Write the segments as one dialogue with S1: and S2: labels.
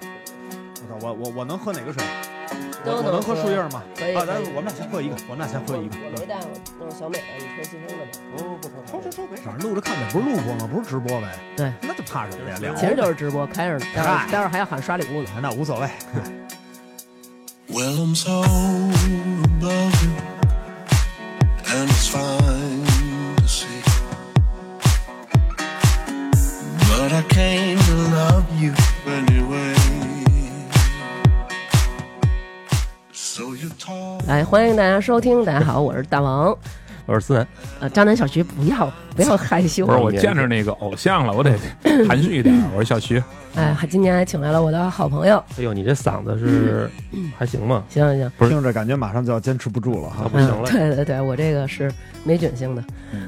S1: 操，我我我能喝哪个水？我
S2: 都
S1: 我能喝树叶吗？
S2: 可以
S1: 啊，
S2: 可
S1: 咱
S2: 以
S1: 我们俩先喝一个，我们俩先喝一个。
S2: 我没带，我都是小美的，你喝西风的吧。
S1: 哦不不不，抽抽抽，没事。反正录着看呗，不是录播吗？不是直播呗？
S2: 对，
S1: 那就怕什么呀？聊
S2: 其实就是直播开着呢，待会
S1: 嗨
S2: 儿待会儿还要喊刷礼物呢。
S1: 那无所谓。
S3: Well, I'm so above you, and it's fine to see. But I came to love you anyway. So you talk.
S2: 来，哎欢迎大家收听，大家好，我是大王。
S4: 我是思南，
S2: 呃，渣男小徐，不要不要害羞
S4: 不。是我见着那个偶像了，我得含蓄一点。我是小徐，
S2: 哎，还今天还请来了我的好朋友。
S5: 哎呦，你这嗓子是
S2: 嗯
S5: 还行吗？
S2: 行行行，嗯
S5: 不是
S1: 听着感觉马上就要坚持不住了嗯
S5: 啊，
S1: 哈。
S5: 不行了，
S2: 对对对，我这个是霉菌性的。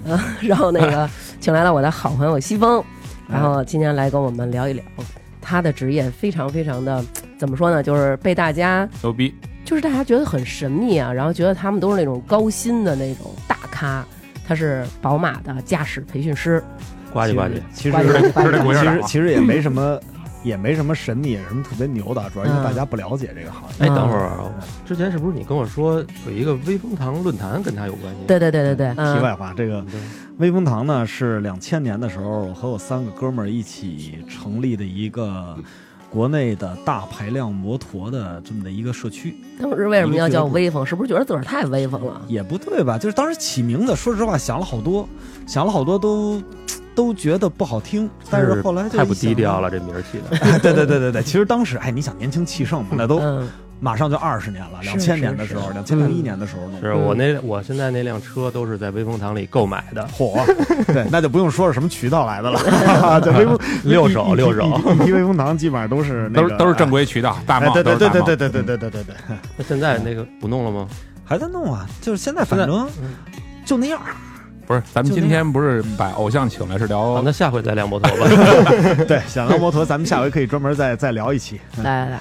S2: 呃，然后那 个请来了我的好朋友西风，
S1: 嗯
S2: 然后今天来跟我们聊一聊他的职业，非常非常的怎么说呢，就是被大家
S4: 牛逼！
S2: 就是大家觉得很神秘啊，然后觉得他们都是那种高薪的那种大咖。他是宝马的驾驶培训师，
S5: 呱唧呱唧。
S1: 其实
S2: 呱唧呱唧呱
S4: 不是那
S2: 唧
S4: 国
S1: 其
S4: 家
S1: 实
S4: 党啊
S1: 其实也没什 么，也没什么神秘，也没什么特别牛的，主要因为
S2: 嗯
S1: 大家不了解这个行业。
S5: 哎，等会儿
S4: 嗯
S5: 啊，之前是不是你跟我说有一个微风堂论坛跟他有关系？
S2: 对对对对对，
S1: 题
S2: 嗯，
S1: 外话，这个
S5: 对，
S1: 威风堂呢是两千年的时候，我和我三个哥们儿一起成立的一个国内的大排量摩托的这么的一个社区，
S2: 当时为什么要叫威风？是不是觉得自个儿太威风啊了？
S1: 也不对吧？就是当时起名字，说实话想了好多，想了好多都都觉得不好听，但是后来就
S5: 太不低调
S1: 了。
S5: 了，这名儿起 的。
S1: 对对对对对，其实当时哎，你想年轻气盛嘛，那都
S2: 嗯，
S1: 马上就二十年了，
S2: 是
S1: 两千年的时候，两千零一年的时候弄
S5: 是我那我现在那辆车都是在微风堂里购买的，
S1: 火，啊对，那就不用说是什么渠道来的了，这微风
S5: 六手六手
S1: 一批一批微风堂基本上都是那
S4: 都
S1: 个
S4: 是都是正。规渠道，大
S1: 哎，
S4: 帽
S1: 对对
S4: 都是
S1: 对
S4: 大
S1: 对
S4: 帽
S1: 对对对对对对对，
S5: 那现在那个不弄了吗？
S1: 还在弄啊，就是现在反正
S5: 嗯
S1: 就那样。
S4: 不是，咱们今天不是把偶像请来是
S5: 啊
S4: 聊
S5: 那下回再辆摩托 吧。
S1: 对，想聊摩托，咱们下回可以专门再再聊一期。
S2: 来来来，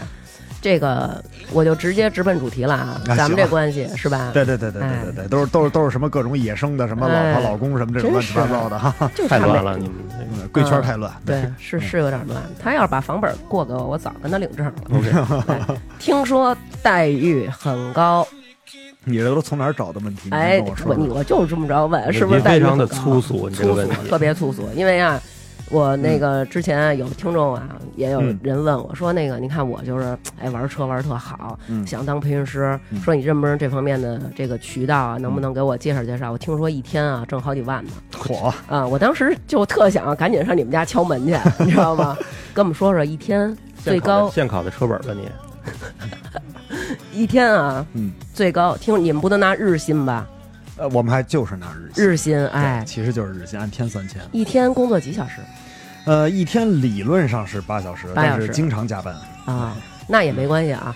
S2: 这个我就直接直奔主题了啊，
S1: 啊
S2: 咱
S1: 行
S2: 们这
S1: 吧
S2: 关系是吧？
S1: 对对对对对对对，都是都是都是什么各种野生的，什么老婆
S2: 哎
S1: 老公什么这种
S2: 真
S1: 乱七
S2: 是
S1: 八糟的哈，
S2: 就
S5: 太
S2: 差
S5: 乱
S2: 没
S5: 了，你们这个
S1: 嗯贵圈太乱。
S2: 对，是是有点乱。他要是把房本过给我，我早跟他领证了。对听说待遇很高，
S1: 你这都从哪儿找的问题？你
S2: 哎
S1: 先跟我，说
S2: 我你
S1: 说。
S2: 我就是这么着问，是不
S5: 你
S2: 是待
S5: 非
S2: 遇
S5: 常
S2: 很
S5: 的
S2: 高
S5: 粗俗？你这个
S2: 粗
S5: 问
S2: 俗
S5: 题，嗯
S2: 特别粗俗，因为啊，我那个之前啊有听众啊，也有
S1: 嗯
S2: 人问我说，那个你看我就是哎玩车玩得特好，
S1: 嗯
S2: 想当培训师，
S1: 嗯
S2: 说你认不认这方面的这个渠道啊？能
S5: 嗯
S2: 不能给我介绍介绍？我听说一天啊挣好几万呢，
S1: 火，
S2: 啊，我当时就特想啊赶紧上你们家敲门去，你知道吗？ 跟我们说说一天最
S5: 现考的
S2: 高
S5: 现考的车本吧你？
S2: 一天啊
S1: 嗯，
S2: 最高，听说你们不都拿日薪吧？
S1: 呃，我们还就是拿日薪，
S2: 日薪
S1: 对
S2: 哎，
S1: 其实就是日薪，按天算钱。
S2: 一天工作几小时
S1: 呃，一天理论上是八小时，
S2: 八小
S1: 但
S2: 时
S1: 是经常加班，
S2: 啊？那也没关系啊，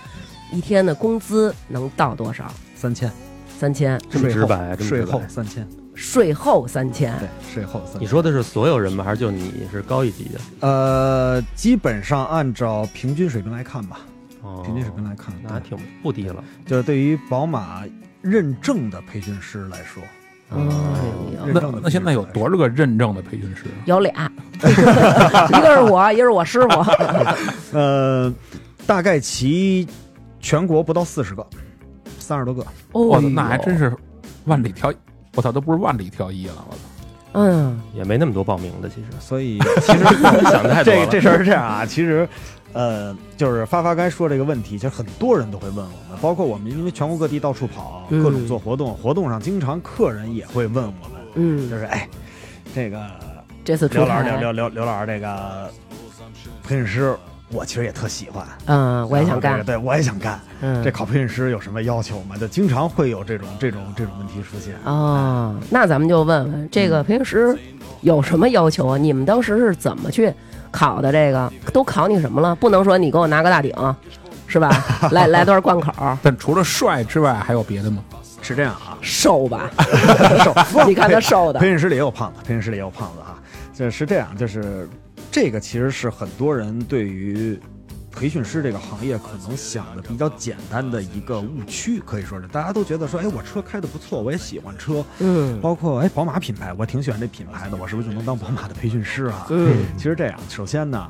S2: 一天的工资能到多少？
S1: 三千，
S2: 三千，
S5: 这么
S1: 税
S5: 直
S1: 后
S5: 白啊，这么
S1: 税
S5: 直白
S1: 后。三千，
S2: 税后三千，
S1: 对，税后三千。
S5: 你说的是所有人吗？还是就你是高一级的？
S1: 呃，基本上按照平均水平来看吧，
S5: 哦
S1: 平均水平来看，
S5: 那还
S1: 对，
S5: 挺不低了。
S1: 就是对于宝马认证的培训师来说，
S2: 嗯，哎呦
S1: 认证的
S4: 哦那那现在有
S1: 培训师来说
S4: 多少个认证的培训师？
S2: 有 俩，一个是我，一个是我师
S4: 哦
S2: 傅，
S1: 呃，大概其全国不到四十个，三十多个。
S4: 我
S2: 哦
S4: 操，，那还真
S2: 是，
S4: 是万里挑，我操，都不是万里挑一了，我操！
S2: 嗯，
S5: 也没那么多报名的，其实
S1: 所 以其实
S5: 想太多
S1: 这
S5: 了。
S1: 个这事儿是这样啊，其实，呃，就是发发该说这个问题，其实很多人都会问我们，包括我们，因为全国各地到处跑，
S2: 嗯
S1: 各种做活动，活动上经常客人也会问我们，就
S2: 嗯，
S1: 是哎，这个
S2: 这次出
S1: 刘老师，刘
S2: 差，
S1: 刘刘刘老师这个培训师，我其实也特喜欢，
S2: 嗯，我也想
S1: 然后
S2: 干，
S1: 这个对我也想干。
S2: 嗯，
S1: 这考培训师有什么要求吗？就经常会有这种这种这种问题出现。
S2: 哦，那咱们就问问这个平时有什么要求啊？你们当时是怎么去考的？这个都考你什么了？不能说你给我拿个大顶，是 吧？来来段贯口，
S4: 但除了帅之外，还有别的吗？
S1: 是这样啊，
S2: 瘦 吧，你看他瘦的
S1: 培，训师里也有胖子，培训师里也有胖子哈。这是这样，就是这个其实是很多人对于培训师这个行业可能想的比较简单的一个误区，可以说是大家都觉得说，哎，我车开的不错，我也喜欢车，
S2: 嗯
S1: 包括哎宝马品牌，我挺喜欢这品牌的，我是不是就能当宝马的培训师啊？
S2: 嗯
S1: 其实这样，首先呢，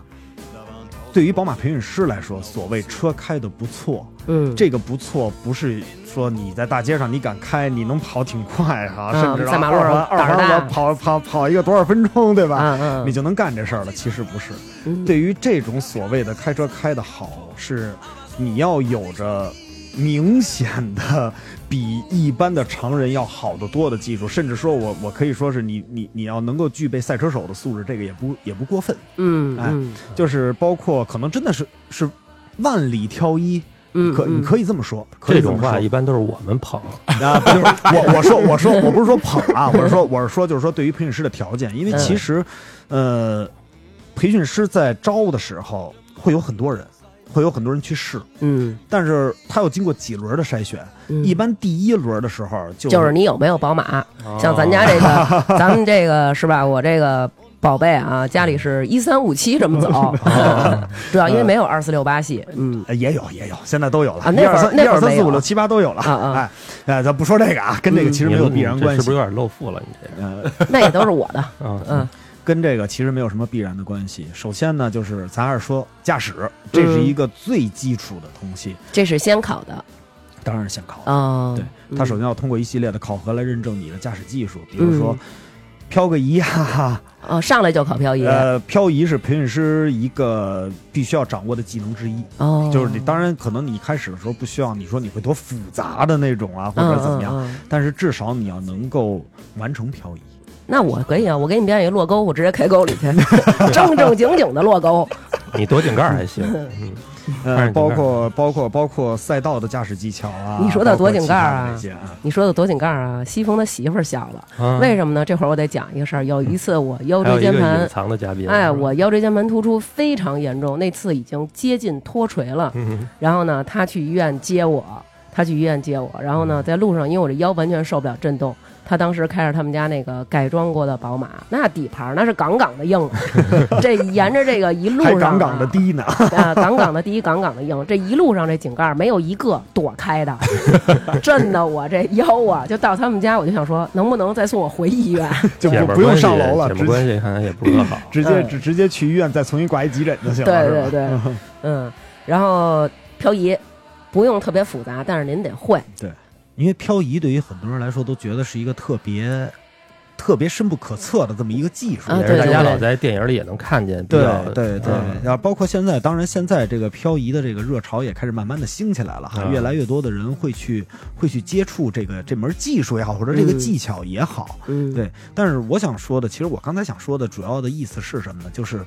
S1: 对于宝马培训师来说，所谓车开的不错，
S2: 嗯，
S1: 这个不错不是说你在大街上你敢开，你能跑挺快哈、
S2: 嗯
S1: 甚至
S2: 在马路上
S1: 二环二
S2: 胆儿
S1: 环
S2: 大
S1: 我跑跑跑一个多少分钟，对吧？
S2: 啊啊，
S1: 你就能干这事儿了。其实不是，
S2: 嗯
S1: 对于这种所谓的开车开得好，是你要有着明显的比一般的常人要好得多的技术，甚至说我我可以说是你你你要能够具备赛车手的素质，这个也不也不过分。
S2: 嗯
S1: 哎
S2: 嗯
S1: 就是包括可能真的是是万里挑一，
S2: 嗯，
S1: 可你
S2: 嗯
S1: 可以这么说，可以
S5: 这
S1: 这
S5: 种
S1: 么
S5: 话一
S1: 说
S5: 般都是我们捧，
S1: 啊，不就是我我说我说我不是说捧啊，我是说我是说就是说对于培训师的条件，因为
S2: 嗯
S1: 其实，呃，培训师在招的时候会有很多人，会有很多人去试，
S2: 嗯，
S1: 但是他要经过几轮的筛选，
S2: 嗯
S1: 一般第一轮的时候就
S2: 就是你有没有宝马？
S1: 哦
S2: 像咱家这 个，咱们这个是吧？我这个宝贝啊，家里是一三五七这么
S1: 哦
S2: 走，嗯主要
S1: 嗯
S2: 因为没有二四六八系，嗯
S1: 呃也有也有，现在都有了，
S2: 啊
S1: 一
S2: 那会
S1: 二
S2: 儿
S1: 三一
S2: 那会
S1: 二
S2: 儿
S1: 三
S2: 没
S1: 四
S2: 有
S1: 五六七八都有了，
S2: 啊啊
S1: 哎哎，咱不说这个啊，跟这个其实没有必然关
S5: 嗯你这是
S1: 系
S5: 不是，有点露富了？你这
S1: 呃，
S2: 那也都是我 的，
S5: 个啊，
S2: 嗯
S1: 跟这个其实没有什么必然的关系。首先呢，就是咱还是说驾驶，这
S2: 嗯
S1: 是一个最基础的东西，
S2: 这是先考的
S1: 当然是先考。
S2: 哦。
S1: 对，
S2: 嗯
S1: 他首先要通过一系列的考核来认证你的驾驶技术，比如
S2: 嗯
S1: 说漂个移啊，
S2: 哦，上来就考漂移，
S1: 呃，漂移是培训师一个必须要掌握的技能之一。
S2: 哦，
S1: 就是你，当然可能你一开始的时候不需要你说你会多复杂的那种啊，或者怎么样，
S2: 嗯？嗯嗯
S1: 但是至少你要能够完成漂移。
S2: 那我可以啊，我给你表演一落沟，我直接开沟里 去，正正经经的落沟。
S5: 你躲井盖 还行，嗯看
S1: 呃，
S5: 着
S1: 包
S5: 井盖
S1: 括包括包括赛道的驾驶技巧啊，
S2: 你说到躲井盖
S1: 包括其他
S2: 啊
S1: 的那些啊，
S2: 你说的躲井盖啊，西风他媳妇儿小了，
S5: 啊
S2: 为什么呢？这会儿我得讲一个事儿。有一次我腰
S5: 还有
S2: 椎
S5: 一
S2: 间
S5: 个
S2: 盘
S5: 隐藏的嘉宾，啊
S2: 哎，我腰椎间盘突出非常严重，那次已经接近脱垂了。
S5: 嗯
S2: 然后呢，他去医院接我，他去医院接我。然后呢，
S5: 嗯
S2: 在路上，因为我这腰完全受不了震动，他当时开着他们家那个改装过的宝马，那底盘儿那是杠杠的 硬啊。这沿着这个一路
S1: 还
S2: 上、啊，
S1: 杠杠的低 呢。
S2: 啊，杠杠的第一，杠杠的硬，这一路上这井盖儿没有一个躲 开的，震得我这腰啊！就到他们家，我就想说，能不能再送我回 医院？
S1: 就
S5: 姐
S1: 不
S5: 们儿
S1: 不用
S5: 关系
S1: 上楼了，
S5: 姐
S1: 直
S5: 们儿关
S1: 接。
S5: 系看来也不是 特好
S1: 直接
S2: 嗯
S1: 直直接去医院再重新挂一急诊就行了，
S2: 对
S1: 是吧
S2: 对对，嗯，然后漂移不用特别复杂，但是您得会，
S1: 因为漂移对于很多人来说都觉得是一个特别、特别深不可测的这么一个技术。
S2: 啊
S5: 也是大
S2: 对
S5: 家
S2: 对
S5: 老在电影里也能看见，比
S1: 对
S5: 较
S1: 对对
S5: 嗯，
S1: 然后包括现在，当然现在这个漂移的这个热潮也开始慢慢的兴起来了哈，
S5: 嗯
S1: 越来越多的人会去会去接触这个这门技术也好，或者这个
S2: 嗯
S1: 技巧也好，
S2: 嗯，
S1: 对。但是我想说的，其实我刚才想说的主要的意思是什么呢？就是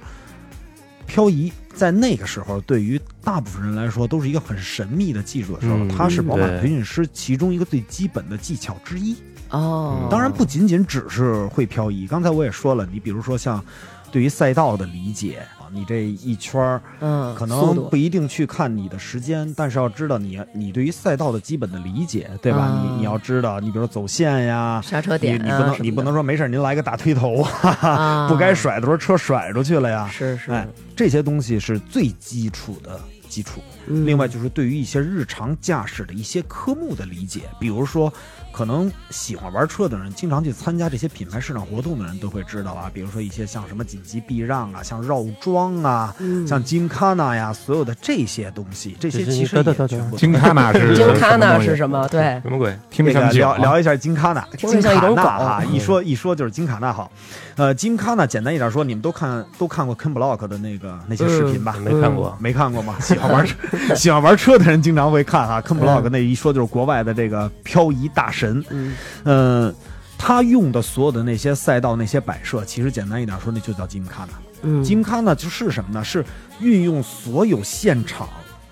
S1: 漂移在那个时候，对于大部分人来说都是一个很神秘的技术的时候，
S5: 嗯
S1: 它是宝马
S5: 对
S1: 培训师其中一个最基本的技巧之一。
S2: 哦，
S1: 嗯当然不仅仅只是会漂移，刚才我也说了，你比如说像对于赛道的理解啊，你这一圈儿
S2: 嗯，
S1: 可
S2: 速
S1: 能
S2: 度
S1: 不一定去看你的时间，但是要知道你你对于赛道的基本的理解，对吧？
S2: 啊
S1: 你你要知道，你比如说走线呀。
S2: 刹车
S1: 你
S2: 点
S1: 你不
S2: 啊
S1: 能
S2: 什么的，
S1: 你不能说没事儿您来个大推头，哈哈，
S2: 啊
S1: 不该甩的时候车甩出去了呀。
S2: 是是，
S1: 哎，这些东西是最基础的基础。
S2: 嗯
S1: 另外就是对于一些日常驾驶的一些科目的理解，比如说，可能喜欢玩车的人，经常去参加这些品牌市场活动的人都会知道啊，比如说一些像什么紧急避让啊，像绕桩啊，
S2: 嗯
S1: 像金卡纳呀，所有的这些东西，这些
S5: 这是
S1: 其实
S5: 你等
S1: 也
S5: 等等
S1: 全部。
S4: 金卡纳是
S2: 金卡纳是
S4: 什么
S2: 什么？对，
S5: 什么鬼？
S4: 东西？听不
S1: 那
S4: 上
S1: 个
S4: 去
S1: 聊
S4: 啊
S1: 聊一下金卡纳，
S2: 听
S1: 金
S2: 着像一
S1: 卡
S2: 种
S1: 纳哈，
S2: 狗
S1: 一说一说就是金卡纳好，呃，金卡纳简单一点说，你们都看都看过 Ken Block 的那个那些视频吧？
S5: 没看
S2: 嗯
S5: 过，
S1: 嗯没看过吗？喜欢玩 车，喜欢玩车的人经常会看啊。Ken Block 那一说就是国外的这个漂移大神，
S2: 嗯
S1: 嗯、他用的所有的那些赛道那些摆设，其实简单一点说，那就叫金卡纳。
S2: 嗯，
S1: 金卡纳就是什么呢？是运用所有现场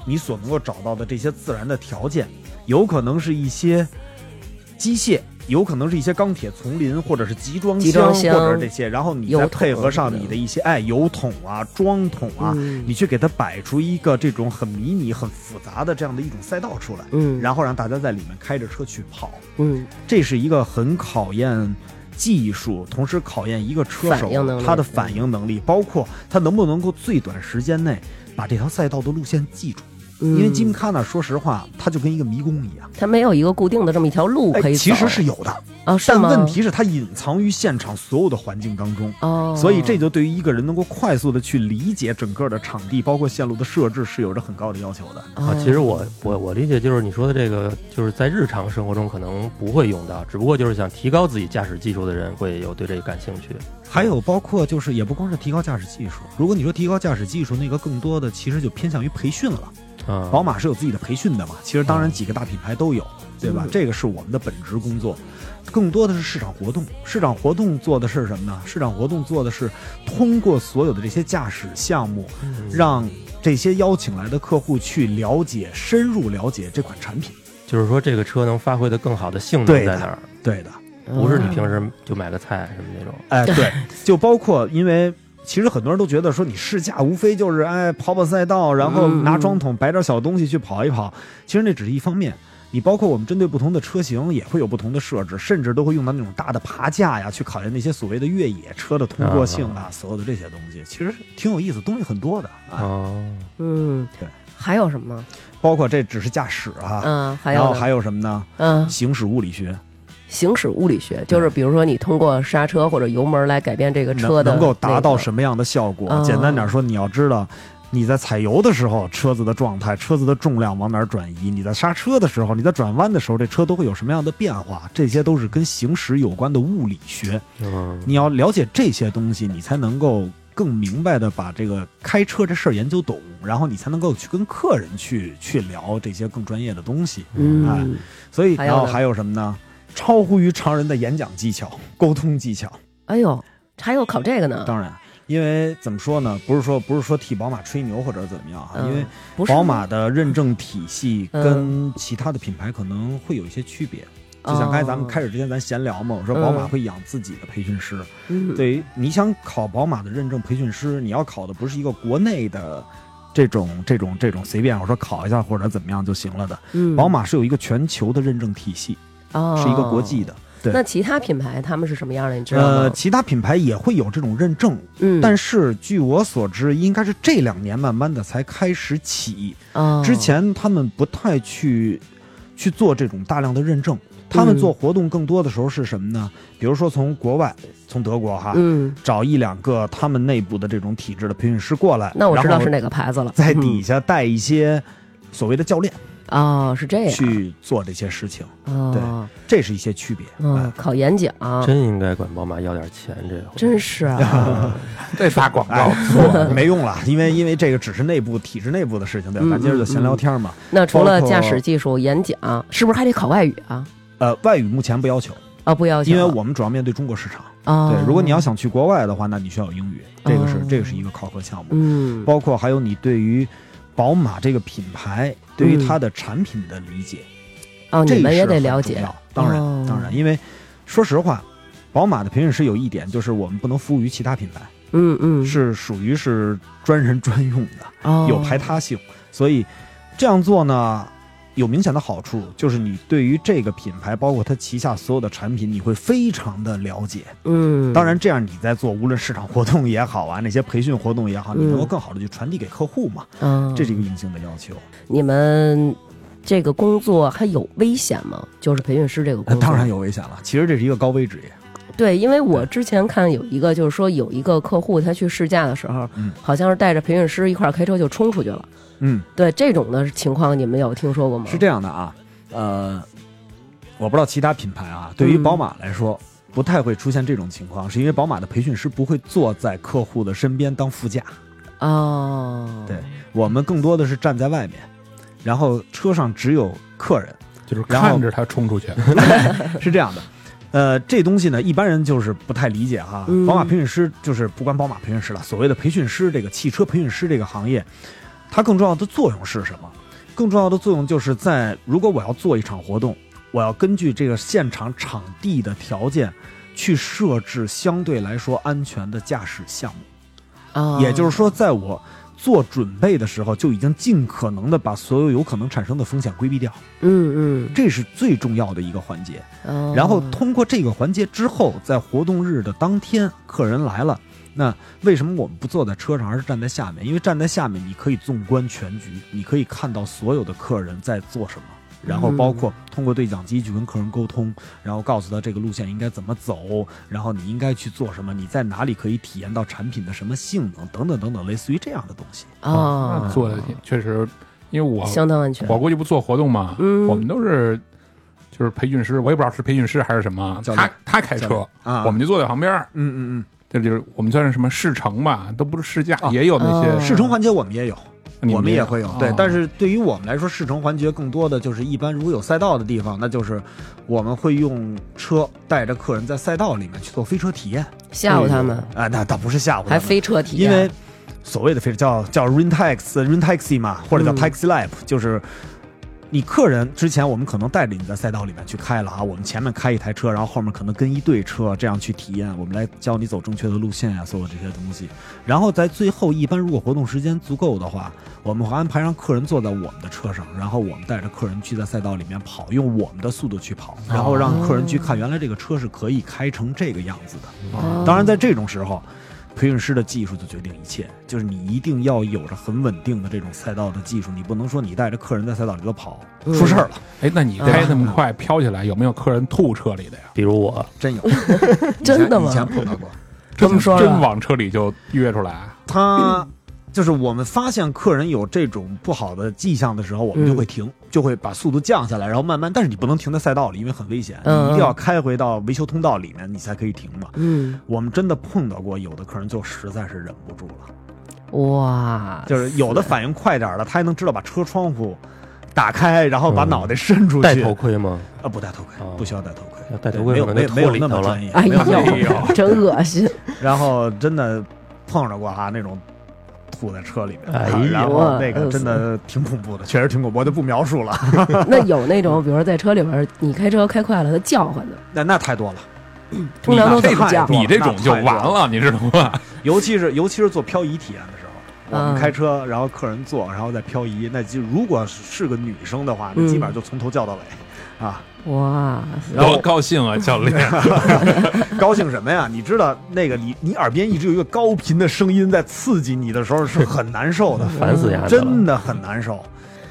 S1: 你所能够找到的这些自然的条件，有可能是一些机械。有可能是一些钢铁丛林，或者是集装
S2: 集装箱
S1: 或者是这些，然后你
S2: 油
S1: 再
S2: 桶啊
S1: 配合上
S2: 什么的
S1: 你的一些哎油桶啊、装桶啊，
S2: 嗯
S1: 你去给它摆出一个这种很迷你、很复杂的这样的一种赛道出来，
S2: 嗯
S1: 然后让大家在里面开着车去跑，
S2: 嗯
S1: 这是一个很考验技术，同时考验一个车手
S2: 反应能力
S1: 他的反应能力，包括他能不能够最短时间内把这条赛道的路线记住。
S2: 因
S1: 因为金卡纳说实话，它就跟一个迷宫一样，
S2: 嗯它没有一个固定的这么一条路可
S1: 哎，
S2: 以走，
S1: 其实是有的，
S2: 啊，是
S1: 但
S2: 吗？
S1: 问题是它隐藏于现场所有的环境当中。
S2: 哦，
S1: 所以这就对于一个人能够快速的去理解整个的场地，包括线路的设置，是有着很高的要求的。
S2: 哦
S5: 啊，其实我我我理解就是你说的这个，就是在日常生活中可能不会用到，只不过就是想提高自己驾驶技术的人会有对这个感兴趣。
S6: 还有包括就是也不光是提高驾驶技术，如果你说提高驾驶技术，那个更多的其实就偏向于培训了。
S5: 啊，
S1: 宝马是有自己的培训的嘛，其实当然几个大品牌都有，对吧？这个是我们的本职工作，更多的是市场活动。市场活动做的是什么呢？市场活动做的是通过所有的这些驾驶项目，
S5: 嗯
S1: 让这些邀请来的客户去了解、深入了解这款产品。
S5: 就是说这个车能发挥的更好的性能
S1: 对
S5: 在
S1: 的
S5: 哪儿，
S1: 对的，
S5: 不是你
S2: 时
S5: 平时就买个菜什么那种。
S1: 哎，对，就包括因为。其实很多人都觉得说你试驾无非就是哎跑跑赛道，然后拿装桶摆点小东西去跑一跑。其实那只是一方面，你包括我们针对不同的车型也会有不同的设置，甚至都会用到那种大的爬架呀，去考验那些所谓的越野车的通过性啊，所有的这些东西，其实挺有意思，东西很多的啊。
S5: 哦，
S2: 嗯，
S1: 对，
S2: 还有什么？
S1: 包括这只是驾驶啊，
S2: 嗯，还
S1: 然后
S2: 有
S1: 还
S2: 有
S1: 有什么呢？
S2: 嗯，
S1: 行驶物理学
S2: 行驶物理学就是比如说你通过刹车或者油门来改变这个车
S1: 能
S2: 的
S1: 能够达到
S2: 那个
S1: 什么样的效果？
S2: 哦
S1: 简单点说，你要知道你在踩油的时候，车子的状态、车子的重量往哪儿转移；你在刹车的时候，你在转弯的时候，这车都会有什么样的变化？这些都是跟行驶有关的物理学。
S5: 嗯，
S1: 你要了解这些东西，你才能够更明白的把这个开车这事儿研究懂，然后你才能够去跟客人去去聊这些更专业的东西。
S2: 嗯，
S1: 所以，
S2: 还有
S1: 然后
S2: 呢
S1: 还有什么呢？超乎于常人的演讲技巧、沟通技巧。
S2: 哎呦，还有考这个呢，
S1: 当然，因为怎么说呢，不是说不是说替宝马吹牛或者怎么样啊，
S2: 嗯
S1: 因为
S2: 不是
S1: 宝马的认证体系
S2: 嗯
S1: 跟其他的品牌可能会有一些区别。就像刚才咱
S2: 哦
S1: 们开始之前咱闲聊嘛，我说
S2: 嗯
S1: 宝马会养自己的培训师。
S2: 嗯
S1: 对于你想考宝马的认证培训师，你要考的不是一个国内的。这种这种这种随便我说考一下或者怎么样就行了的，
S2: 嗯
S1: 宝马是有一个全球的认证体系，是一个国际
S2: 的。
S1: 的。对
S2: 那其他品牌他们是什么样的？你知道
S1: 呃，
S2: 吗？
S1: 其他品牌也会有这种认证，
S2: 嗯，
S1: 但
S2: 是
S1: 是据我所知，应该是这两年慢慢的才开始起，
S2: 哦嗯
S1: 之前他们不太去去做这种大量的认证。他们
S2: 嗯
S1: 做活动更多的时候是什么呢？比如说从国外，从德国哈，
S2: 嗯，
S1: 找一两个他们内部的这种体制的培训师过来，
S2: 那我知道
S1: 然后
S2: 是哪个牌子了，
S1: 在
S2: 嗯
S1: 底下带一些所谓的教练
S2: 哦，是这样
S1: 去做这些事情，
S2: 哦，
S1: 这是一些区别。哎
S2: 嗯，考演讲，
S5: 真应该管宝马要点钱，这回
S2: 真是 啊，
S4: 这发广告
S1: 哎，错没用了，因为因为这个只是内部体制内部的事情，
S2: 嗯
S1: 对吧？咱今儿就闲聊天嘛。
S2: 那除
S1: 包
S2: 了
S1: 括
S2: 驾驶技术、演讲，是不是还得考外语啊？
S1: 呃，外语目前不要求，
S2: 啊，不要求
S1: 因
S2: 了，
S1: 为我们主要面对中国市场。
S2: 啊，
S1: 对，如果你要想去国外的话，那你需要有英语，这个是
S2: 哦
S1: 这个是一个考核项目。
S2: 嗯，
S1: 包括还有你对于宝马这个品牌，对于
S2: 嗯
S1: 它的产品的理解，
S2: 哦，
S1: 这
S2: 你们
S1: 是
S2: 也得
S1: 很
S2: 了
S1: 重
S2: 解
S1: 要，当然，
S2: 哦
S1: 当然，因为说实话，宝马的培训师有一点就是我们不能服务于其他品牌，
S2: 嗯嗯，
S1: 是属于是专人专用的。
S2: 哦
S1: 有排他性，所以这样做呢，有明显的好处，就是你对于这个品牌，包括它旗下所有的产品，你会非常的了解。
S2: 嗯，
S1: 当然，这样你在做无论市场活动也 好啊，那些培训活动也好，你能够更好的去传递给客户嘛，
S2: 嗯，
S1: 这是一个硬性的要求。
S2: 你们这个工作还有危险吗？就是培训师这个工
S1: 那
S2: 作，
S1: 呃当然有危险了，其实这是一个高危职业。
S2: 对，因为我之前看有一个，就是说有一个客户他去试驾的时候，
S1: 嗯
S2: 好像是带着培训师一块儿开车就冲出去了。
S1: 嗯，
S2: 对这种的情况，你们有听说过吗？
S1: 是这样的啊，呃，我不知道其他品牌啊，对于
S2: 嗯
S1: 宝马来说。不太会出现这种情况，是因为宝马的培训师不会坐在客户的身边当副驾，
S2: 哦，
S1: 对我们更多的是站在外面，然后车上只有客人，
S4: 就是
S1: 然后
S4: 看着他冲出去，
S1: 是这样的。呃，这东西呢，一般人就是不太理解哈。
S2: 嗯
S1: 宝马培训师就是不管宝马培训师了，所谓的培训师这个汽车培训师这个行业，它更重要的作用是什么？更重要的作用就是在如果我要做一场活动，我要根据这个现场场地的条件去设置相对来说安全的驾驶项目。
S2: 哦，
S1: 也就是说，在我做准备的时候，就已经尽可能的把所有有可能产生的风险规避掉，
S2: 嗯
S1: 这是最重要的一个环节。
S2: 嗯，哦
S1: 然后通过这个环节之后，在活动日的当天，客人来了，那为什么我们不坐在车上，而是站在下面？因为站在下面，你可以纵观全局，你可以看到所有的客人在做什么，然后包括通过对讲机去跟客人沟通，然后告诉他这个路线应该怎么走，然后你应该去做什么，你在哪里可以体验到产品的什么性能等等等等，类似于这样的东西。
S4: 那
S2: 哦，
S4: 啊做的挺确实，因为我
S2: 相当安全。
S4: 我估计不做活动嘛，
S2: 嗯
S4: 我们都是就是培训师，我也不知道是培训师还是什么，
S1: 教练
S4: 他他开
S1: 教练
S4: 车，
S1: 啊
S4: 我们就坐在旁边儿，
S1: 嗯嗯
S4: 这就是我们算是什么试乘吧，都不是试驾，
S1: 啊
S4: 也有那
S2: 哦
S4: 些
S1: 嗯，试乘环节我们也有，
S4: 你
S1: 我们也会有
S4: 哦
S1: 对，但是对于我们来说，试乘环节更多的就是一般如果有赛道的地方，那就是我们会用车带着客人在赛道里面去做飞车体验。
S2: 吓唬他们，
S1: 啊，那倒不是吓唬他们，
S2: 还飞车体验，
S1: 因为所谓的飞叫叫 rain tax rain taxi 嘛，或者叫
S2: 嗯
S1: taxi lab，、就是你客人之前我们可能带着你在赛道里面去开了啊，我们前面开一台车，然后后面可能跟一队车这样去体验，我们来教你走正确的路线啊，所有这些东西。然后在最后，一般如果活动时间足够的话，我们会安排让客人坐在我们的车上，然后我们带着客人去在赛道里面跑，用我们的速度去跑，然后让客人去看原来这个车是可以开成这个样子的。
S2: 哦
S1: 当然，在这种时候，培训师的技术就决定一切，就是你一定要有着很稳定的这种赛道的技术，你不能说你带着客人在赛道里头跑，
S2: 嗯
S1: 出事儿了，
S4: 哎，那你
S1: 啊
S4: 开那么快飘起来，有没有客人吐车里的呀？
S5: 比如我，
S1: 真有，
S2: 真的吗
S1: 以前以前碰到过，
S2: 这么说吧啊
S4: 真往车里就跃出来，
S1: 他。就是我们发现客人有这种不好的迹象的时候，我
S2: 嗯
S1: 们就会停，就会把速度降下来，然后慢慢。但是你不能停在赛道里，因为很危险，你
S2: 嗯
S1: 一定要开回到维修通道里面，你才可以停嘛。
S2: 嗯，
S1: 我们真的碰到过有的客人就实在是忍不住了，
S2: 哇，
S1: 嗯就是有的反应快点儿的，他还能知道把车窗户打开，然后把脑袋伸出去。
S5: 嗯戴头盔吗？
S1: 啊，不戴头盔
S5: 哦，
S1: 不需要戴头盔。
S5: 要戴头
S1: 对
S5: 盔
S1: 没有
S5: 可能
S1: 没有没有
S5: 就脱里
S1: 那
S5: 头
S1: 么
S5: 了
S1: 专业，
S2: 哎
S1: 没有那么专业。
S2: 呦，真 恶心！
S1: 然后真的碰着过哈、那种吐在车里面，啊
S5: 哎呦
S1: 然后那
S2: 饿
S1: 个
S2: 死
S1: 真的挺恐怖的，确实挺恐怖，我就不描述了。
S2: 那有那种，比如说在车里边，你开车开快了，他叫唤的，
S1: 那那太多了，
S2: 通常都怎
S1: 你
S2: 么
S1: 这
S2: 叫
S1: 太？
S4: 你这种就完了，你知道吗？
S1: 尤其是尤其是做漂移体验的时候。我
S2: 嗯
S1: 们开车，然后客人坐，然后再漂移。那就如果是个女生的话，那基本上
S2: 嗯
S1: 就从头叫到尾，啊，
S2: 哇，
S1: 然后
S4: 多高兴啊，教练！
S1: 高兴什么呀？你知道那个你你耳边一直有一个高频的声音在刺激你的时候是很难受 的，
S5: 烦死丫的了
S1: 真的很难受。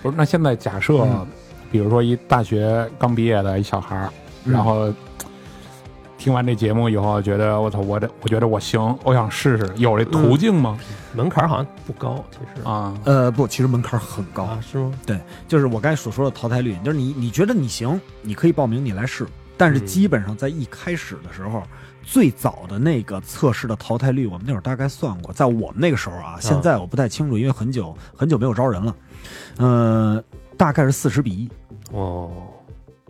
S4: 不是，那现在假设，比如说一大学刚毕业的一小孩儿，
S1: 嗯
S4: 然后听完这节目以后，觉得我操，我这我觉得我行，我想试试，有这途径吗？
S5: 门槛好像不高，其实
S4: 啊，
S1: 呃，不，其实门槛很高
S5: 啊，，是吗？
S1: 就是我刚才所说的淘汰率，就是你你觉得你行，你可以报名，你来试。但是
S5: 嗯
S1: 基本上在一开始的时候，最早的那个测试的淘汰率，我们那会儿大概算过，在我们那个时候啊，
S5: 嗯
S1: 现在我不太清楚，因为很久很久没有招人了。呃，大概是四十比一，
S5: 哦，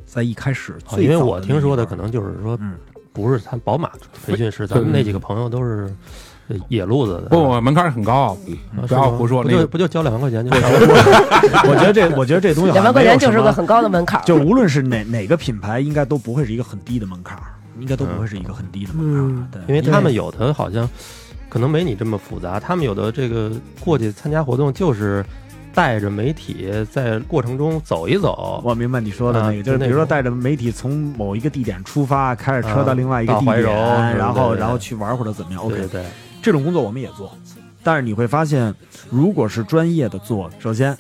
S1: 在一开始最早的
S5: 啊
S1: 那一
S5: 因
S1: 轮、
S5: 为我听说的可能就是说
S1: 嗯，
S5: 不是他宝马培训师，咱们那几个朋友都是呃野路子的，
S4: 不，我门槛很高，
S1: 嗯
S5: 啊
S4: 不要
S5: 是吗
S4: 胡说
S5: 不
S4: 那
S5: 就
S4: 个
S5: 不就交两万块钱就行
S1: 我觉得这我觉得这东西好
S2: 两
S1: 像
S2: 万块
S1: 没有
S2: 钱就是
S1: 什么
S2: 个很高的门槛儿。
S1: 就无论是哪哪个品牌，应该都不会是一个很低的门槛儿，应该都不会是一个很低的门槛儿。
S2: 嗯
S1: 对，
S5: 因为他们有的好像可能没你这么复杂，他们有的这个过去参加活动就是带着媒体在过程中走一走，
S1: 我明白你说的那个，
S5: 啊
S1: 就是比如
S5: 就那
S1: 说
S5: 种
S1: 带着媒体从某一个地点出发，开着车到另外一个地
S5: 啊到怀
S1: 点，
S5: 柔对对
S1: 然后
S5: 对对
S1: 然后去玩或者怎么样。
S5: 对对
S1: OK，
S5: 对，
S1: 这种工作我们也做，但是你会发现，如果是专业的做，首先。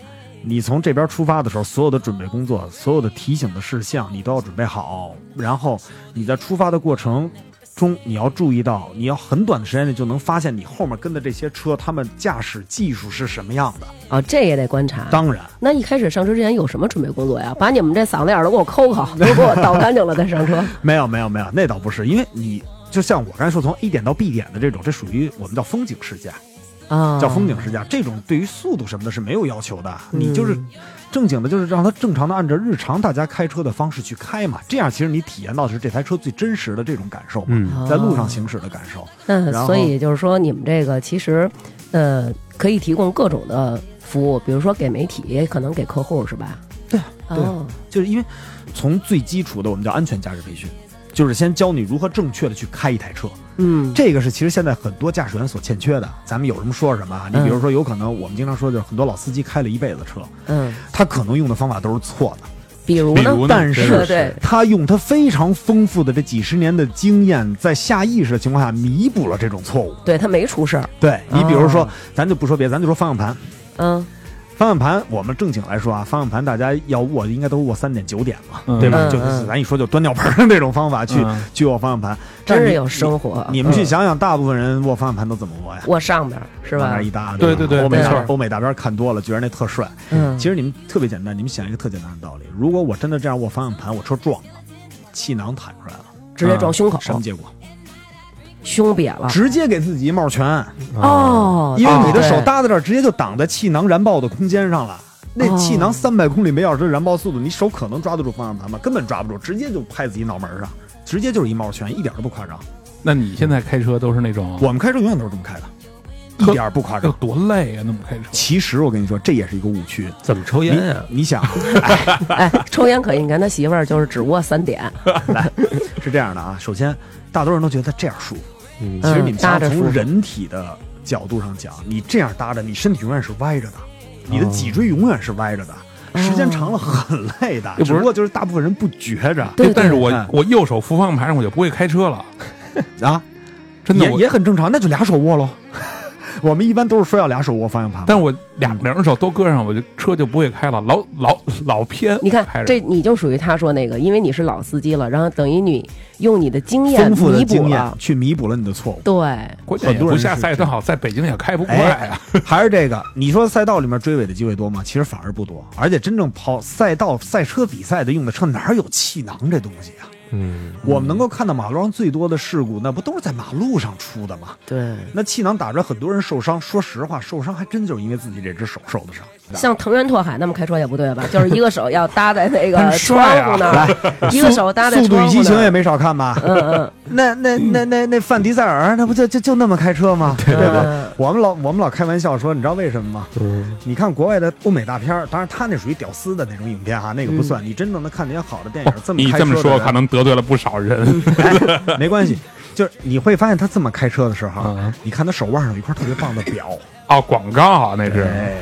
S1: 你从这边出发的时候，所有的准备工作、所有的提醒的事项，你都要准备好。然后你在出发的过程中，你要注意到，你要很短的时间内就能发现你后面跟的这些车，他们驾驶技术是什么样的。
S2: 啊，这也得观察。
S1: 当然，
S2: 那一开始上车之前有什么准备工作呀？把你们这嗓子眼儿都给我抠抠，都给我倒干净了再上车。
S1: 没有没有没有，那倒不是，因为你就像我刚才说，从 A 点到 B 点的这种，这属于我们叫风景试驾，
S2: 啊，
S1: 叫风景试驾。这种对于速度什么的是没有要求的，
S2: 嗯
S1: 你就是正经的，就是让它正常的按照日常大家开车的方式去开嘛。这样其实你体验到的是这台车最真实的这种感受嘛，
S5: 嗯，
S2: 哦
S1: 在路上行驶的感受。
S2: 那
S1: 然后
S2: 所以就是说，你们这个其实，呃，可以提供各种的服务，比如说给媒体，也可能给客户，是吧？
S1: 对啊对啊
S2: 哦，
S1: 就是因为从最基础的我们叫安全驾驶培训，就是先教你如何正确的去开一台车。
S2: 嗯，
S1: 这个是其实现在很多驾驶员所欠缺的。咱们有什么说什么啊。你比如说，有可能我们经常说，就是很多老司机开了一辈子车，
S2: 嗯，
S1: 他可能用的方法都是错的。
S2: 比如
S4: 比
S2: 呢，
S4: 如呢，
S1: 但
S4: 真
S2: 对
S1: 是
S2: 对，
S1: 他用他非常丰富的这几十年的经验，在下意识的情况下弥补了这种错误。
S2: 对他没出事儿，
S1: 对你比如说
S2: 哦，
S1: 咱就不说别，咱就说方向盘。
S2: 嗯，
S1: 方向盘，我们正经来说啊，方向盘大家要握，应该都握三点九点嘛，
S4: 嗯
S1: 对吧？
S2: 嗯
S1: 就是
S2: 嗯
S1: 咱一说就端尿盆儿的那种方法去
S4: 嗯
S1: 去握方向盘，但
S2: 真是
S1: 你
S2: 有生活。嗯
S1: 你们去想想，大部分人握方向盘都怎么握呀？
S2: 我上边儿是
S1: 往那
S2: 吧
S1: 儿？一搭，
S4: 对
S1: 吧
S4: 对对
S1: 欧美
S2: 没错
S1: 大欧美大片看多了，觉得那特帅。
S2: 嗯，
S1: 其实你们特别简单，你们想一个特简单的道理：如果我真的这样握方向盘，我车撞了，气囊弹出来了，
S2: 直接撞胸口，
S1: 什么结果？
S2: 胸瘪了。
S1: 啊直接给自己一帽拳，
S2: 哦，
S1: 因为你的
S2: 对
S1: 手搭在这儿，直接就挡在气囊燃爆的空间上了。那
S2: 哦
S1: 气囊三百公里每小时的燃爆速度，你手可能抓得住方向盘吗？根本抓不住，直接就拍自己脑门上，直接就是一帽拳，一点都不夸张。
S4: 那你现在开车都是那种
S1: 我们开车永远都是这么开的，一点儿不夸
S4: 有
S1: 张。
S4: 多累啊？那么开车，
S1: 其实我跟你说，这也是一个误区。
S5: 怎么抽
S1: 你
S5: 烟啊呀？
S1: 你想，
S2: 哎，抽烟可以，你看他媳妇儿就是只握三点，
S1: 是这样的啊。首先，大多数人都觉得这样舒服。
S5: 嗯
S1: 其实
S2: 嗯
S1: 你们
S2: 搭
S1: 想
S2: 着舒
S1: 从
S2: 服
S1: 人体的角度上讲，你这样搭着，你身体永远是歪着的，你的脊椎永远是歪着的。
S2: 哦
S1: 时间长了很累的，
S4: 又不是
S1: 只不过就是大部分人不觉着
S2: 对对
S4: 但是我
S1: 嗯
S4: 我右手扶方向盘上，我就不会开车了，
S1: 啊，
S4: 真的
S1: 也
S4: 我。
S1: 也很正常，那就俩手握 喽。我们一般都是说要俩手握方向盘嘛，
S4: 但是我两两只手都搁上，我就车就不会开了，老老
S1: 嗯
S4: 老偏。
S2: 你看
S4: 开着
S2: 这你就属于他说那个，因为你是老司机了，然后等于你用你的经验
S1: 丰富的
S2: 弥补
S1: 经验
S2: 了，
S1: 去弥补了你的错误。
S2: 对，
S4: 关键也
S1: 很多
S4: 不
S1: 人
S4: 下
S1: 是
S4: 赛
S1: 这哎
S4: 道，在北京也开不快啊。
S1: 还是这个，你说赛道里面追尾的机会多吗？其实反而不多，而且真正跑赛道赛车比赛的用的车哪有气囊这东西啊？
S5: 嗯，
S1: 我们能够看到马路上最多的事故，那不都是在马路上出的吗？
S2: 对，
S1: 那气囊打出来，很多人受伤。说实话，受伤还真就是因为自己这只手受的伤。
S2: 像藤原拓海那么开车也不对吧？就是一个手要搭 在那个
S4: 很
S2: 窗
S4: 帅啊
S2: 户那儿，一个手搭在
S1: 速度
S2: 窗
S1: 与
S2: 户
S1: 激情
S2: 那
S1: 也
S2: 儿。
S1: 没少看吧？
S2: 嗯嗯，
S1: 那那那那那范迪塞尔，那不就就就那么开车吗？ 对吧
S2: 嗯？
S1: 我们老我们老开玩笑说，你知道为什么吗？
S5: 嗯
S1: 你看国外的欧美大片儿，当然他那属于屌丝的那种影片哈，那个不算。你真正的看那些好的电影，嗯这么
S4: 你
S1: 开
S4: 这么
S1: 车的
S4: 说，
S1: 人
S4: 可能得罪了不少人。
S1: 哎没 关系，就是你会发现他这么开车的时候
S4: 嗯，
S1: 你看他手腕上有一块特别棒的表，
S4: 哦，广告啊，那是。
S1: 哎，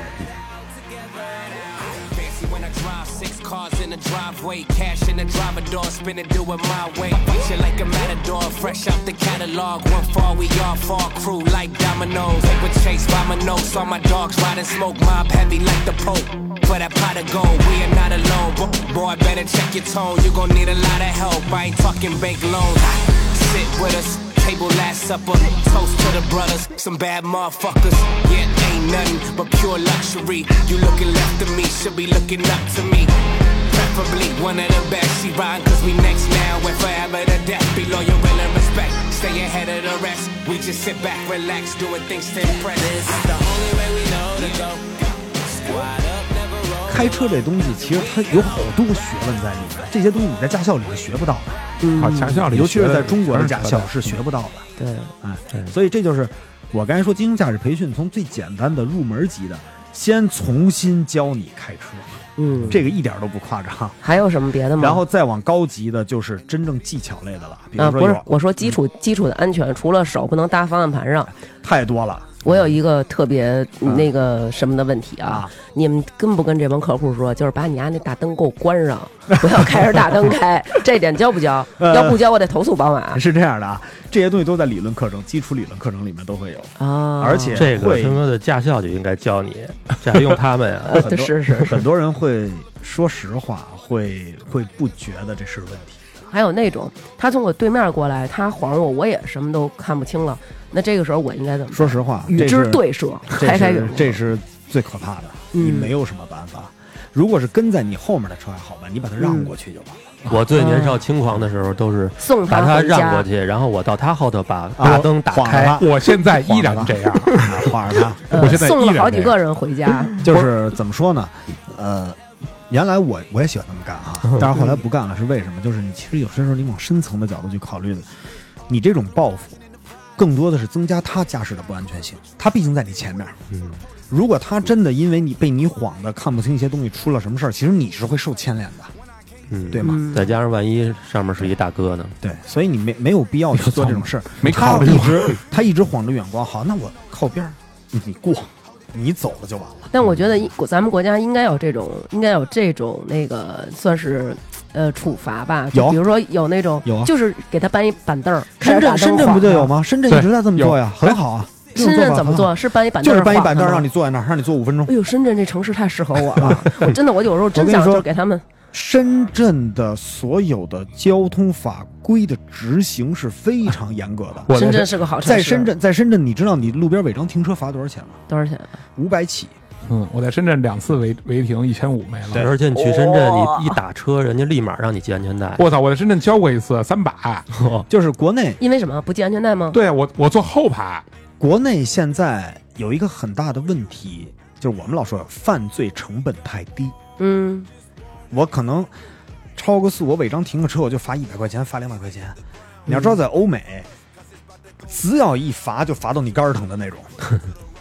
S7: Fancy when I drive six cars in the driveway, cash in the driver door, spin it, do it my way. Function like a matador, fresh out the catalog. One fall, we all fall, crew like dominoes. They were chased by my nose, all my dogs riding smoke, mob heavy like the Pope. For that pot of gold, we are not alone. Bo- Boy, better check your tone, you gon' need a lot of help. I ain't talking bank loans. Sit with us, table last supper, toast to the brothers, some bad motherfuckers. Yeah, ain't nothing but pure luxury. You looking left of me, should be looking up to me. Preferably one of the best she rhyme, cause we next now and forever to death. Be loyal, real and respect. Stay ahead of the rest. We just sit back, relax, doing things to impress. This is the only way we know to go. Squad up, never roll.
S1: 开车这东西其实它有好多学问在里面，这些东西你在驾校里是学不到的，
S4: 好，驾校里
S1: 尤其是
S4: 学
S1: 在
S4: 的
S1: 中国的
S4: 全
S1: 驾
S4: 扯
S1: 校
S4: 淡
S1: 哦是学不到的。
S2: 对，
S1: 哎，所以这就是我刚才说，精英驾驶培训从最简单的入门级的，先重新教你开车，
S2: 嗯，
S1: 这个一点都不夸张。
S2: 还有什么别的吗？
S1: 然后再往高级的，就是真正技巧类的了，比
S2: 啊，
S1: 如说
S2: 不是，
S1: 有嗯
S2: 我说基础基础的安全，除了手不能搭方向盘上，
S1: 太多了。
S2: 我有一个特别那个什么的问题啊
S1: 嗯啊，
S2: 你们跟不跟这帮客户说，就是把你家那大灯给我关上，不要开着大灯 开，这点交不交？
S1: 呃
S2: 要不交我得投诉宝马
S1: 是这样的啊，这些东西都在理论课程、基础理论课程里面都会有，
S2: 啊！
S1: 而且
S5: 这个
S1: 会
S5: 他妈的驾校就应该教你，这还用他们啊呀？
S2: 呃
S1: 很，多
S2: 是是是，
S1: 很多人会说实话，会会不觉得这是问题。
S2: 还有那种他从我对面过来，他晃我，我也什么都看不清了，那这个时候我应该怎么办？
S1: 说实话，
S2: 与
S1: 这
S2: 之
S1: 是
S2: 对射，
S1: 这
S2: 开开远
S1: 是
S2: 光
S1: 这是最可怕的，
S2: 嗯
S1: 你没有什么办法。如果是跟在你后面的车还好办，你把它
S2: 嗯
S1: 让过去就完了。
S5: 我最年少轻狂的时候都是
S2: 送
S5: 把
S2: 他
S5: 他
S2: 嗯回家
S5: 让过去，然后我到他后头把
S1: 啊
S5: 大灯打
S1: 晃着
S5: 开
S1: 他，
S4: 我现在依然这 样，啊
S1: 晃着它，
S2: 呃
S4: 我现在
S2: 送
S4: 依
S2: 了
S4: 然
S2: 好几
S4: 这样
S2: 个人回家，
S1: 就是怎么说呢？呃，原来我我也喜欢那么干 啊，但是后来不干了，是为什么？就是你其实有些时候你往深层的角度去考虑的，你这种报复，更多的是增加他驾驶的不安全性。他毕竟在你前面，
S5: 嗯，
S1: 如果他真的因为你被你晃的看不清一些东西出了什么事儿，其实你是会受牵连的，
S5: 嗯
S1: 对吗？
S5: 再加上万一上面是一大哥呢？
S1: 对，所以你没没有必要 去做这种事儿。
S4: 没
S1: 他
S4: 考虑
S1: 一
S4: 过
S1: 直他一直晃着远光，好，那我靠边儿，你过，你走了就完了。
S2: 但我觉得应咱们国家应该有这种，应该有这种那个算是呃处罚吧，就
S1: 有
S2: 比如说有那种，
S1: 有啊
S2: 就是给他搬一板凳儿。开
S1: 深
S2: 始打
S1: 圳
S2: 灯
S1: 深圳不就
S2: 晃啊
S1: 有？吗？深圳一直在这么做呀，
S4: 有
S1: 很好啊。这种
S2: 深圳
S1: 法
S2: 怎么
S1: 很好？
S2: 做？是搬一板凳
S1: 就
S2: 儿
S1: 是
S2: 晃他
S1: 搬
S2: 吗，
S1: 一板凳让你坐在那儿，让你坐五分钟。
S2: 哎呦，深圳这城市太适合我 了，我真的，我有时候真
S1: 我跟你
S2: 想就
S1: 说
S2: 是给他们
S1: 深圳的所有的交通法规的执行是非常严格 的。
S4: 我
S2: 深
S4: 在
S2: 圳是个好城市。
S1: 在深圳，在深圳，你知道你路边违章停车罚多少钱吗？
S2: 多少钱？
S1: 五百起。
S4: 嗯，我在深圳两次违违停，一千五没了。
S5: 而且你去深圳，
S2: 哦
S5: 你一打车，人家立马让你系安全带。
S4: 我操！我在深圳交过一次三百，
S2: 哦
S1: 就是国内，
S2: 因为什么不系安全带吗？
S4: 对我我坐后排，。
S1: 国内现在有一个很大的问题，就是我们老说犯罪成本太低。
S2: 嗯，
S1: 我可能超个速，我违章停个车，我就罚一百块钱，罚两百块钱。你要知道，在欧美，只要一罚就罚到你肝儿疼的那种。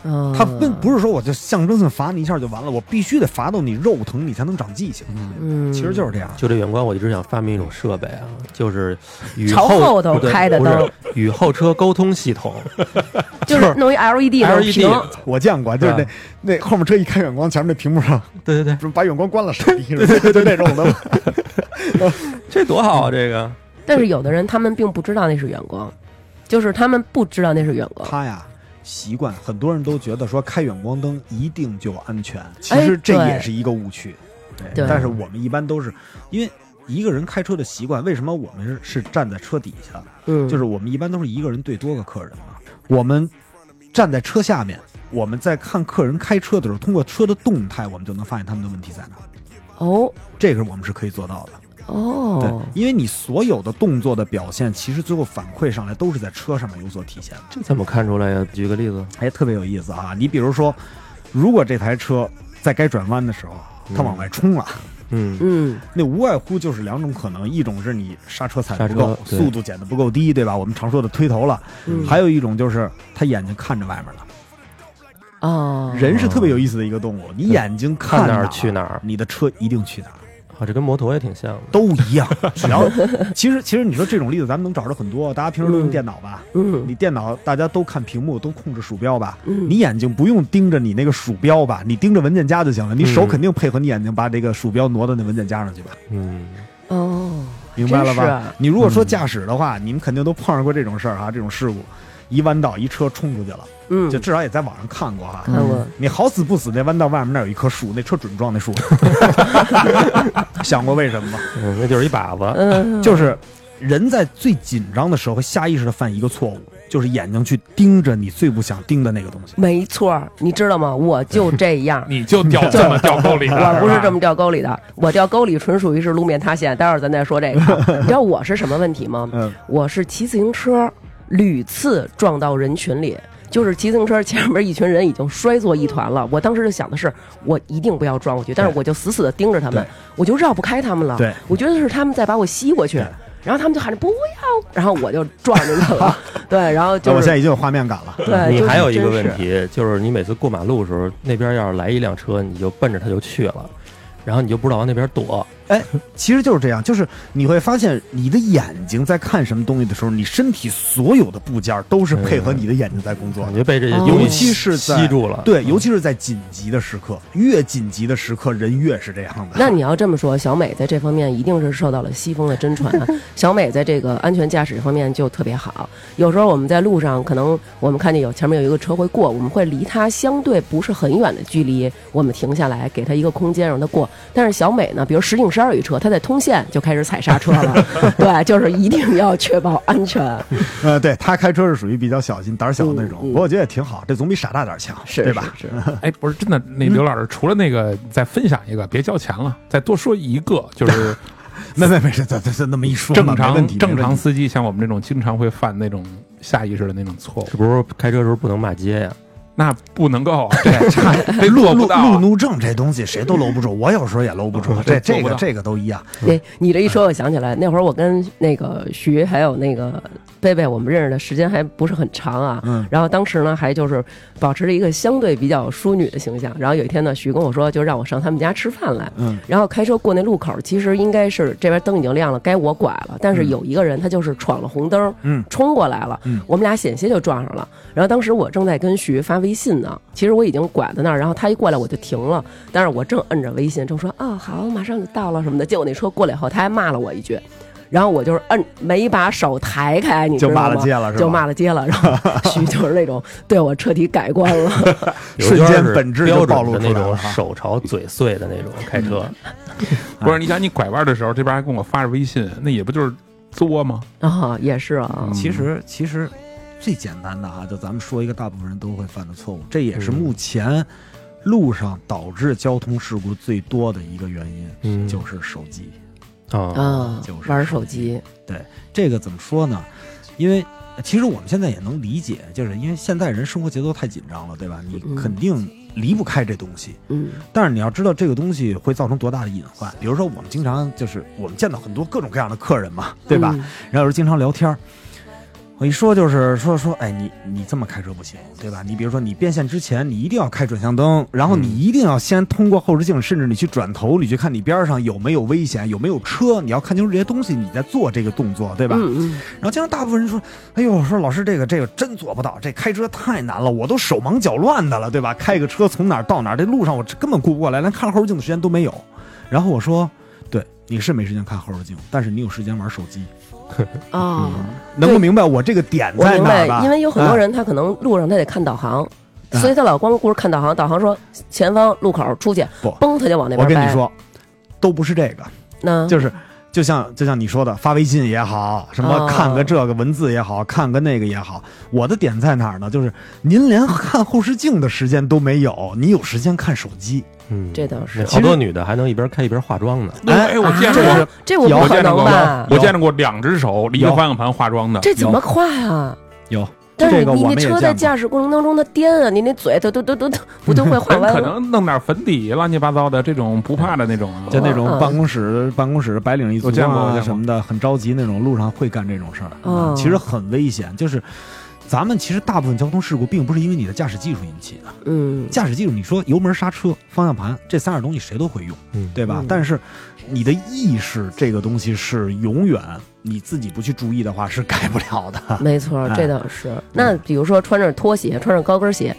S2: 嗯
S1: 他并不是说我就象征性罚你一下就完了，我必须得罚到你肉疼，你才能长记性。
S2: 嗯，
S1: 其实就是这样。
S5: 就这远光，我一直想发明一种设备啊，就是雨
S2: 朝后头
S5: 不对
S2: 开的
S5: 不是
S2: 灯
S5: 雨后车沟通系统 E
S2: 就是弄一 LED 的
S1: E
S5: LED
S2: 屏，。
S1: 我见过，就是那
S5: 对
S1: 那后面车一开远光，前面那屏幕上
S5: 对对对，
S1: 什么把远光关了，傻逼，是吧就那种的。
S5: 这多好啊！这个
S2: 但是有的人他们并不知道那是远光，就是他们不知道那是远光。
S1: 他呀，习惯很多人都觉得说开远光灯一定就安全，其
S2: 哎
S1: 实这
S2: 对
S1: 也是一个误区。对
S2: 对
S1: 但是我们一般都是因为一个人开车的习惯，为什么我们是是站在车底下？
S2: 嗯，
S1: 就是我们一般都是一个人对多个客人嘛，我们站在车下面。我们在看客人开车的时候，通过车的动态，我们就能发现他们的问题在哪。
S2: 哦
S1: 这个我们是可以做到的。
S2: 哦，
S1: 对，因为你所有的动作的表现，其实最后反馈上来都是在车上面有所体现的。
S5: 这怎么看出来呀？举个例子，
S1: 哎，特别有意思啊！你比如说，如果这台车在该转弯的时候，它往外冲了，
S5: 嗯，
S2: 嗯
S1: 那无外乎就是两种可能：一种是你刹车踩得不够
S5: 刹，车对
S1: 速度减得不够低，对吧？我们常说的推头了；
S2: 嗯，
S1: 还有一种就是他眼睛看着外面了。
S2: 哦，
S1: 人是特别有意思的一个动物，你眼睛
S5: 嗯看哪
S1: 哪
S5: 儿去哪儿
S1: 你的车一定去哪儿。
S5: 啊，这跟摩托也挺像的。
S1: 都一 样，只要其实其实你说这种例子，咱们能找着很多。大家平时都用电脑吧？
S2: 嗯
S1: 你电脑大家都看屏幕，都控制鼠标吧？
S2: 嗯
S1: 你眼睛不用盯着你那个鼠标吧？你盯着文件夹就行了。你手肯定配合你眼睛把这个鼠标挪到那文件夹上去吧？
S5: 嗯，
S2: 哦，
S1: 明白了
S2: 真是
S1: 吧？
S2: 啊
S1: 你如果说驾驶的话，你们肯定都碰上过这种事儿哈，这种事故，一弯道一车冲出去了，
S2: 嗯
S1: 就，嗯至少也在网上看过哈。
S2: 看过，
S1: 你好死不死，那弯道外面那儿有一棵树，那车准撞那树。 想过为什么吗？
S5: 嗯那就是一把子。
S2: 嗯，
S1: 就是人在最紧张的时候会下意识的犯一个错误，就是眼睛去盯着你最不想盯的那个东西。
S2: 没错儿，你知道吗？我就这样
S4: 你就掉 这么掉沟里了
S2: 我不是这
S4: 么
S2: 么掉沟里的，我掉沟里纯属于是路面塌陷。待会儿咱再说这个。你知道我是什么问题吗？
S1: 嗯，
S2: 我是骑自行车屡次撞到人群里，就是骑自行车前面一群人已经摔作一团了。我当时就想的是，我一定不要撞过去，但是我就死死的盯着他们
S1: 对，
S2: 我就绕不开他们了。
S1: 对
S2: 我觉得是他们在把我吸过去
S1: 对，
S2: 然后他们就喊着不要，然后我就撞进去了。 对，然后
S1: 我
S2: 就
S1: 现在
S2: 是
S1: 已经有画面感了。
S2: 对，
S5: 你
S2: 就是
S5: 还有一个
S2: 哎真
S5: 问
S2: 是
S5: 题，就是你每次过马路的时候，那边要是来一辆车，你就奔着他就去了，然后你就不知道往那边躲。
S1: 其实就是这样，就是你会发现你的眼睛在看什么东西的时候，你身体所有的部件儿都是配合你的眼睛在工作
S5: 感
S1: 的。
S5: 觉被这些
S2: 哦
S5: 东西
S1: 尤其是在
S5: 吸住了。
S1: 对，尤其是在紧急的时刻，越紧急的时刻，人越是这样的。
S2: 那你要这么说，小美在这方面一定是受到了西风的真传啊。小美在这个安全驾驶方面就特别好。有时候我们在路上，可能我们看见有前面有一个车会过，我们会离它相对不是很远的距离，我们停下来给它一个空间让它过。但是小美呢，比如石景山有一车，她在通县就开始踩刹车了。对，就是一定要确保安全。
S1: 呃，对他开车是属于比较小心、胆儿小的那种，
S2: 嗯嗯
S1: 不过我觉得也挺好，这总比傻大胆儿强，
S2: 是
S1: 对吧？
S2: 是是
S4: 哎，不是真的，那刘老师除了那个，再分享一个，别交钱了，再多说一个，就是
S1: 没没没，这这这这那么一说嘛，
S4: 正
S1: 没问
S4: 常
S1: 题，
S4: 正
S1: 没问
S4: 常
S1: 题
S4: 司机，像我们这种经常会犯那种下意识的那种错误，
S5: 是不是开车的时候不能骂街呀？
S4: 那不能够，这 差这做不
S1: 路
S4: 到
S1: 路。怒症这东西谁都搂不住，我有时候也搂不住。这
S4: 做
S1: 这
S4: 不
S1: 个
S4: 到
S1: 这个都一样。
S2: 对你这一说，我想起来那会儿我跟那个徐还有那个贝贝，我们认识的时间还不是很长啊。
S1: 嗯
S2: 然后当时呢，还就是保持着一个相对比较淑女的形象。然后有一天呢，徐跟我说，就让我上他们家吃饭来。
S1: 嗯，
S2: 然后开车过那路口，其实应该是这边灯已经亮了，该我拐了。但是有一个人他就是闯了红灯，
S1: 嗯
S2: 冲过来了，
S1: 嗯
S2: 我们俩险些就撞上了。然后当时我正在跟徐发微微信呢。其实我已经拐到那儿，然后他一过来我就停了，但是我正摁着微信，正说啊、好，马上就到了什么的。结果那车过来以后，他还骂了我一句。然后我就是摁没把手抬开，你知道
S1: 就
S2: 吗？
S1: 骂了街了是吧
S2: 就骂了街了。然后 徐就是那种对我彻底改观了，
S5: 刘娟
S1: 瞬
S5: 是
S1: 间本质就暴
S5: 标准
S1: 露
S5: 的
S1: 出来
S5: 那
S1: 了
S5: 种
S1: 哈
S5: 手朝嘴碎的那种开车，
S4: 不是，你想你拐弯的时候，这边还跟我发着微信，那也不就是作吗？
S1: 嗯
S2: 啊、也是啊，
S1: 其实其实最简单的哈、就咱们说一个大部分人都会犯的错误，这也
S2: 嗯
S1: 是目前路上导致交通事故最多的一个原因，
S5: 嗯
S1: 就是手机。
S5: 啊，
S2: 啊、
S1: 就是
S2: 玩手机，
S1: 这个怎么说呢？因为其实我们现在也能理解，就是因为现在人生活节奏太紧张了，对吧？你
S2: 嗯
S1: 肯定离不开这东西。
S2: 嗯
S1: 但是你要知道这个东西会造成多大的隐患。比如说，我们经常就是我们见到很多各种各样的客人嘛，对吧？
S2: 嗯
S1: 然后有时候经常聊天儿。我一说就是说说，哎，你你这么开车不行，对吧？你比如说你变线之前，你一定要开转向灯，然后你一定要先通过后视镜，甚至你去转头，你去看你边上有没有危险，有没有车，你要看清楚这些东西，你再做这个动作，对吧？
S2: 嗯嗯，
S1: 然后经常大部分人说，哎呦，说老师这个这个真做不到，这开车太难了，我都手忙脚乱的了，对吧？开个车从哪儿到哪儿，这路上我根本顾不过来，连看后视镜的时间都没有。然后我说，对，你是没时间看后视镜，但是你有时间玩手机，
S2: 哦，
S1: 能够明白我这个点嗯
S2: 我
S1: 在
S2: 明
S1: 哪儿
S2: 白，
S1: 吧？
S2: 因为有很多
S1: 哎、
S2: 人他可能路上他得看导航，
S1: 哎
S2: 所以他老光顾着看导航。导航说前方路口出去
S1: 不，
S2: 嘣他就往那
S1: 我
S2: 边嗯
S1: 跟你
S2: 掰。
S1: 说，都不是这个，
S2: 那
S1: 就是就像就像你说的，发微信也好，什么
S2: 哦
S1: 看个这个文字也好，看个那个也好，我的点在哪儿呢？就是您连看后视镜的时间都没有，你有时间看手机。
S5: 嗯，
S2: 这倒是
S5: 那好多女的还能一边开一边化妆呢，
S1: 哎
S4: 哎，我见
S1: 这是
S4: 着过，
S2: 啊这我
S1: 有
S2: 不
S4: 我
S2: 可
S4: 见着
S2: 能
S4: 过，
S2: 吧？
S4: 我见着过两只手离着
S1: 有
S4: 方向盘化妆的，
S2: 这怎么快啊？
S1: 有，
S2: 但是
S1: 这个
S2: 你
S1: 我
S2: 你
S1: 们也
S2: 车
S1: 见
S2: 在
S1: 过
S2: 驾驶过程当中，它颠啊，你那嘴嘟嘟 嘟嘟嘟，不就会画
S4: 人
S2: 歪
S4: 哎可
S2: 了？
S4: 能弄点粉底，乱七八糟的这种不怕的那种啊，
S1: 就那种
S2: 嗯
S1: 办公室办公室白领一族
S4: 我见过我见
S1: 啊
S4: 过
S1: 什么的，很着急那种，路上会干这种事儿、
S2: 哦
S1: 其实很危险。就是咱们其实大部分交通事故并不是因为你的驾驶技术引起的，
S2: 嗯，
S1: 驾驶技术你说油门、刹车、方向盘这三样东西谁都会用，
S5: 嗯
S1: 对吧、
S2: 嗯
S1: 但是你的意识这个东西是永远你自己不去注意的话是改不了的。
S2: 没错，
S1: 哎
S2: 这倒是。那比如说穿着拖鞋，穿着高跟鞋，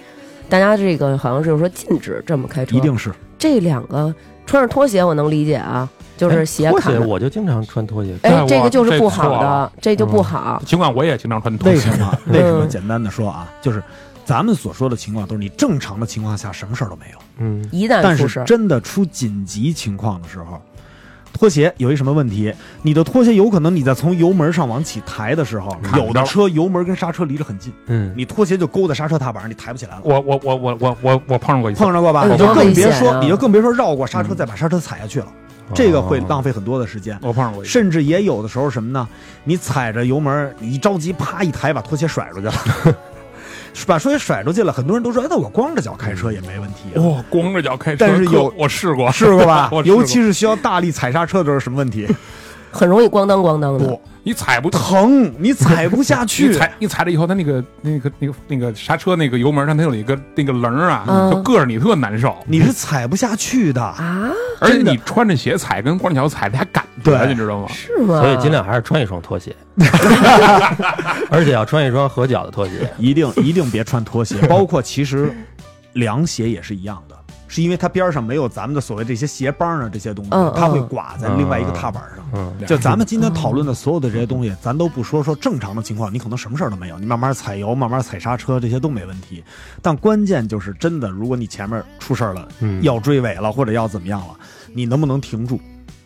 S2: 大家这个好像是说禁止这么开车。
S1: 一定是
S2: 这两个穿着拖鞋我能理解啊，
S1: 哎
S2: 就是鞋
S5: 哎拖
S2: 卡
S5: 鞋
S2: 着。
S5: 我就经常穿拖鞋，
S2: 哎，
S4: 但
S2: 这
S4: 我
S2: 个就是
S4: 这
S2: 不
S4: 错
S2: 好的
S4: 了，嗯
S2: 这就不好。
S4: 尽管我也经常穿拖
S1: 为
S4: 鞋
S1: 什，么？啊为什么？
S2: 嗯
S1: 简单的说啊，就是咱们所说的情况都是你正常的情况下什么事儿都没有。
S5: 嗯，
S2: 一旦
S1: 但是
S2: 出事，
S1: 真的出紧急情况的时候，拖鞋有一什么问题？你的拖鞋有可能你在从油门上往起抬的时候，
S4: 卡不
S1: 有的
S4: 到
S1: 车油门跟刹车离得很近，
S5: 嗯，
S1: 你拖鞋就勾在刹车踏板上，你抬不起来了。
S4: 我我我我我我我碰上过一次，
S1: 碰上过吧？
S2: 哎
S1: 你就
S2: 多
S1: 更
S2: 危
S1: 别
S2: 险
S1: 说，
S2: 啊
S1: 你就更别说绕过刹车再把刹车踩下去了，这
S5: 哦
S1: 个会浪费很多的时间。
S4: 我碰上过一次，
S1: 甚至也有的时候什么呢？你踩着油门，你一着急，啪一抬，把拖鞋甩出去了，把拖鞋甩出去了。很多人都说，哎，那我光着脚开车也没问题、啊。
S4: 哇，光着脚开车，
S1: 但 是有
S4: 可我试过，？
S1: 试过吧
S4: 嗯 我试过
S1: 尤其是需要大力踩刹车的时候，什么问题？
S2: 很容易咣当咣当的。
S4: 你踩不
S1: 疼，你踩不下
S4: 你
S1: 去。
S4: 踩你踩了以后，它那个那个那个那个刹车那个油门上，它有一个那个棱儿啊，
S2: 嗯
S4: 就硌着你，特难受。
S1: 你是踩不下去的，
S2: 啊，
S4: 而且
S1: 真的
S4: 你穿着鞋踩，跟光着脚踩，它还赶
S1: 对
S4: 着，你知道吗？
S2: 是吗？
S5: 所以尽量还是穿一双拖鞋，而且要穿一双合脚的拖鞋。
S1: 一定 一定别穿拖鞋， 包括其实凉鞋也是一样的，是因为它边上没有咱们的所谓这些鞋帮啊这些东西，
S2: 嗯嗯
S1: 它会挂在另外一个踏板上。
S5: 嗯，
S1: 就咱们今天讨论的所有的这些东西，咱都不说说正常的情况，你可能什么事儿都没有，你慢慢踩油，慢慢踩刹车，这些都没问题。但关键就是真的，如果你前面出事儿了，
S5: 嗯
S1: 要追尾了或者要怎么样了，你能不能停住？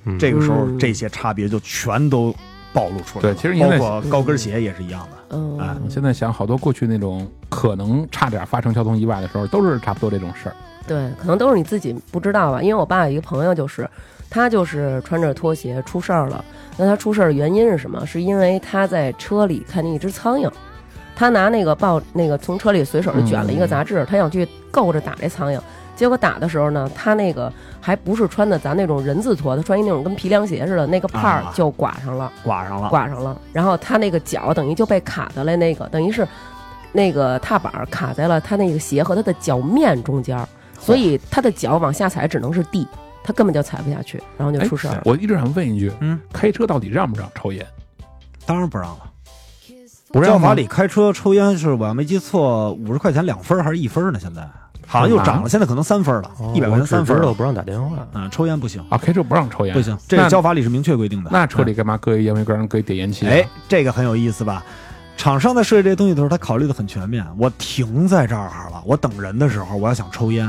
S5: 嗯
S1: 这个时候
S2: 嗯
S1: 这些差别就全都暴露出来了。
S4: 对其实现
S1: 包
S4: 在
S1: 括高跟鞋也是一样的。哎
S2: 嗯，
S4: 现在想，好多过去那种可能差点发生交通意外的时候，都是差不多这种事儿。
S2: 对，可能都是你自己不知道吧。因为我爸有一个朋友，就是他就是穿着拖鞋出事儿了。那他出事儿的原因是什么？是因为他在车里看见一只苍蝇，他拿那个报那个从车里随手就卷了
S4: 嗯
S2: 一个杂志，他想去够着打这苍蝇。结果打的时候呢，他那个还不是穿的咱那种人字拖，他穿一那种跟皮凉鞋似的，那个帕儿
S1: 啊
S2: 就刮上了。
S1: 挂
S4: 啊
S1: 上了，
S2: 挂上了，然后他那个脚等于就被卡在了那个，等于是那个踏板儿卡在了他那个鞋和他的脚面中间儿，所以他的脚往下踩只能是地，他根本就踩不下去，然后就
S4: 哎
S2: 出事儿了。
S4: 我一直想问一句，
S1: 嗯，
S4: 开车到底让不让抽烟？
S1: 当然不让了。
S4: 不让
S1: 教
S4: 吗
S1: 法里开车抽烟是我要没记错，五十块钱两分儿还是一分儿呢？现在好像又涨了，现在可能三分儿了，
S4: 哦
S1: 一百块钱三分
S5: 哦我
S1: 儿
S5: 只知道
S1: 了。
S5: 不让打电话。
S1: 嗯，抽烟不行，
S4: 啊，开车不让抽烟，
S1: 不行，这
S4: 那
S1: 个教法里是明确规定的。
S4: 那车里干嘛搁一烟灰缸，搁一点烟器？啊
S1: 哎，，这个很有意思吧？厂商在设计这些东西的时候，他考虑的很全面。我停在这儿了，我等人的时候，我要想抽烟，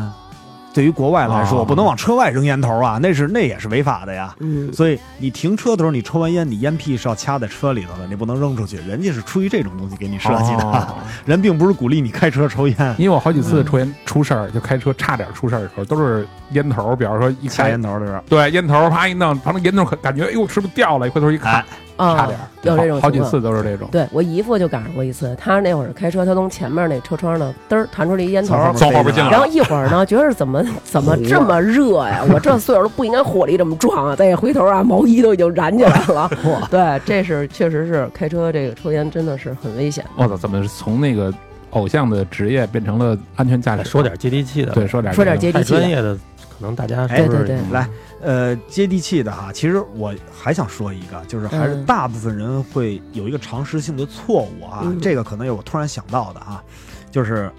S1: 对于国外来说，
S4: 哦
S1: 我不能往车外扔烟头啊，那是那也是违法的呀。
S2: 嗯，
S1: 所以你停车的时候，你抽完烟，你烟屁是要掐在车里头的，你不能扔出去。人家是出于这种东西给你设计的，
S4: 哦
S1: 人并不是鼓励你开车抽烟。
S4: 因为我好几次抽烟出事儿，就开车差点出事儿的时候，都是烟头，比方说一
S1: 掐
S4: 开
S1: 烟，头的时候，
S4: 对烟头啪一弄，旁边烟头可感觉哎呦是不是掉了？一回头一看，
S1: 哎
S2: 啊，
S4: 差点儿
S2: 有这种
S4: 好好几
S2: 情况
S4: 次都是这种，
S2: 对我姨夫就赶上过一次，他那会儿开车，他从前面那车窗呢嘚儿弹出来一烟头
S1: 从，后面
S4: 从后边进啊 来
S2: 然后一会 儿呢，觉得怎么怎么这么热呀？我这岁数不应该火力这么壮啊！再一回头啊，毛衣都已经燃起来 了。对，这是确实是开车这个抽烟真的是很危险。
S4: 我操，怎么从那个偶像的职业变成了安全驾驶？
S5: 哎说点接地气的，
S4: 哎对，，说点
S2: 说点
S4: 这
S2: 接
S5: 太
S2: 地气啊的
S5: 专业的，可能大家
S1: 哎
S5: 是不是
S2: 对对对
S1: 来，呃，接地气的哈。其实我还想说一个，就是还是
S2: 嗯
S1: 大部分人会有一个常识性的错误啊，
S2: 嗯
S1: 这个可能也是我突然想到的啊，就是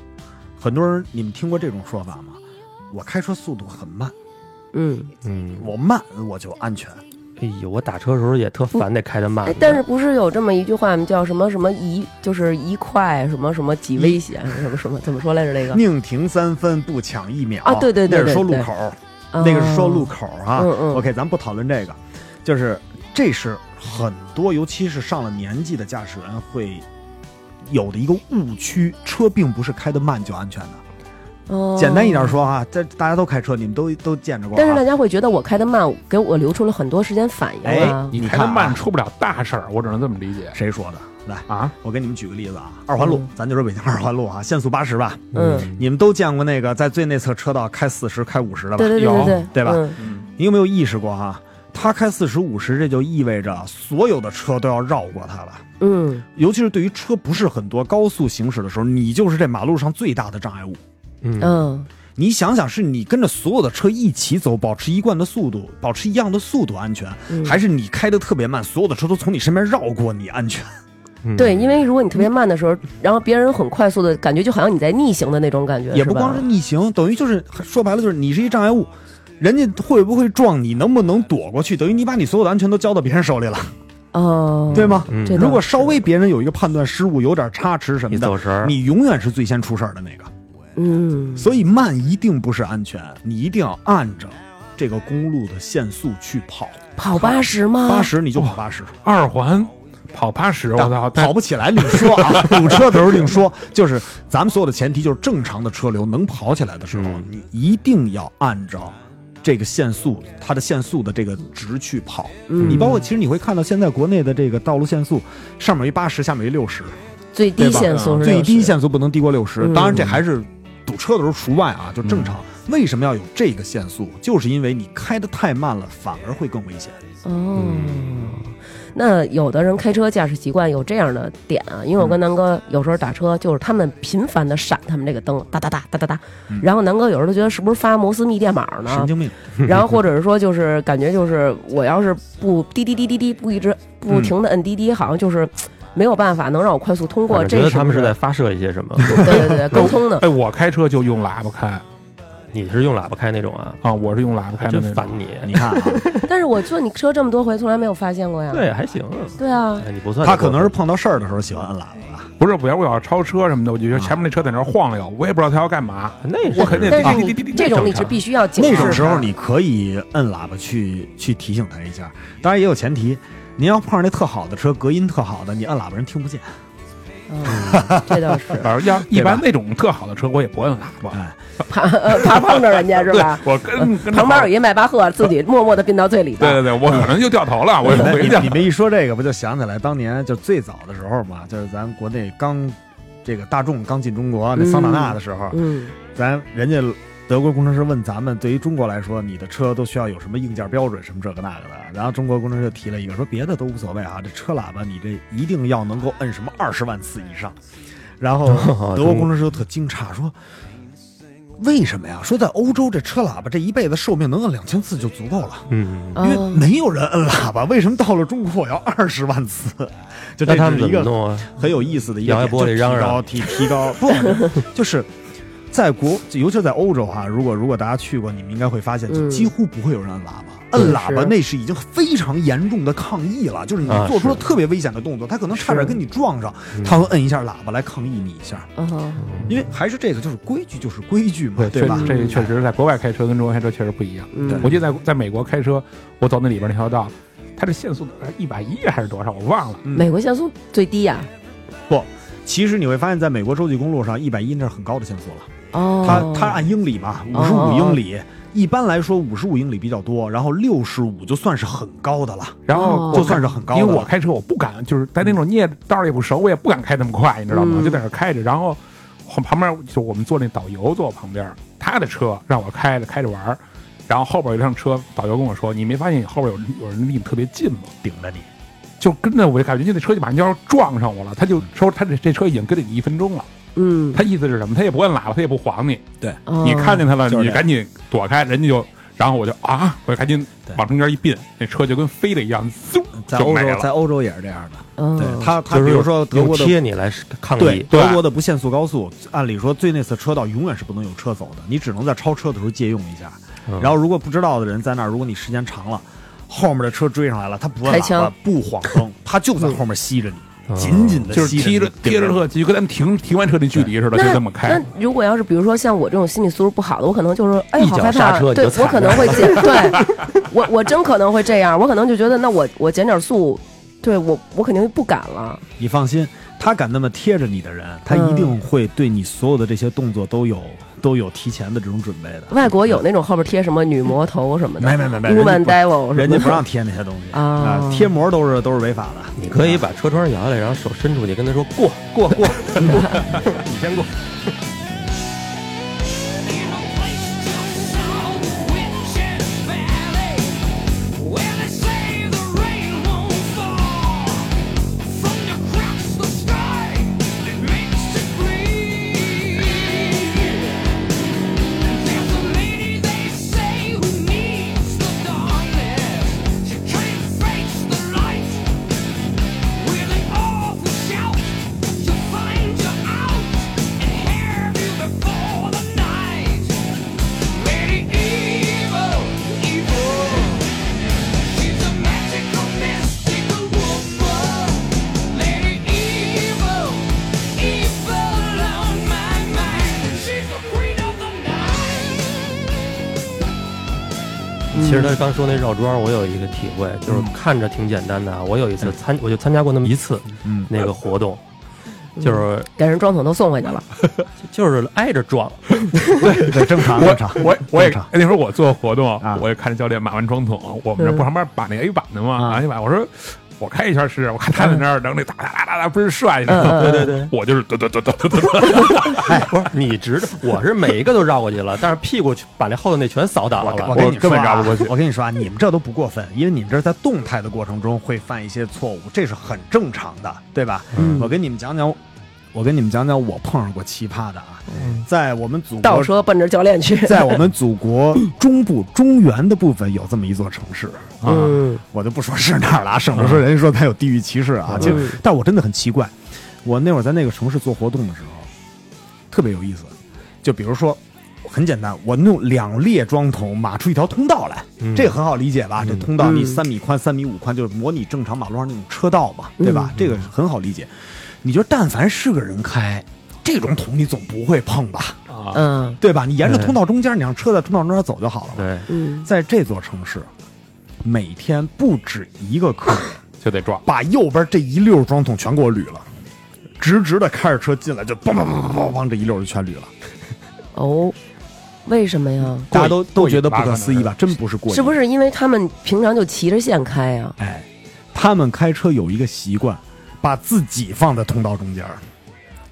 S1: 很多人你们听过这种说法吗？我开车速度很慢，
S2: 嗯，
S5: 嗯，
S1: 我慢我就安全。
S5: 哎呦，我打车的时候也特烦，得开得慢
S2: 哎。，但是不是有这么一句话吗？叫什么什么一，就是一块什么什么几危险，
S1: 嗯
S2: 什么什么怎么说来着？那个
S1: 宁停三分不抢一秒
S2: 啊对对对
S1: 那是说路
S2: 对对
S1: 口，
S2: 啊
S1: 那个是说路口啊。
S2: 嗯嗯
S1: OK，咱不讨论这个，就是这是很多，尤其是上了年纪的驾驶员会有的一个误区。车并不是开得慢就安全的。
S2: 哦
S1: 简单一点说啊，这大家都开车，你们都都见着过、啊。
S2: 但是大家会觉得我开的慢，给我留出了很多时间反应啊。
S4: 你
S1: 你
S4: 开
S1: 看
S4: 得
S1: 啊
S4: 慢出不了大事儿，我只能这么理解
S1: 谁说的？来，
S4: 啊。
S1: 我给你们举个例子啊，二环路，
S2: 嗯
S1: 咱就说北京二环路啊，限速八十吧。
S2: 嗯，
S1: 你们都见过那个在最内侧车道开四十、开五十的吧？
S2: 对对对对对
S4: 有，
S1: 对吧
S2: 嗯
S1: 你有没有意识过哈、啊他开四十、五十，这就意味着所有的车都要绕过他了。
S2: 嗯，
S1: 尤其是对于车不是很多、高速行驶的时候，你就是这马路上最大的障碍物。
S5: 嗯，
S2: 嗯，
S1: 你想想，是你跟着所有的车一起走，保持一贯的速度，保持一样的速度安全，
S2: 嗯
S1: 还是你开的特别慢，所有的车都从你身边绕过你安全？
S5: 嗯
S2: 对，因为如果你特别慢的时候，然后别人很快速的感觉，就好像你在逆行的那种
S5: 啊
S2: 感觉，
S1: 也不
S2: 吧
S1: 光是逆行，等于就是说白了就是你是一障碍物，人家会不会撞你，能不能躲过去，等于你把你所有的安全都交到别人手里了，
S2: 哦，
S1: 对吗？
S5: 嗯
S2: 这倒
S1: 如果稍微别人有一个判断失误，有点差池什么
S5: 一
S1: 的
S5: 走，神儿，
S1: 你永远是最先出事儿的那个。
S2: 嗯，
S1: 所以慢一定不是安全，你一定要按着这个公路的限速去跑，
S2: 跑八十吗？
S1: 八十你就跑八十，
S4: 二环跑八十，我操，
S1: 啊跑不起来另说啊，堵车的时候另说。就是咱们所有的前提就是正常的车流能跑起来的时候，
S5: 嗯
S1: 你一定要按照。这个限速，它的限速的这个值去跑，
S2: 嗯
S1: 你包括其实你会看到现在国内的这个道路限速，上面有一八十，下面有一六十，
S2: 最低
S1: 对吧啊
S2: 限速是
S1: 最低
S2: 60，
S1: 限速不能低过六十、
S2: 嗯
S1: 当然这还是堵车的时候除外啊，就正常。为什么要有这个限速？就是因为你开的太慢了，反而会更危险。
S2: 哦。那有的人开车驾驶习惯有这样的点啊，因为
S1: 嗯
S2: 我跟南哥有时候打车，就是他们频繁的闪他们这个灯，哒哒哒哒哒哒，然后南哥有时候觉得是不是发摩斯密电码呢？
S1: 嗯神经病，
S2: 然后或者是说，就是感觉就是我要是不滴滴滴滴滴不一直不停的摁滴滴，好像就是没有办法能让我快速通过。
S5: 我
S2: 这
S5: 觉得
S2: 是
S5: 他
S2: 不
S5: 们是
S2: 是
S5: 在发射一些什么。
S2: 对对对沟通的。
S4: 哎，我开车就用喇叭开
S5: 你是用喇叭开那种啊？
S4: 啊，我是用喇叭开
S5: 还
S4: 的
S5: 真
S4: 那种
S5: 烦。你。
S1: 你看啊，
S2: 但是我坐你车这么多回，从来没有发现过呀。
S5: 对，还行啊。
S2: 对啊，
S5: 哎，你不算
S1: 他可能是碰到事儿的时候喜欢按喇叭吧。
S4: 不是，我要我要超车什么的，我就觉得前面那车在那儿晃悠，我也不知道他要干嘛。
S5: 那是
S4: 我肯定
S2: 但
S4: 啊
S2: 是你
S4: 滴滴滴滴
S2: 这种你
S5: 正
S2: 是
S5: 常
S2: 必须要警
S1: 那
S2: 示
S1: 种
S2: 的
S1: 时候你可以摁喇叭去去提醒他一下，当然也有前提，您要碰上那特好的车，隔音特好的，你按喇叭人听不见。
S2: 嗯这倒是
S4: 反正要一般那种特好的车，我也不摁喇叭。
S2: 怕呃怕碰着人家是 吧？
S4: 我跟跟着
S2: 旁边有
S4: 跑
S2: 一迈巴赫，自己默默的并到最里
S4: 对
S2: 头。
S4: 对对，我可能就掉头了，我就
S1: 哎
S4: 回
S1: 你
S4: 去了
S1: 你。们一说这个，不就想起来当年就最早的时候嘛，就是咱国内刚这个大众刚进中国那桑塔纳的时候，
S2: 嗯，
S1: 咱人家德国工程师问咱们，对于中国来说，你的车都需要有什么硬件标准，什么这个那个的。然后中国工程师就提了一个，说别的都无所谓啊，这车喇叭你这一定要能够摁 什么二十万次以上。然后德国工程师就特惊诧说。为什么呀？说在欧洲这车喇叭这一辈子寿命能摁两千次就足够了。
S5: 嗯，
S1: 因为
S2: 哦，
S1: 没有人摁喇叭，为什么到了中国我要二十万次？就
S5: 那
S1: 这
S5: 他
S1: 只是
S5: 们怎
S1: 一
S5: 么
S1: 个
S5: 弄啊？
S1: 很有意思的一个
S5: 摇
S1: 点，
S5: 摇玻璃
S1: 就
S5: 嚷嚷
S1: 提高提提高，不，就是在国，尤其是在欧洲哈、如果如果大家去过，你们应该会发现，就
S2: 嗯
S1: 几乎不会有人摁喇叭。摁喇叭
S2: 是
S1: 那是已经非常严重的抗议了，就是你
S5: 啊
S1: 做出了
S5: 是
S1: 特别危险的动作，他可能差点
S2: 嗯是
S1: 跟你撞上，他会摁一下喇叭来抗议你一下，
S2: 哦
S1: 因为还是这个，就是规矩就是规矩嘛，对
S4: 确
S1: 吧？
S4: 这个确实在国外开车跟中国开车确实不一样。
S2: 嗯
S4: 我记得在在美国开车，我走那里边那条道，它这限速一百一还是多少，我忘了。
S2: 美国限速最低呀、
S1: 其实你会发现在美国洲际公路上，一百一那是很高的限速了。它
S2: 哦，
S1: 它按英里嘛，五十
S2: 哦
S1: 五
S2: 哦
S1: 英里，一般来说五十五英里比较多，然后六十五就算是很高的了，
S4: 然后
S2: 哦
S4: 我
S1: 就算是很高的
S4: 因
S1: 了。
S4: 为我开车我不敢，就是在那种你也道儿也不熟，我也不敢开那么快，你知道吗？
S2: 嗯
S4: 就在那儿开着，然后我旁边就我们坐那导游坐我旁边，他的车让我开着开着玩儿，然后后边有一辆车，导游跟我说：“你没发现后边有人有人离你特别近吗？”
S1: 顶着你，
S4: 就跟着我就感觉就那车就马上就要撞上我了，他就说他这这车已经跟着你一分钟了，
S2: 嗯，
S4: 他意思是什么？他也不摁喇叭，他也不晃你，
S2: 哦
S4: 你看见他了，
S1: 就是
S4: 你
S1: 这样
S4: 赶紧躲开，人家就，然后我就啊，我就赶紧
S1: 对
S4: 往中间一并，那车就跟飞了一样，嗖
S1: 在
S4: 就
S1: 欧
S4: 没
S1: 洲在
S4: 了。
S1: 欧洲也是这样的。嗯
S2: 哦
S1: 对他他
S5: 就
S1: 比
S5: 是
S1: 如说德
S5: 用
S1: 国的
S5: 贴你来抗
S1: 对
S5: 议，
S1: 德国的不限速高速，按理说最那次车道永远是不能有车走的，你只能在超车的时候借用一下。
S5: 嗯
S1: 然后如果不知道的人在那儿，如果你时间长了，后面的车追上来了，他不按
S2: 开
S1: 喇叭
S2: 枪
S1: 不晃灯，他就在后面吸着
S5: 嗯
S1: 你，紧紧的
S4: 就是贴着贴着车，就跟咱们停停完车那距离似的，就
S2: 那
S4: 这么开
S2: 那。如果要是比如说像我这种心理素质不好的，我可能就是哎
S5: 一
S2: 好
S5: 脚
S2: 害
S5: 刹
S2: 怕，
S5: 车你
S2: 对
S5: 就
S2: 我
S5: 惨
S2: 可能 会减，对我我真可能会这样，我可能就觉得那我我减点速，对我我肯定不敢了。
S1: 你放心，他敢那么贴着你的人，他一定会对你所有的这些动作都有都有提前的这种准备的。
S2: 外国有那种后边贴什么女魔头什么的，
S1: 没没没没
S2: w o m a
S1: 人
S2: n
S1: 家
S2: Devil
S1: 不
S2: 什
S1: 人家
S2: 么 的
S1: 不让贴那些东西
S2: 啊
S1: 啊，贴膜都是都是违法的。
S5: 你可以把车窗摇下来，然后手伸出去跟他说过过过，你先过。
S8: Before the night, Lady Evil, Evil. She's a magical, mystical woman, Lady Evil, evil on my mind. She's the queen of the night.
S5: 其实他
S1: 嗯
S5: 刚说那绕桩，我有一个体会，就是看着挺简单的啊。我有一
S1: 嗯
S5: 次参，我就参加过那么一次那个活动，
S1: 嗯
S5: 就是
S2: 给人装桶都送回去了，
S5: 就是挨着撞，
S1: 对，正 常正常
S4: 我。我我也
S1: 正常
S4: 那时候我做活动
S1: 啊，
S4: 我也看着教练码完装桶，我们这不旁边把那 A 板的吗？
S1: 啊
S4: 啊，一板我说。我开一圈试试，我看他在那儿扔那哒哒哒哒哒，不是帅
S2: 嗯嗯嗯
S4: 吗？
S2: 对
S5: 对对，
S4: 我就是哒哒哒哒哒哒。
S5: 不是你直着，我是每一个都绕过去了，但是屁股把那后头那全扫挡
S1: 我
S5: 了。
S1: 跟你
S4: 我根
S1: 说
S4: 本绕
S1: 啊
S4: 不过去，
S1: 我跟你说啊，你们这都不过分，因为你们这在动态的过程中会犯一些错误，这是很正常的，对吧？
S2: 嗯
S1: 我跟你们讲讲，我跟你们讲讲我碰上过奇葩的啊，在我们祖
S2: 倒
S1: 国
S2: 车奔着教 练去。
S1: 在我们祖国中部中原的部分有这么一座城市啊，
S2: 嗯
S1: 我就不说是哪儿了啊，省得说人家说他有地域歧视啊。就，但我真的很奇怪，我那会儿在那个城市做活动的时候，特别有意思。就比如说，很简单，我弄两列装桶码出一条通道来，这个很好理解吧？这通道你
S2: 嗯
S1: 三米宽、三米五宽，就是模拟正常马路上那种车道嘛，对吧？
S2: 嗯
S1: 这个很好理解。你就但凡是个人开，这种桶你总不会碰吧？
S2: 嗯
S1: 对吧？你沿着通道中间，你让车在通道中间走就好了嘛。
S5: 对，
S2: 嗯，
S1: 在这座城市，每天不止一个客人
S4: 就得撞。
S1: 把右边这一溜装桶全给我捋了，直直的开着车进来就梆梆梆梆梆梆，这一溜就全捋了。
S2: 哦，为什么呀？
S1: 大家都都觉得不
S4: 过
S1: 可
S4: 瘾
S1: 思议吧？真不是过瘾，
S2: 是不
S1: 是？
S2: 是因为他们平常就骑着线开呀？
S1: 哎，他们开车有一个习惯，把自己放在通道中间儿。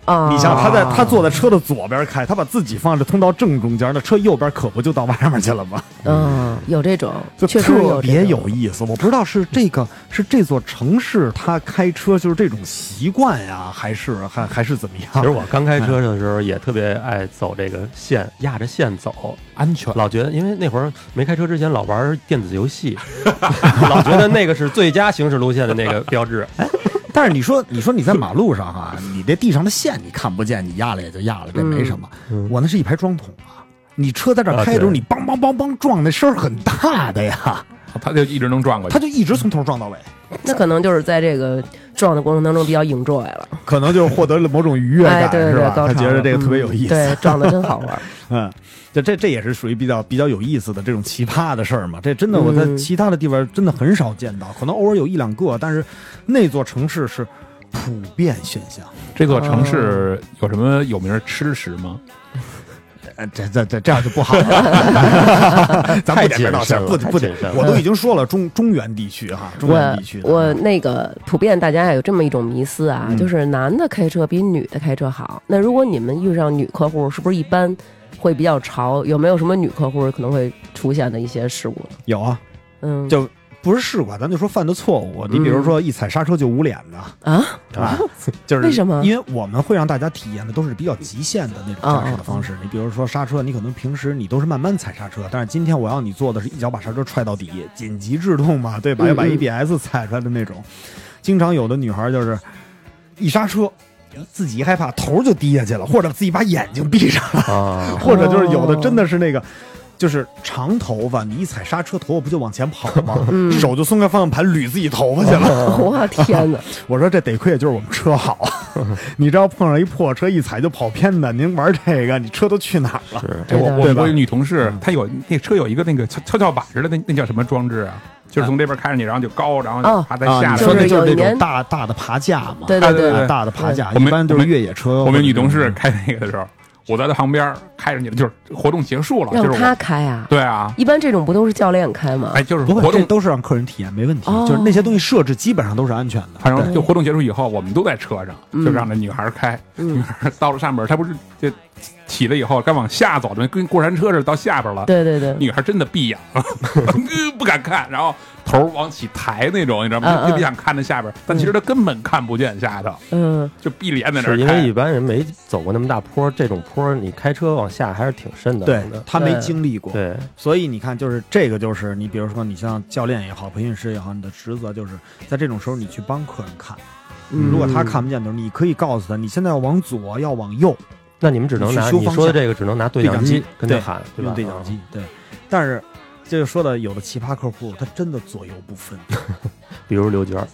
S2: 啊，
S1: 你想他在他坐在车的左边开，他把自己放在通道正中间，那车右边可不就到外面去了吗？
S2: 嗯，有这种，
S1: 就
S2: 确实有这
S1: 特
S2: 种
S1: 别有意思。我不知道是这个是这座城市他开车就是这种习惯呀，还是还还是怎么样？
S5: 其实我刚开车的时候也特别爱走这个线，压着线走，
S4: 安全。
S5: 老觉得，因为那会儿没开车之前老玩电子 游戏，老觉得那个是最佳行驶路线的那个标 志。
S1: 哎但是你说，你说你在马路上哈、你这地上的线你看不见，你压了也就压了，这没什么。
S5: 嗯
S1: 我那是一排桩桶啊，你车在这儿开的时候，
S5: 啊对
S1: 你梆梆梆梆撞，那声儿很大的 呀，
S4: 他就一直能撞过去
S1: 他。就一直从头撞到尾，
S2: 那可能就是在这个撞的过程当中比较 enjoy 了，
S1: 可能就是获得了某种愉悦
S2: 哎，
S1: 感，
S2: 对对
S1: 是
S2: 对
S1: 吧，？
S2: 高
S1: 他
S2: 潮
S1: 觉得
S2: 了
S1: 这个特别有意思，
S2: 嗯对，撞的真好玩。
S1: 嗯，这这这也是属于比较比较有意思的这种奇葩的事儿嘛。这真的我在
S2: 嗯
S1: 其他的地方真的很少见到，可能偶尔有一两个，但是那座城市是普遍现象。
S4: 这座城市有什么有名儿吃食吗？
S1: 呃，这这这这样就不好了， 咱不
S5: 太
S1: 点名道
S5: 谨
S1: 姓，
S5: 慎了
S1: 不
S5: 太
S1: 不
S5: 谨慎，了
S1: 我都已经说了中中原地区哈， 中原
S2: 我
S1: 地区的嗯
S2: 我那个普遍大家有这么一种迷思啊，就是男的开车比女的开车好。那如果你们遇上女客户，是不是一般会比较潮？有没有什么女客户可能会出现的一些事故呢？
S1: 有啊，
S2: 嗯，
S1: 就不是事故啊，咱就说犯的错误，你比如说一踩刹车就捂脸的，
S2: 啊，
S1: 啊，就是
S2: 为什么
S1: 因为我们会让大家体验的都是比较极限的那种
S2: 嗯
S1: 驾驶的方式。你比如说刹车，你可能平时你都是慢慢踩刹车，但是今天我要你做的是一脚把刹车踹到底，紧急制动嘛，对吧？
S2: 嗯
S1: 要把
S2: 嗯
S1: ABS 踩出来的那种。经常有的女孩就是一刹车，自己一害怕头就低下去了，或者自己把眼睛闭上了，
S5: 啊，
S1: 或者就是有的
S2: 哦
S1: 真的是那个。就是长头发，你一踩刹车，头发不就往前跑吗？
S2: 嗯哦
S1: 手就松开方向盘捋自己头发去了。
S2: 我天 哪！
S1: 我说这得亏也就是我们车好，你这要碰上一破车一踩就跑偏的，您玩这个，你车都去哪儿了？
S5: 是
S4: 这我
S2: 对
S4: 我
S1: 对吧
S4: 我有女同事，
S1: 嗯
S4: 她有那车有一个那个跷跷跷板似的，那那叫什么装置啊？就是从这边看着你，然后就高，然后
S2: 哦
S4: 爬在下
S1: 啊你
S4: 边。
S1: 说的
S2: 就是
S1: 就是
S2: 有一
S1: 那种
S2: 年
S1: 大大的爬架嘛，
S2: 对
S4: 对
S2: 对
S4: 对
S1: 大的爬架，
S4: 我
S1: 一
S4: 们
S1: 般就是越野车。
S4: 我们女同事开那个的时候，我在她旁边开着你，就是活动结束了，就
S2: 让
S4: 是
S2: 他
S4: 我，
S2: 开啊？
S4: 对啊，
S2: 一般这种不都是教练开吗？
S4: 哎，就是
S1: 不会，
S4: 活
S1: 这
S4: 动，
S1: 都是让客人体验，没问题。
S2: 哦
S1: 就是那些东西设置基本上都是安全的。
S4: 反正
S2: 对
S4: 就活动结束以后，我们都在车上，就让那女孩开，
S2: 嗯
S4: 女孩到了上边，她不是就起来以后该往下走的，跟过山车似的到下边了。
S2: 对对 对，
S4: 女孩真的闭眼了， 不敢看，然后头儿往起抬那种，你知道
S2: 嗯
S4: 吗？
S2: 嗯
S4: 就就想看着下边，但其实她根本看不见下头，
S2: 嗯，
S4: 就闭着眼在那儿
S5: 是因为一
S4: 开。
S5: 般人没走过那么大坡，这种坡你开车往下还是挺深的。
S1: 对
S5: 可能
S1: 他没经历过，
S5: 对，
S1: 所以你看，就是这个，就是你比如说，你像教练也好，培训师也好，你的职责就是在这种时候你去帮客人看。如果他看不见的时候，你可以告诉他，你现在要往左，要往右，
S5: 那你们只能
S1: 你
S5: 拿
S1: 去修
S5: 你
S1: 方
S5: 说的
S1: 向
S5: 这个，只能拿对
S1: 对
S5: 讲
S1: 讲
S5: 机
S1: 机
S5: 跟他
S1: 对
S5: 喊，对吧？
S1: 用
S5: 啊
S1: 对讲
S4: 啊
S1: 机，对。但是这就说到有的奇葩客户，他真的左右不分。
S5: 啊，比如刘娟儿，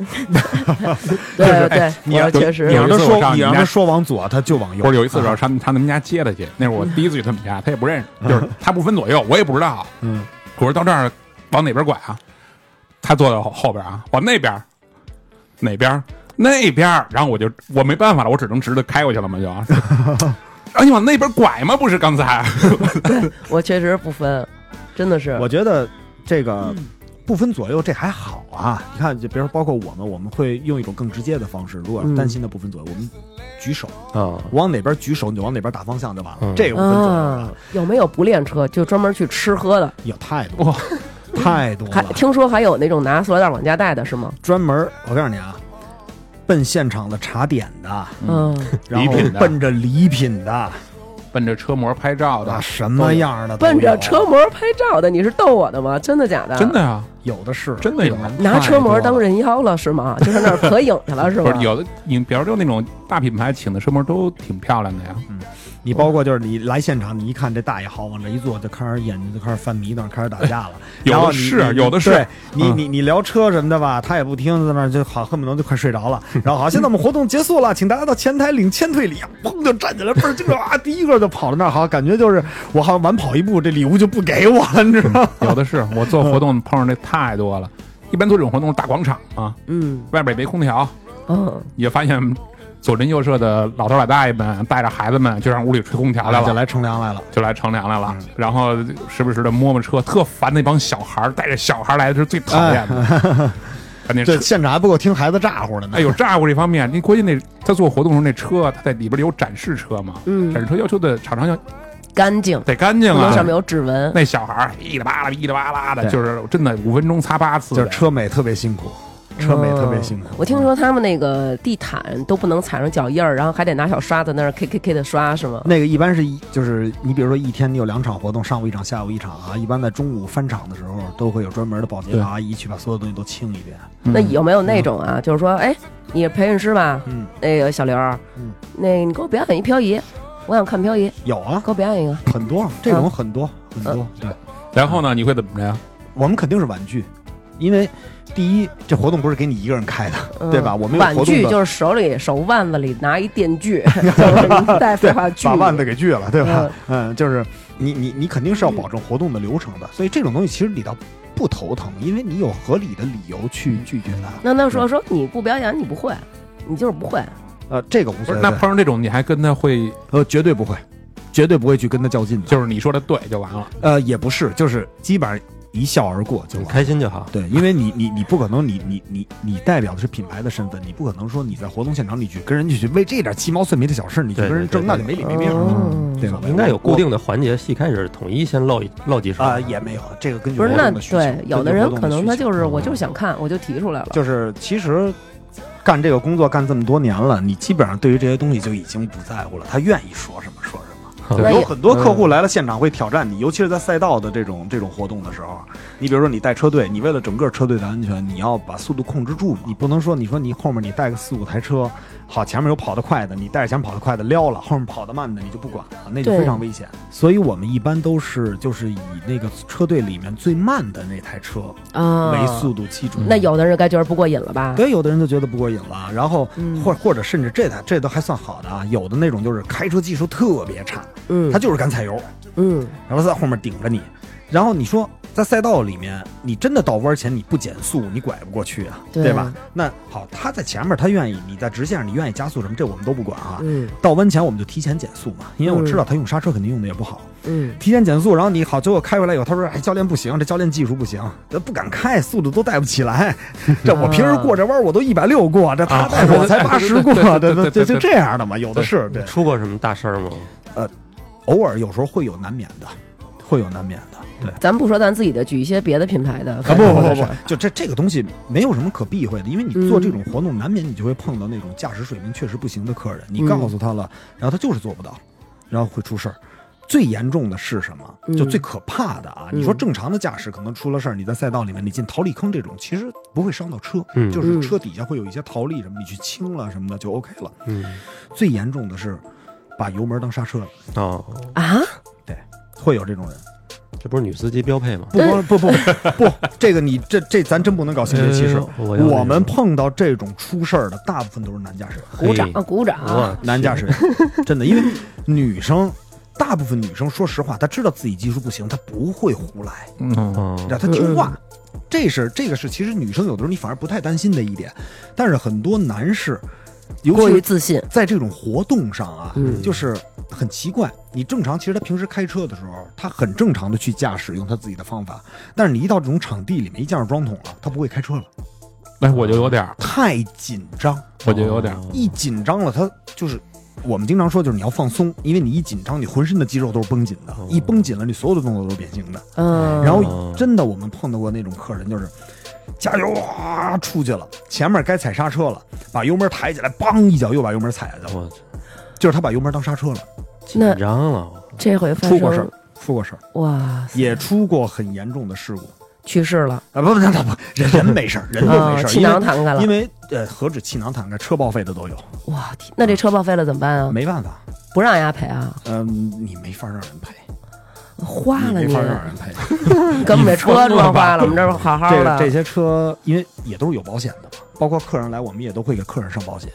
S2: 对对，
S4: 哎你
S2: 我
S4: 要
S2: 确实
S4: 你要
S1: 让他
S4: 有一次我
S1: 说，
S4: 上
S1: 你
S4: 你
S1: 让
S4: 家
S1: 他说往左，他就往右。啊
S4: 不是有一次的时候上上他们家接他去，那是我第一次去他们家，他也不认识，就是他不分左右，我也不知道。
S1: 嗯，
S4: 我说到这儿往哪边拐啊？他坐在我后边啊，往那边，哪边？那边。然后我就我没办法了，我只能直着开过去 了嘛，就。然后你往那边拐吗？不是刚才？
S2: 我确实不分，真的是
S1: 我觉得这个
S4: 嗯
S1: 不分左右这还好啊。你看，就比如说包括我们，我们会用一种更直接的方式，如果
S2: 嗯
S1: 担心的不分左右，我们举手，
S5: 啊，
S1: 往哪边举手你就往哪边打方向就完了
S5: 嗯，
S1: 这个不分左右
S2: 啊
S1: 了，，
S2: 有没有不练车就专门去吃喝的？
S1: 有太多了。太多
S2: 还
S1: 了，
S2: 听说还有那种拿塑料袋往家带的是吗？
S1: 专门儿我告诉你啊，奔现场的茶点的，
S2: 嗯，
S1: 然后
S4: 礼品的
S1: 奔着礼品的，
S4: 奔着车模拍照
S1: 啊，
S4: 的，
S1: 什么样的都有啊
S2: 奔着车模拍照的，你是逗我的吗？真的假的？
S4: 真的。啊呀，
S1: 有的是，
S4: 真的有。
S2: 拿车模
S1: 太多
S2: 当
S1: 了
S2: 人妖了是吗？就上那儿合影去了是
S4: 不
S2: 吗
S4: 是？ 有的，你比方说那种大品牌请的车模都挺漂亮的呀。
S2: 嗯
S1: 你包括就是你来现场，你一看这大爷好，往这一坐，就开始眼睛就开始犯迷瞪，开始打架了。
S4: 有的
S1: 然后你
S4: 是
S1: 你
S4: 有的是
S1: 对你
S4: 嗯
S1: 你你聊车什么的吧，他也不听，在那儿就好恨不得就快睡着 了。然后好，现在我们活动结束了，请大家到前台领签退礼，砰就站起来，倍儿精神啊！第一个就跑到那儿，好，感觉就是我好像晚跑一步，这礼物就不给我了，你知道吗？
S4: 有 的是，我做活动碰上这太多了。一般做这种活动是大广场啊，
S2: 嗯
S4: 外边也没空调，
S2: 嗯，
S4: 也发现左邻右舍的老头老大爷们带着孩子们就上屋里吹空调来
S2: 啊
S1: 就
S4: 了，
S1: 来乘凉来了。
S4: 就来乘凉来了，
S2: 嗯
S4: 然后
S2: 啊
S4: 时不时的摸摸车，特烦那帮小孩儿带着小孩儿来的是最讨厌的。把 那车
S9: 对，现场还不够听孩子咋呼的呢。
S4: 哎，有炸过这方面，你关键那他做活动时候那车，他在里边有展示车嘛，
S2: 嗯
S4: 展示车要求的厂商要
S2: 干净，
S4: 得干净
S2: 不能
S4: 啊
S2: 上。面有指纹。
S4: 那小孩儿噼里啪啦噼里啪啦的，
S9: 对
S4: 就是真的五分钟擦八次
S9: 就
S4: 的，
S9: 是车美特别辛苦，车美特别辛苦
S2: 嗯。我听说他们那个地毯都不能踩上脚印儿，然后还得拿小刷子那儿 K K K 的刷，是
S4: 啊
S2: 吗？
S1: 那个一般是一就是你比如说一天你有两场活动，上午一场，下午一场啊。一般在中午翻场的时候，都会有专门的保洁的
S4: 对
S1: 阿姨去把所有东西都清一遍。
S4: 嗯
S2: 那有没有那种啊？就是说，哎，你是培训师吧？
S1: 嗯，
S2: 那个小刘儿，
S1: 嗯
S2: 那你给我表演一漂移，我想看漂移，
S1: 有啊，
S2: 给我表演一个。
S1: 很多这种很多、很
S4: 呃
S1: 多。对，
S4: 然后呢，你会怎么着呀？
S1: 我们肯定是婉拒，因为第一这活动不是给你一个人开的，
S2: 嗯
S1: 对吧？我们有
S2: 婉
S1: 活动
S2: 拒
S1: 的。
S2: 就是手里手腕子里拿一电 锯，就是带废话锯
S9: 把。腕子给锯了，对
S4: 呃
S9: 吧？嗯，就是
S1: 你你你肯定是要保证活动的流程
S4: 嗯
S1: 的，所以这种东西其实你倒不头疼，因为你有合理的理由去拒绝
S4: 嗯
S1: 它。
S2: 那那说说你不表演你不会，你就是不会。
S1: 呃，这个无
S4: 不
S1: 所
S4: 是，
S1: 谓，
S4: 那碰上这种你还跟他会，
S1: 呃绝对不会，绝对不会去跟他较劲的。
S4: 就是你说的对就完了。
S1: 呃，也不是，就是基本上一笑而过就
S5: 你
S1: 完了。
S5: 开心就好。
S1: 对，因为你你你不可能你你你你代表的是品牌的身份，你不可能说你在活动现场你去跟人家去为这点鸡毛蒜皮的小事你去
S5: 对
S1: 跟人
S5: 对
S1: 争，
S5: 对
S1: 那就没理没面儿了，
S2: 哦
S1: 对吧？
S5: 应该有固定的环节，戏开始统一先唠一唠几首
S1: 啊，也没有这个根据
S2: 不是
S1: 活
S2: 那
S1: 动的需求嗯
S2: 对，有的人可能他就是我就是是想看，我就提出来了。
S1: 就是其实干这个工作干这么多年了，你基本上对于这些东西就已经不在乎了，他愿意说什么说什么。
S5: 对
S2: 那
S1: 有
S2: 也
S1: 很多客户来了现场会挑战你，尤其是在赛道的这种这种活动的时候，你比如说你带车队，你为了整个车队的安全，你要把速度控制住嘛，你不能说你说你后面你带个四五台车，好前面有跑得快的，你带着前面跑得快的撩了，后面跑得慢的你就不管了，那就
S2: 对
S1: 非常危险。所以我们一般都是就是以那个车队里面最慢的那台车
S2: 啊，
S1: 为速度基准。
S2: 那有的人该觉得不过瘾了吧？
S1: 对，有的人就觉得不过瘾了，然后
S2: 嗯
S1: 或或者甚至这台这都还算好的啊，有的那种就是开车技术特别差，
S2: 嗯
S1: 他就是敢踩油，
S2: 嗯，
S1: 然后在后面顶着你，然后你说在赛道里面，你真的到弯前你不减速，你拐不过去啊，
S2: 对
S1: 对吧？那好，他在前面他愿意，你在直线上你愿意加速什么，这我们都不管啊。
S2: 嗯
S1: 到弯前我们就提前减速嘛，因为我知道他用刹车肯定用的也不好，
S2: 嗯
S1: 提前减速，然后你好，结果开回来以后，他说：“哎，教练不行，这教练技术不行，他不敢开，速度都带不起来。这我平时过这弯儿我都一百六过，这他带着我才八十过，
S4: 啊
S1: 这这
S4: 对对对对对
S1: 这就
S4: 对
S1: 这样的嘛，有的是。对，
S5: 出过什么大事儿吗？
S1: 偶尔有时候会有难免的，会有难免的。对，
S2: 咱不说咱自己的，举一些别的品牌的。
S1: 啊
S2: 反
S1: 不
S2: 正
S1: 不
S2: 或者
S1: 不
S2: 是
S1: 不，就这这个东西没有什么可避讳的，因为你做这种活动，难免你就会碰到那种驾驶水平确实不行的客人，
S2: 嗯
S1: 你告诉他了，然后他就是做不到，然后会出事儿。最严重的是什
S2: 嗯
S1: 么？就最可怕的啊！你说正常的驾驶可能出了事儿，你在赛道里面，你进逃离坑这种，其实不会伤到车，
S5: 嗯
S1: 就是车底下会有一些逃离什么，你去清了什么的就 OK 了。
S5: 嗯，
S1: 最严重的是把油门当刹车了，
S5: 哦，
S2: 啊，
S1: 会有这种人。
S5: 这不是女司机标配吗？
S1: 不光不不不，这个你这这咱真不能搞性别歧视。
S5: 哎呦我要
S1: 我们碰到这种出事儿的，大部分都是男驾驶员，
S2: 鼓掌嗯
S5: 嘿
S2: 鼓掌，啊
S5: 哇，
S1: 男驾驶员真的，因为女生。大部分女生，说实话，她知道自己技术不行，她不会胡来，
S4: 嗯，
S5: 嗯，
S1: 让她听话。这是这个是，其实女生有的时候你反而不太担心的一点，但是很多男士，尤
S2: 过
S1: 其
S2: 于
S1: 是
S2: 自信。
S1: 在这种活动上啊，
S2: 嗯
S1: 就是很奇怪。你正常，其实他平时开车的时候，他很正常的去驾驶，用他自己的方法。但是你一到这种场地里面，一见着装桶了，他不会开车了，
S4: 哎，我就有点儿，
S1: 太紧张，
S4: 我就有点
S5: 哦
S4: 儿，
S1: 一紧张了，他就是。我们经常说，就是你要放松，因为你一紧张，你浑身的肌肉都是绷紧的，一绷紧了，你所有的动作都是变形的。
S2: 嗯，
S1: 然后真的，我们碰到过那种客人，就是加油啊，出去了，前面该踩刹车了，把油门抬起来，梆一脚又把油门踩下去了，
S5: 我
S1: 就是他把油门当刹车了，
S5: 紧张了，
S2: 这回发
S1: 出过事儿
S2: 生，
S1: 出过事儿，
S2: 哇塞，
S1: 也出过很严重的事故
S2: 去世了
S1: 啊！不不不不，人人没事儿，人都没
S2: 啊，
S1: 事儿，
S2: 气
S1: 因为
S2: 囊弹开了
S1: 因。为呃，何止气囊弹开，车报废的都有，
S2: 哇，天那这车报废了怎么办啊？
S1: 没办法，
S2: 不让人家赔啊，
S1: 嗯，你没法让人赔，
S2: 花了
S1: 你没
S2: 你
S1: 法，让人赔。
S2: 给我们这车撞 花了，我们这儿好好
S1: 这
S2: 的。
S1: 这些车因为也都是有保险的嘛，包括客人来，我们也都会给客人上保险，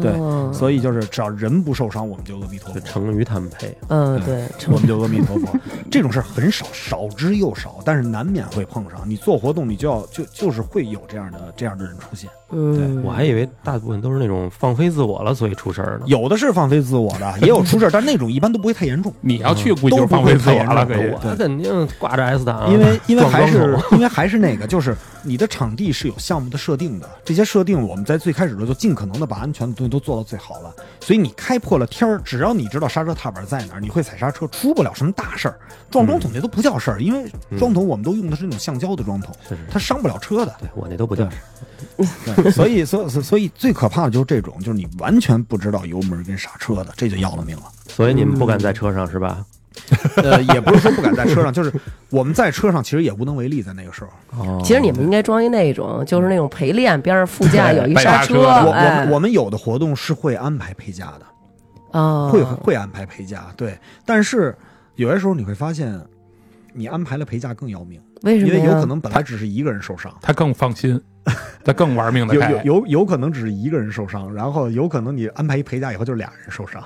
S1: 对
S2: 哦
S1: 所以就是只要人不受伤，我们就阿弥陀
S5: 就
S1: 佛，
S5: 成于他们配。
S2: 嗯，对，
S1: 我们就阿弥陀佛。 这种事儿很少，少之又少，但是难免会碰上。你做活动，你就要就就是会有这样的这样的人出现，
S2: 嗯，
S5: 我还以为大部分都是那种放飞自我了，所以出事儿呢。
S1: 有的是放飞自我的，也有出事儿，但那种一般都不会太严重。
S4: 你要去估计就是放飞自我了，
S1: 都不
S4: 可
S1: 会太严
S4: 以
S1: 重。
S5: 我肯定挂着 S 啊档，
S1: 因为因为
S5: 撞
S1: 还
S5: 窗
S1: 是
S5: 口
S1: 因为还是那个，就是你的场地是有项目的设定的，这些设定我们在最开始的时候就尽可能的把安全的东西都做到最好了。所以你开破了天儿，只要你知道刹车踏板在哪儿，你会踩刹车，出不了什么大事儿。撞装筒那都不叫事儿，因为装筒我们都用嗯的是那种橡胶的装筒，
S5: 是是
S1: 它伤不了车的。
S5: 对我那都不叫事儿，
S1: 对所以所以所以最可怕的就是这种，就是你完全不知道油门跟刹车的，这就要了命了。
S5: 所以你们不敢在车上是吧？
S1: 呃，也不是说不敢在车 上，就是我们在车上其实也无能为力，在那个时候。
S5: 哦，
S2: 其实你们应该装一那种，就是那种陪练，边上副驾有一
S4: 对
S2: 刹
S4: 备刹车
S1: 我我
S2: 哎
S1: 们，我们有的活动是会安排陪驾的，
S2: 哦，
S1: 会会安排陪驾，对。但是有些时候你会发现，你安排了陪驾更要命，
S2: 为什
S1: 因
S2: 么
S1: 为
S2: 呀？
S1: 有可能本来只是一个人受伤，
S4: 他更 放心，他更玩命的
S1: 有
S4: 开
S1: 有。有有可能只是一个人受伤，然后有可能你安排一陪驾以后就俩人受伤，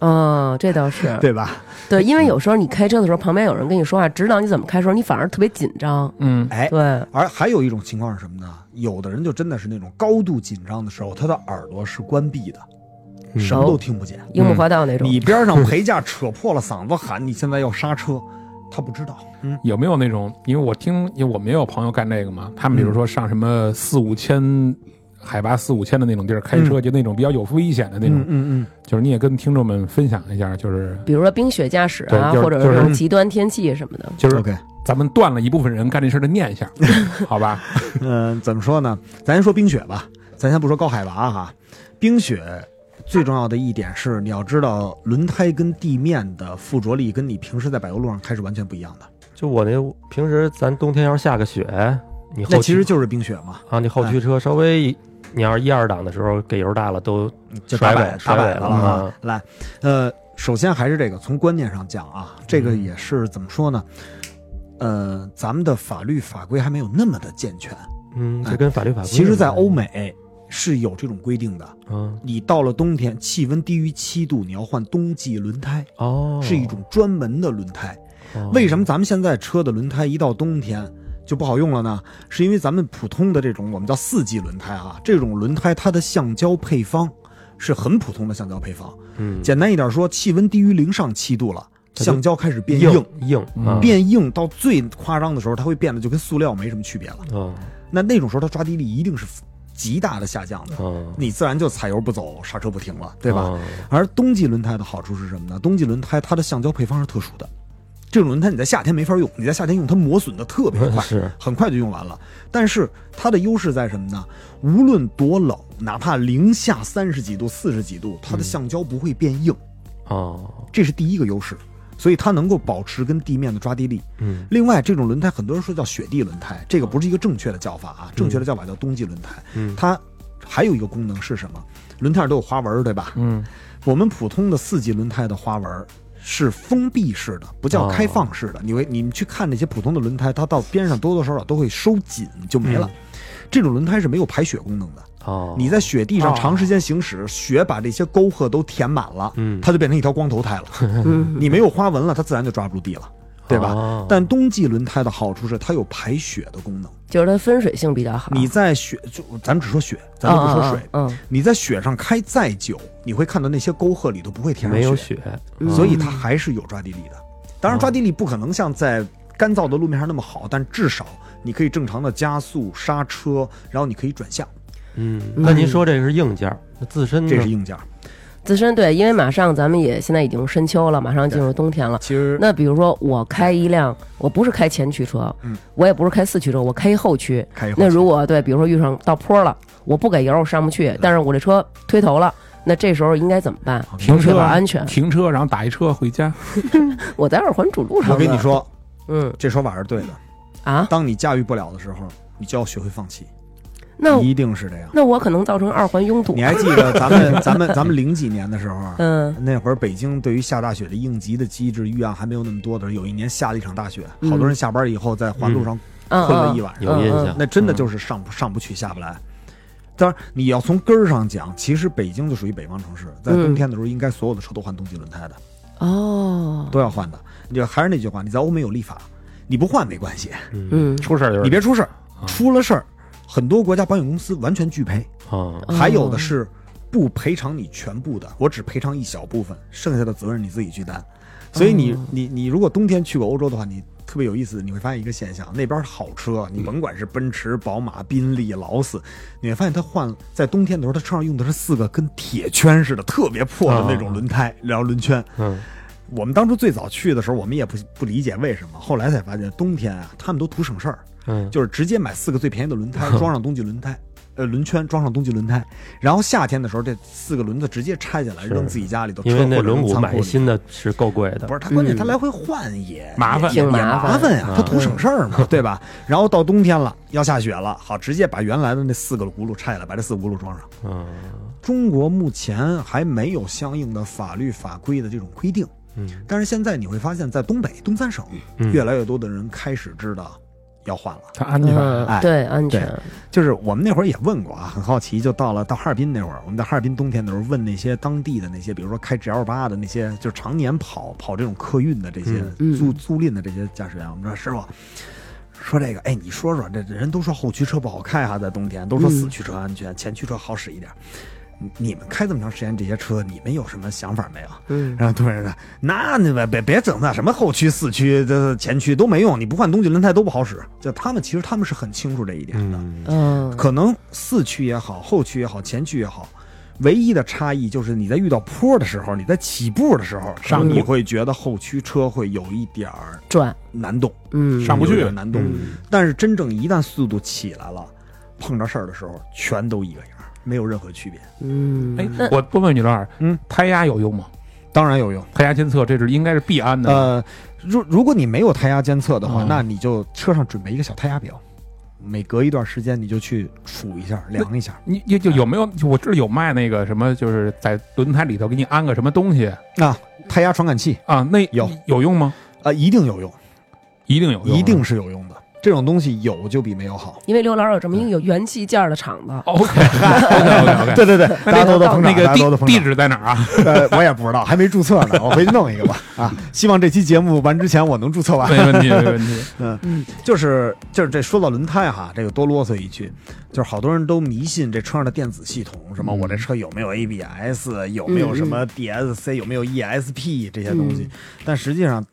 S2: 哦，这倒
S4: 嗯
S2: 是
S1: 对吧？
S2: 对，因为有时候你开车的时候，旁边有人跟你说话，指导你怎么开的时候，你反而特别紧张。
S4: 嗯，
S1: 哎。
S2: 对，
S1: 而还有一种情况是什么呢？有的人就真的是那种高度紧张的时候，他的耳朵是关闭的，什么都听不见。
S2: 樱木花道嗯哦那种，
S1: 你边上陪驾扯破了嗓子喊你现在要刹车，他不知道。嗯，
S4: 有没有那种？因为我听，因为我们也有朋友干这个嘛，他
S1: 嗯
S4: 们比如说上什么四五千。海拔四五千的那种地儿开车，就那种比较有危险的那种，
S1: 嗯嗯，
S4: 就是你也跟听众们分享一下，就是
S2: 比如说冰雪驾驶啊，
S4: 对就是
S2: 或者
S4: 就是
S1: 嗯
S2: 这种极端天气什么的。
S4: 就是
S1: OK
S4: 咱们断了一部分人干这事儿的 念想，好吧？
S1: 嗯，怎么说呢？咱先说冰雪吧，咱先不说高海拔哈。冰雪最重要的一点是，你要知道轮胎跟地面的附着力跟你平时在柏油路上开是完全不一样的。
S5: 就我那平时咱冬天要是下个雪，你
S1: 那
S5: 后
S1: 其
S5: 驱
S1: 实就是冰雪嘛，
S5: 啊，你后驱车稍微你要是一二档的时候给油大了都
S1: 就打
S5: 嗯甩
S1: 摆
S5: 尾
S1: 打
S5: 甩
S1: 摆
S5: 尾
S1: 了
S5: 了
S1: 啊
S5: 嗯。
S1: 来，呃，首先还是这个，从观念上讲啊，这个也是怎么说呢？呃，咱们的法律法规还没有那么的健全。
S5: 嗯，这跟法律法规
S1: 其实，在欧
S5: 美
S1: 美是有这种规定的，
S5: 嗯
S1: 你到了冬天，气温低于七度，你要换冬季轮胎。
S5: 哦
S1: 是一种专门的轮胎。
S5: 哦
S1: 为什么咱们现在车的轮胎一到冬天就不好用了呢？是因为咱们普通的这种我们叫四季轮胎啊，这种轮胎它的橡胶配方是很普通的橡胶配方。
S5: 嗯
S1: 简单一点说，气温低于零上七度了，
S5: 它就
S1: 橡胶开始变硬
S5: 硬。硬啊
S1: 变硬到最夸张的时候，它会变得就跟塑料没什么区别了。
S5: 嗯
S1: 那那种时候，它抓地力一定是极大的下降的，
S5: 嗯
S1: 你自然就踩油不走，刹车不停了，对吧？
S5: 嗯
S1: 而冬季轮胎的好处是什么呢？冬季轮胎它的橡胶配方是特殊的，这种轮胎你在夏天没法用，你在夏天用它磨损的特别快，
S5: 是
S1: 很快就用完了。但是它的优势在什么呢？无论多冷，哪怕零下三十几度、四十几度，它的橡胶不会变硬，
S5: 哦
S1: 这是第一个优势。所以它能够保持跟地面的抓地力。
S5: 嗯
S1: 另外，这种轮胎很多人说叫雪地轮胎，这个不是一个正确的叫法啊，正确的叫法叫冬季轮胎。
S5: 嗯
S1: 它还有一个功能是什么？轮胎上都有花纹，对吧？
S4: 嗯，
S1: 我们普通的四级轮胎的花纹是封闭式的，不叫开放
S5: 哦
S1: 式的。你会你们去看那些普通的轮胎，它到边上多多少少都会收紧，就没了。这种轮胎是没有排雪功能的。
S5: 嗯哦
S1: 你在雪地上长时间行驶，雪把这些沟壑都填满了，
S5: 嗯
S1: 它就变成一条光头胎 了。
S2: 嗯，
S1: 你没有花纹了，它自然就抓不住地了，对吧？
S5: 哦
S1: 但冬季轮胎的好处是它有排雪的功能。
S2: 就是它分水性比较好。
S1: 你在雪就咱们只说雪，咱们不说水。
S2: 嗯，嗯嗯
S1: 你在雪上开再久，你会看到那些沟壑里都不会填上
S5: 没有嗯
S1: 雪
S5: 雪
S1: 所以它还是有抓地力的。当然，抓地力不可能像在干燥的路面上那么好，但至少你可以正常的加速、刹车，然后你可以转向，
S5: 嗯，那您说这个是硬件儿，那自身呢
S1: 这是硬件。
S2: 自身对，因为马上咱们也现在已经深秋了，马上进入冬天了。
S1: 其实
S2: 那比如说我开一辆，我不是开前驱车，
S1: 嗯
S2: 我也不是开四驱车，我开一后驱。
S1: 开一后驱
S2: 那如果对，比如说遇上到坡了，我不给油，我上不去，但是我这车推头了。那这时候应该怎么办？
S1: 啊
S4: 停
S2: 确
S4: 车
S2: 保安全。
S4: 停车，然后打一车回家。
S2: 我在二环主路上。
S1: 我跟你，说，
S2: 嗯
S1: 这说法是对的。
S2: 啊，
S1: 当你驾驭不了的时候，你就要学会放弃，
S2: 那
S1: 一定是这样。
S2: 那我可能造成二环拥堵啊
S1: 你。还记得咱们咱们咱们零几年的时候？啊
S2: 嗯，
S1: 那会儿北京对于下大雪的应急的机制预案还没有那么多的时候，有一年下了一场大雪，好多人下班以后在环路上
S2: 嗯
S1: 困了一晚上。
S5: 有印
S2: 嗯嗯
S5: 象，
S1: 那真的就是上不上不去下不来。当然，你要从根儿上讲，其实北京就属于北方城市，在
S2: 嗯
S1: 冬天的时候，应该所有的车都换冬季轮胎的，
S2: 哦，
S1: 都要换的。你就还是那句话，你在欧美有立法，你不换没关系，
S2: 嗯，
S4: 出事儿就是
S1: 你别出事儿，
S2: 啊
S1: 出了事儿，很多国家保险公司完全拒赔，
S5: 啊，
S2: 哦
S1: 还有的是不赔偿你全部的，我只赔偿一小部分，剩下的责任你自己去担。所以你你你如果冬天去过欧洲的话，你特别有意思，你会发现一个现象，那边好车，你甭管是奔驰、宝马、宾利、劳斯，你会发现它换在冬天的时候，它车上用的是四个跟铁圈似的特别破的那种轮胎，然后轮圈。
S5: 嗯，
S1: 我们当初最早去的时候，我们也不不理解为什么，后来才发现冬天啊，他们都图省事儿，
S5: 嗯，
S1: 就是直接买四个最便宜的轮 胎，装上冬季轮胎，呃，轮圈装上冬季轮胎，然后夏天的时候，这四个轮子直接拆下来扔自己家里头，
S5: 因为那轮
S1: 毂
S5: 毂买新的是够贵的
S1: 不，是，它关键
S2: 嗯
S1: 它来回换也
S4: 麻烦
S1: 也
S2: 挺麻
S1: 麻
S2: 烦
S1: 烦呀，
S5: 嗯
S1: 它图省事儿嘛，对吧？然后到冬天了，要下雪了，好，直接把原来的那四个轱辘拆下来，把这四个轱辘装上。
S5: 嗯
S1: 中国目前还没有相应的法律法规的这种规定，
S5: 嗯
S1: 但是现在你会发现在东北东三省，
S5: 嗯
S1: 越来越多的人开始知道要换了。
S4: 它安全。
S2: 嗯
S1: 哎
S2: 对，安全，
S1: 就是我们那会儿也问过啊，很好奇，就到了到哈尔滨那会儿，我们在哈尔滨冬天的时候问那些当地的那些，比如说开 G L 八的那些，就是常年跑跑这种客运的这些
S2: 嗯
S1: 租租赁的这些驾驶员，我们说师傅。说这个，哎，你说说，这这人都说后驱车不好开啊哈、在冬天都说
S2: 嗯
S1: 四驱车安全，前驱车好使一点。你你们开这么长时间这些车，你们有什么想法没有？
S2: 嗯
S1: 然后突然说，啊那你别别别整那什么后驱、四驱、这前驱都没用，你不换冬季轮胎都不好使。就他们其实他们是很清楚这一点的。
S5: 嗯
S2: 嗯，
S1: 可能四驱也好，后驱也好，前驱也好，唯一的差异就是你在遇到坡的时候，你在起步的时候，
S4: 上
S1: 可能你
S4: 坡
S1: 会觉得后驱车会有一点儿
S2: 转，
S1: 难动，
S2: 嗯，
S4: 上不去
S1: 有一点难动。
S5: 嗯
S1: 但是真正一旦速度起来了，碰着事儿的时候，全都一个样儿，没有任何区别。
S2: 嗯，
S4: 哎
S2: 那，
S4: 我多问你刘老师，
S1: 嗯，
S4: 胎压有用吗？
S1: 当然有用。
S4: 胎压监测这是应该是必安的。
S1: 呃，如如果你没有胎压监测的话，
S4: 嗯
S1: 那你就车上准备一个小胎压表，每隔一段时间你就去数一下、量一下。
S4: 你你就有没有？就我知道有卖那个什么，就是在轮胎里头给你安个什么东西
S1: 啊，胎压传感器
S4: 啊？那
S1: 有
S4: 有用吗？
S1: 啊、一定有用。
S4: 一定有用，啊
S1: 一定是有用的。这种东西有就比没有好。
S2: 因为刘老有这么一个有元器件儿的厂
S1: 哦
S2: 子，
S4: OK OK OK OK 。
S1: 对对对，大家都在捧
S4: 那
S1: 场，
S4: 个
S1: 大家都在
S4: 地
S1: 捧
S4: 地
S1: 场。
S4: 址在哪儿啊？
S1: 呃，我也不知道，还没注册呢，我回去弄一个吧。啊，希望这期节目完之前我能注册完。
S4: 没问题，没问题。
S1: 就是就是这说到轮胎哈，这个多啰嗦一句，就是好多人都迷信这车上的电子系统，什么
S4: 嗯
S1: 我这车有没有 ABS，有没有什么 DSC，有没有 ESP 这些东西
S2: 嗯，
S1: 但实际上。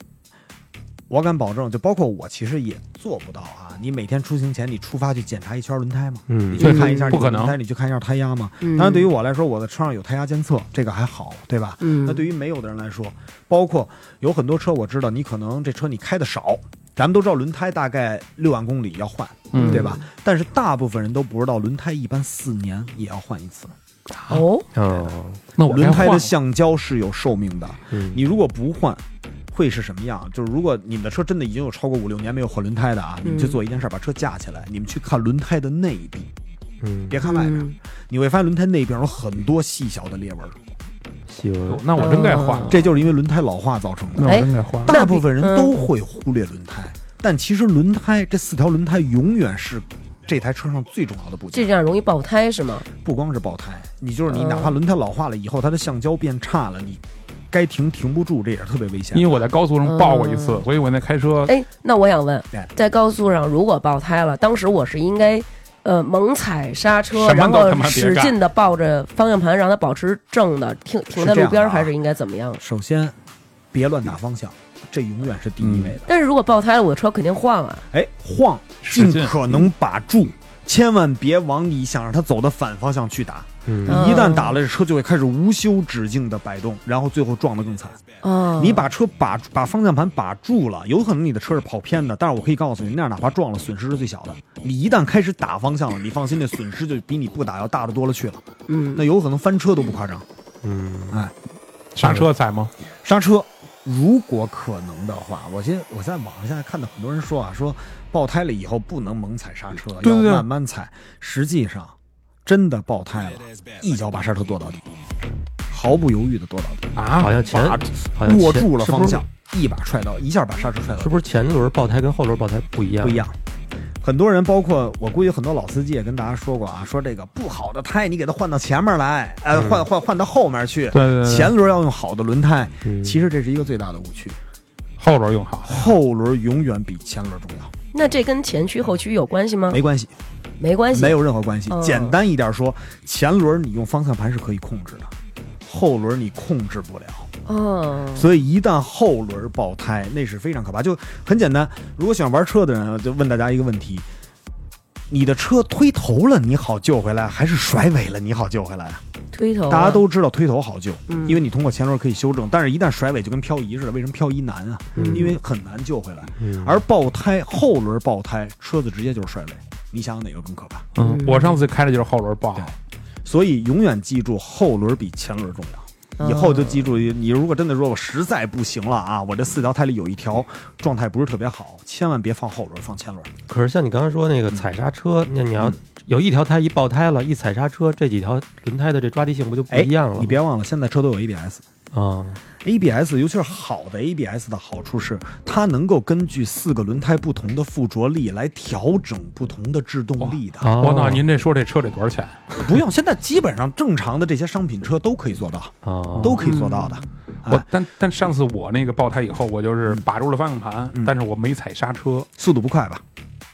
S1: 我敢保证，就包括我，其实也做不到啊！你每天出行前，你出发去检查一圈轮胎吗？
S5: 嗯
S1: 你去看一下
S4: 嗯
S1: 你
S4: 不可
S1: 的
S4: 能
S1: 轮胎，你去看一下胎压吗？
S2: 嗯
S1: 当然，对于我来说，我的车上有胎压监测，这个还好，对吧？
S2: 嗯，
S1: 那对于没有的人来说，包括有很多车，我知道你可能这车你开的少，咱们都知道轮胎大概六万公里要换，
S4: 嗯
S1: 对吧？但是大部分人都不知道，轮胎一般四年也要换一次。
S2: 哦，
S5: 哦，
S4: 那我 该
S1: 轮胎
S4: 换
S1: 的
S4: 了
S1: 橡胶是有寿命的，
S5: 嗯
S1: 你如果不换。会是什么样？就是如果你们的车真的已经有超过五六年没有换轮胎的啊，你们去
S2: 嗯
S1: 做一件事儿，把车架起来，你们去看轮胎的内壁，
S5: 嗯，
S1: 别看外边，
S2: 嗯
S1: 你会发现轮胎内边有很多细小的裂纹，
S5: 喜
S4: 哟
S5: 闻，
S4: 那我真该换了。
S1: 这就是因为轮胎老化造成的
S4: 那。我真该换了。
S1: 大部分人都会忽略轮胎，但其实轮胎这四条轮胎永远是这台车上最重要的部
S2: 这
S1: 件。
S2: 样容易爆胎是吗？
S1: 不光是爆胎，你就是你，
S2: 嗯
S1: 哪怕轮胎老化了以后，它的橡胶变差了，你该停停不住，这也是特别危险
S4: 因为。我在高速上爆过一次，所以我那开
S1: 哦
S4: 车
S2: 嗯哎，那我想问
S1: 哎，
S2: 在高速上如果爆胎了，当时我是应该呃猛踩刹车，
S4: 什么
S2: 然
S4: 都
S2: 后
S4: 他妈别
S2: 使
S4: 干
S2: 劲的抱着方向
S1: 啊
S2: 盘让它保持正的，停停在
S1: 是这
S2: 路
S1: 样
S2: 边儿，
S1: 的啊
S2: 还是应该怎么样？
S1: 首先，别乱打方向，这永远是第一位的。
S2: 但是如果爆胎了，我的车肯定晃啊。
S1: 哎，晃，
S4: 使
S1: 尽
S4: 劲
S1: 可能把住，千万别往你想让它走的反方向去打。
S5: 嗯
S2: 嗯
S1: 一旦打了，这车就会开始无休止境的摆动，然后最后撞得更惨。
S2: 哦，
S4: 嗯
S1: 你把车把把方向盘把住了，有可能你的车是跑偏的，但是我可以告诉你，那样哪怕撞了，损失是最小的。你一旦开始打方向了，你放心，那损失就比你不打要大的多了去了。
S2: 嗯
S1: 那有可能翻车都不夸张。
S5: 嗯
S4: 刹车踩吗？
S1: 刹车，如果可能的话，我现我在网上现在看到很多人说啊，说爆胎了以后不能猛踩刹车，
S4: 对对对
S1: 要慢慢踩。实际上，真的爆胎了，一脚把刹车跺到底，毫不犹豫的跺到底，
S4: 啊，
S5: 好像前
S1: 把
S5: 好像
S1: 握
S5: 前
S1: 住了
S5: 是不
S1: 方
S5: 是
S1: 向，一把踹到，一下把刹车踹到底
S5: 是。不是前轮爆胎跟后轮爆胎不一样？
S1: 不一样。很多人，包括我估计很多老司机也跟大家说过啊，说这个不好的胎你给它换到前面来，呃，换换换到后面去。
S4: 嗯对对对
S1: 前轮要用好的轮胎，
S5: 嗯
S1: 其实这是一个最大的误区，
S4: 后轮用好，
S1: 后轮永远比前轮重要，
S2: 那这跟前驱后驱有关系
S4: 嗯
S2: 吗？
S1: 没关系，
S2: 没关系，
S1: 没有任何关系
S2: 哦。
S1: 简单一点说，前轮你用方向盘是可以控制的，后轮你控制不了。
S2: 哦，
S1: 所以一旦后轮爆胎，那是非常可怕。就很简单，如果想玩车的人啊，就问大家一个问题：你的车推头了，你好救回来，还是甩尾了，你好救回来啊？
S2: 推头啊、
S1: 大家都知道推头好救，
S2: 嗯
S1: 因为你通过前轮可以修正，但是一旦甩尾就跟漂移似的，为什么漂移难啊？
S5: 嗯
S1: 因为很难救回来。
S5: 嗯
S1: 而爆胎后轮爆胎，车子直接就是甩尾，你想想哪个更可怕？
S4: 嗯，我上次开的就是后轮不好
S1: 对，所以永远记住后轮比前轮重要。
S5: 嗯
S1: 以后就记住，你如果真的说我实在不行了啊，我这四条胎里有一条状态不是特别好，千万别放后轮，放前轮。
S5: 可是像你刚刚说那
S1: 嗯
S5: 个踩刹车，那你要有一条胎一爆胎了，一踩刹车，这几条轮胎的这抓地性不就不哎一样了吗？
S1: 哎你别忘了，现在车都有 ABS。
S5: 啊，
S1: ABS，尤其是好的 ABS 的好处是，它能够根据四个轮胎不同的附着力来调整不同的制动力的。
S5: 哦
S4: 我操，您这说这车得多少钱？
S1: 不用，现在基本上正常的这些商品车都可以做到，
S5: 啊，
S1: 都可以做到的。
S4: 我但但上次我那个爆胎以后，我就是把住了方向盘，但是我没踩刹车，
S1: 速度不快吧？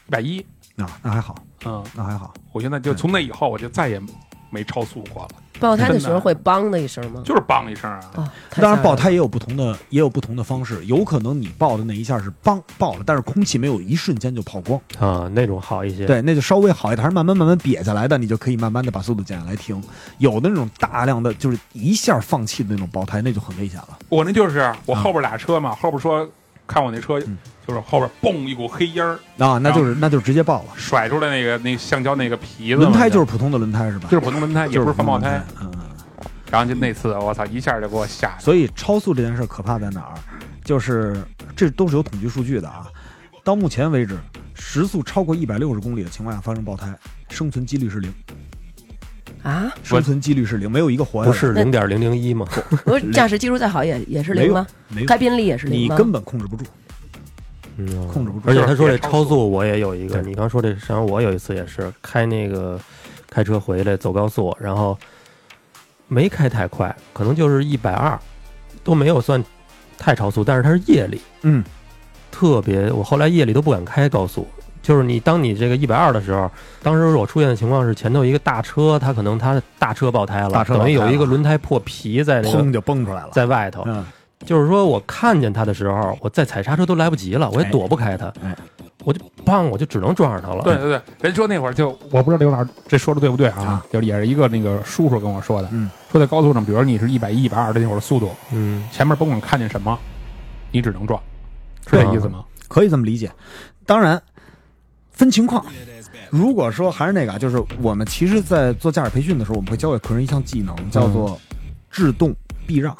S4: 一百一，
S1: 啊，那还好，
S4: 嗯，
S1: 那还好。
S4: 我现在就从那以后我就再也没超速过了，
S2: 爆胎的时候
S4: 真的
S2: 会梆的一声吗？
S4: 就是梆一声啊，
S2: 哦，太
S1: 当然，
S2: 吓人
S1: 爆
S2: 了
S1: 胎也有不同的，也有不同的方式。有可能你爆的那一下是梆爆了，但是空气没有一瞬间就跑光，
S5: 啊，那种好一些。，
S1: 对，那就稍微好一点，还是慢慢慢慢瘪下来的，你就可以慢慢的把速度减下来停。有的那种大量的就是一下放弃的那种爆胎，那就很危险了。
S4: 我那就是啊我后边俩车嘛，后边说看我那车就是后边嘣一股黑烟儿
S1: 啊，那就是那就直接爆了。
S4: 甩出来那个那橡胶那个皮子嘛，
S1: 轮胎就是普通的轮胎是吧？
S4: 就是普通轮胎，也不是
S1: 普
S4: 防
S1: 通
S4: 爆
S1: 轮
S4: 胎。。
S1: 嗯，嗯
S4: 然后就那次我操一下就给我吓的，
S1: 所以超速这件事可怕在哪儿？就是这都是有统计数据的啊。到目前为止，时速超过一百六十公里的情况下发生爆胎，生存几率是零。
S2: 啊！
S1: 生存几率是零，没有一个活下
S5: 不
S1: 来。
S5: 是零点零零一吗？
S2: 不是驾驶技术再好也也是零吗？
S1: 没有，
S2: 开宾利也是零
S1: 你
S2: 吗？
S1: 根本控制不住，
S5: 嗯，
S1: 控制不住。
S5: 而且他说这
S4: 就是别
S5: 超
S4: 超
S5: 速，我也有一个。
S1: 对
S5: 你刚说这，实际上我有一次也是开那个开车回来走高速，然后没开太快，可能就是一百二，都没有算太超速，但是它是夜里，
S1: 嗯，
S5: 特别。我后来夜里都不敢开高速，就是你当你这个一百二的时候，当时我出现的情况是前头一个大车，它可能它的大车爆胎了，
S1: 大车爆
S5: 等于
S1: 胎
S5: 有一
S1: 了
S5: 个轮胎破皮在那
S1: 砰
S5: 个
S1: 就蹦出来了。
S5: 在外头，
S1: 嗯，
S5: 就是说我看见他的时候，我再踩刹车都来不及了，我也躲不开他，
S1: 哎
S5: 我就砰，我就只能撞上他了。
S4: 对，对对，人说那会儿就我不知道刘老师这说的对不对啊
S1: 啊，
S4: 就是也是一个那个叔叔跟我说的
S1: 嗯，
S4: 说在高速上，比如你是一百一、一百二的那会儿速度，
S5: 嗯，
S4: 前面甭管看见什么，你只能撞，是这意思吗？
S1: 可以这么理解。当然，分情况。如果说还是那个啊，就是我们其实，在做驾驶培训的时候，我们会教给客人一项技能，叫做制动避让，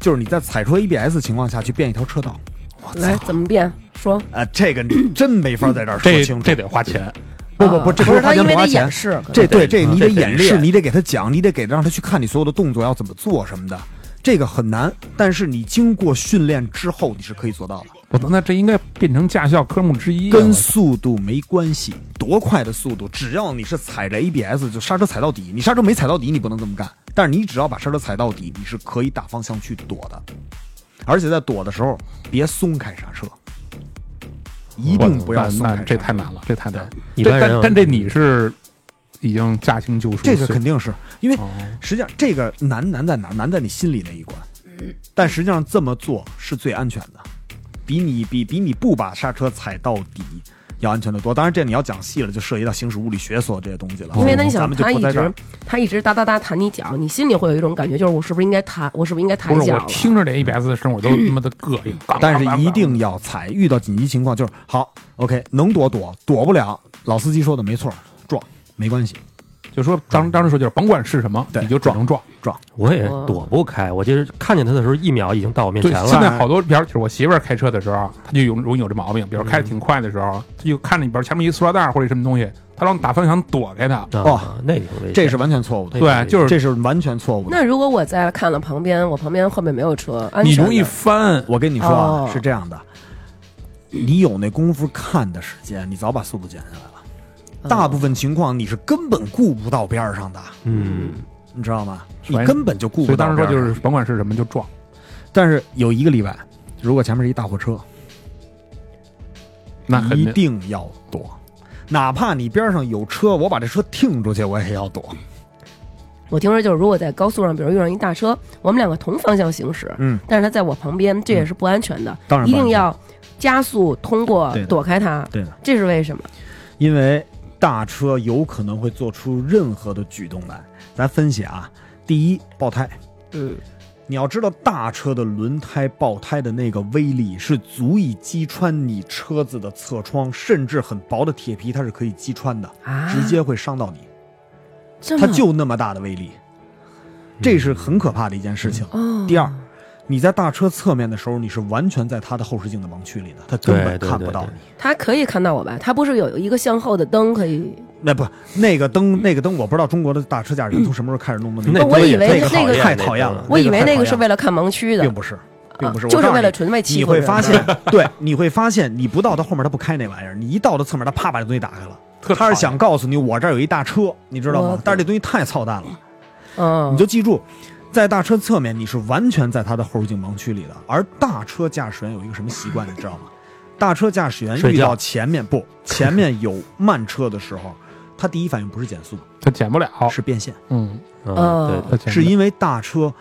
S1: 就是你在踩出 ABS 情况下去变一条车道。
S2: 来怎么变？说
S1: 啊，这个你真没法在这儿说
S4: 这
S1: 清楚。啊
S4: 这得花钱，
S1: 不不不，
S2: 啊
S1: 这
S2: 不
S1: 是
S2: 他
S1: 花
S2: 因
S1: 钱不
S2: 为得
S1: 花钱
S2: 演。示，可能
S1: 这对嗯这你得
S5: 这得
S1: 演示，你得给他讲，你得给让他去看你所有的动作要怎么做什么的，这个很难。但是你经过训练之后，你是可以做到的，
S4: 我操，那这应该变成驾校科目之一啊。
S1: 跟速度没关系，多快的速度，只要你是踩着 ABS 就刹车踩到底，你刹车没踩到底你不能这么干，但是你只要把刹车踩到底，你是可以打方向去躲的，而且在躲的时候别松开刹车，一定不要
S4: 那
S1: 松开刹
S4: 那
S1: 车，
S4: 这太难了，这太难了。
S5: 一
S4: 这
S5: 般人
S4: 但但这你是已经驾轻就熟，
S1: 这个肯定是因为
S4: 哦
S1: 实际上这个难难在哪儿？难在你心里那一关。但实际上这么做是最安全的，比你比比你不把刹车踩到底要安全得多。当然，这你要讲细了，就涉及到行驶物理学所有这些东西了。
S2: 哦因为那你
S1: 嗯咱
S2: 想，
S1: 们就
S2: 他
S1: 不
S2: 一
S1: 在这
S2: 直
S1: 儿。
S2: 他一直哒哒哒弹你脚，你心里会有一种感觉，就是我是不是应该弹，我是不是应该抬
S4: 不是
S2: 脚
S4: 我
S2: 了？
S4: 听着这 ABS 的声，我都他妈的膈应。杠
S1: 但是
S4: 杠杠
S1: 一
S4: 杠
S1: 定要踩，遇到紧急情况就是好，OK，能躲躲，躲不了。老司机说的没错，撞没关系，
S4: 就说当当时说就是甭管是什么，
S1: 对
S4: 你就只能撞。
S5: 我也躲不开，我就是看见他的时候，一秒已经到我面
S4: 对
S5: 前，
S4: 现
S5: 了。
S4: 在好多，比如就是我媳妇儿开车的时候，她就有容易有这毛病，比如开的挺快的时候，她就看着比如前面一塑料袋或者什么东西，她老打方向躲开它。
S5: 啊，那挺危险。
S1: 这是完全错误的，
S4: 对，就是
S1: 这是完全错误的。
S2: 那如果我在看了旁边，我旁边后面没有车，安
S4: 你
S2: 全的
S4: 容易翻，
S1: 我跟你说啊，
S2: 哦
S1: 是这样的，你有那功夫看的时间，你早把速度减下来了。
S2: 嗯
S1: 大部分情况你是根本顾不到边儿上的，
S5: 嗯，
S1: 你知道吗？
S4: 所
S1: 你
S4: 以
S1: 根本就顾
S4: 所
S1: 不
S4: 以
S1: 到
S4: 当时
S1: 边
S4: 说
S1: 儿
S4: 就
S1: 上
S4: 是，甭管是什么就撞，
S1: 但是有一个例外，如果前面是一大货车，
S4: 那肯
S1: 一
S4: 定
S1: 定要躲，哪怕你边上有车，我把这车停出去，我也要躲。
S2: 我听说就是，如果在高速上，比如遇上一大车，我们两个同方向行驶，
S1: 嗯，
S2: 但是他在我旁边，这也是不安全的，
S1: 当然
S2: 一
S1: 不安
S2: 定
S1: 全
S2: 要加速通过
S1: 对的
S2: 躲开它，
S1: 对的，
S2: 这是为什么？
S1: 因为大车有可能会做出任何的举动来。咱分析啊，第一，爆胎。
S2: 嗯，
S1: 你要知道，大车的轮胎爆胎的那个威力是足以击穿你车子的侧窗，甚至很薄的铁皮它是可以击穿的，
S2: 啊，嗯
S1: 直接会伤到你。
S2: 这么
S1: 它就那么大的威力，这是很可怕的一件事情。
S2: 哦，
S1: 第二，你在大车侧面的时候，你是完全在它的后视镜的盲区里的，它根本
S5: 对对
S1: 看不到
S5: 对
S1: 你。
S2: 他可以看到我吧？他不是有一个向后的灯可以？
S1: 那不，那个灯，那个灯，我不知道中国的大车驾驶员从什么时候开始弄的那
S5: 那
S1: 个
S2: 哦我
S5: 多
S2: 以
S5: 也
S2: 为那
S5: 太讨
S2: 个
S5: 厌
S1: 太讨厌了
S2: 我以为
S1: 那
S2: 那
S1: 个
S2: 个
S1: 太
S2: 是为了看盲区的，
S1: 并不是，并不是，
S2: 啊
S1: 我
S2: 就是
S1: 告诉
S2: 为了
S1: 你
S2: 纯为欺
S1: 你
S2: 负
S1: 会
S2: 人
S1: 发
S2: 的
S1: 现，对，你会发现，你不到它后面，它不开那玩意儿，你一到它侧面，它啪把这东西打开了。
S4: 特
S1: 他是
S4: 讨厌
S1: 想告诉你，我这儿有一大车，你知道
S2: 我
S1: 吗？但是这东西太操蛋了，
S2: 嗯，
S1: 你就记住，在大车侧面，你是完全在它的后视镜盲区里的。而大车驾驶员有一个什么习惯，你知道吗？大车驾驶员
S5: 睡
S1: 遇
S5: 觉
S1: 到前面不前面有慢车的时候，他第一反应不是减速，
S4: 他减不了，
S1: 是变线。
S4: 嗯，
S5: 嗯，
S2: 哦
S5: 对
S4: 他
S5: 对，
S4: 减不
S1: 是
S4: 了
S1: 因为大车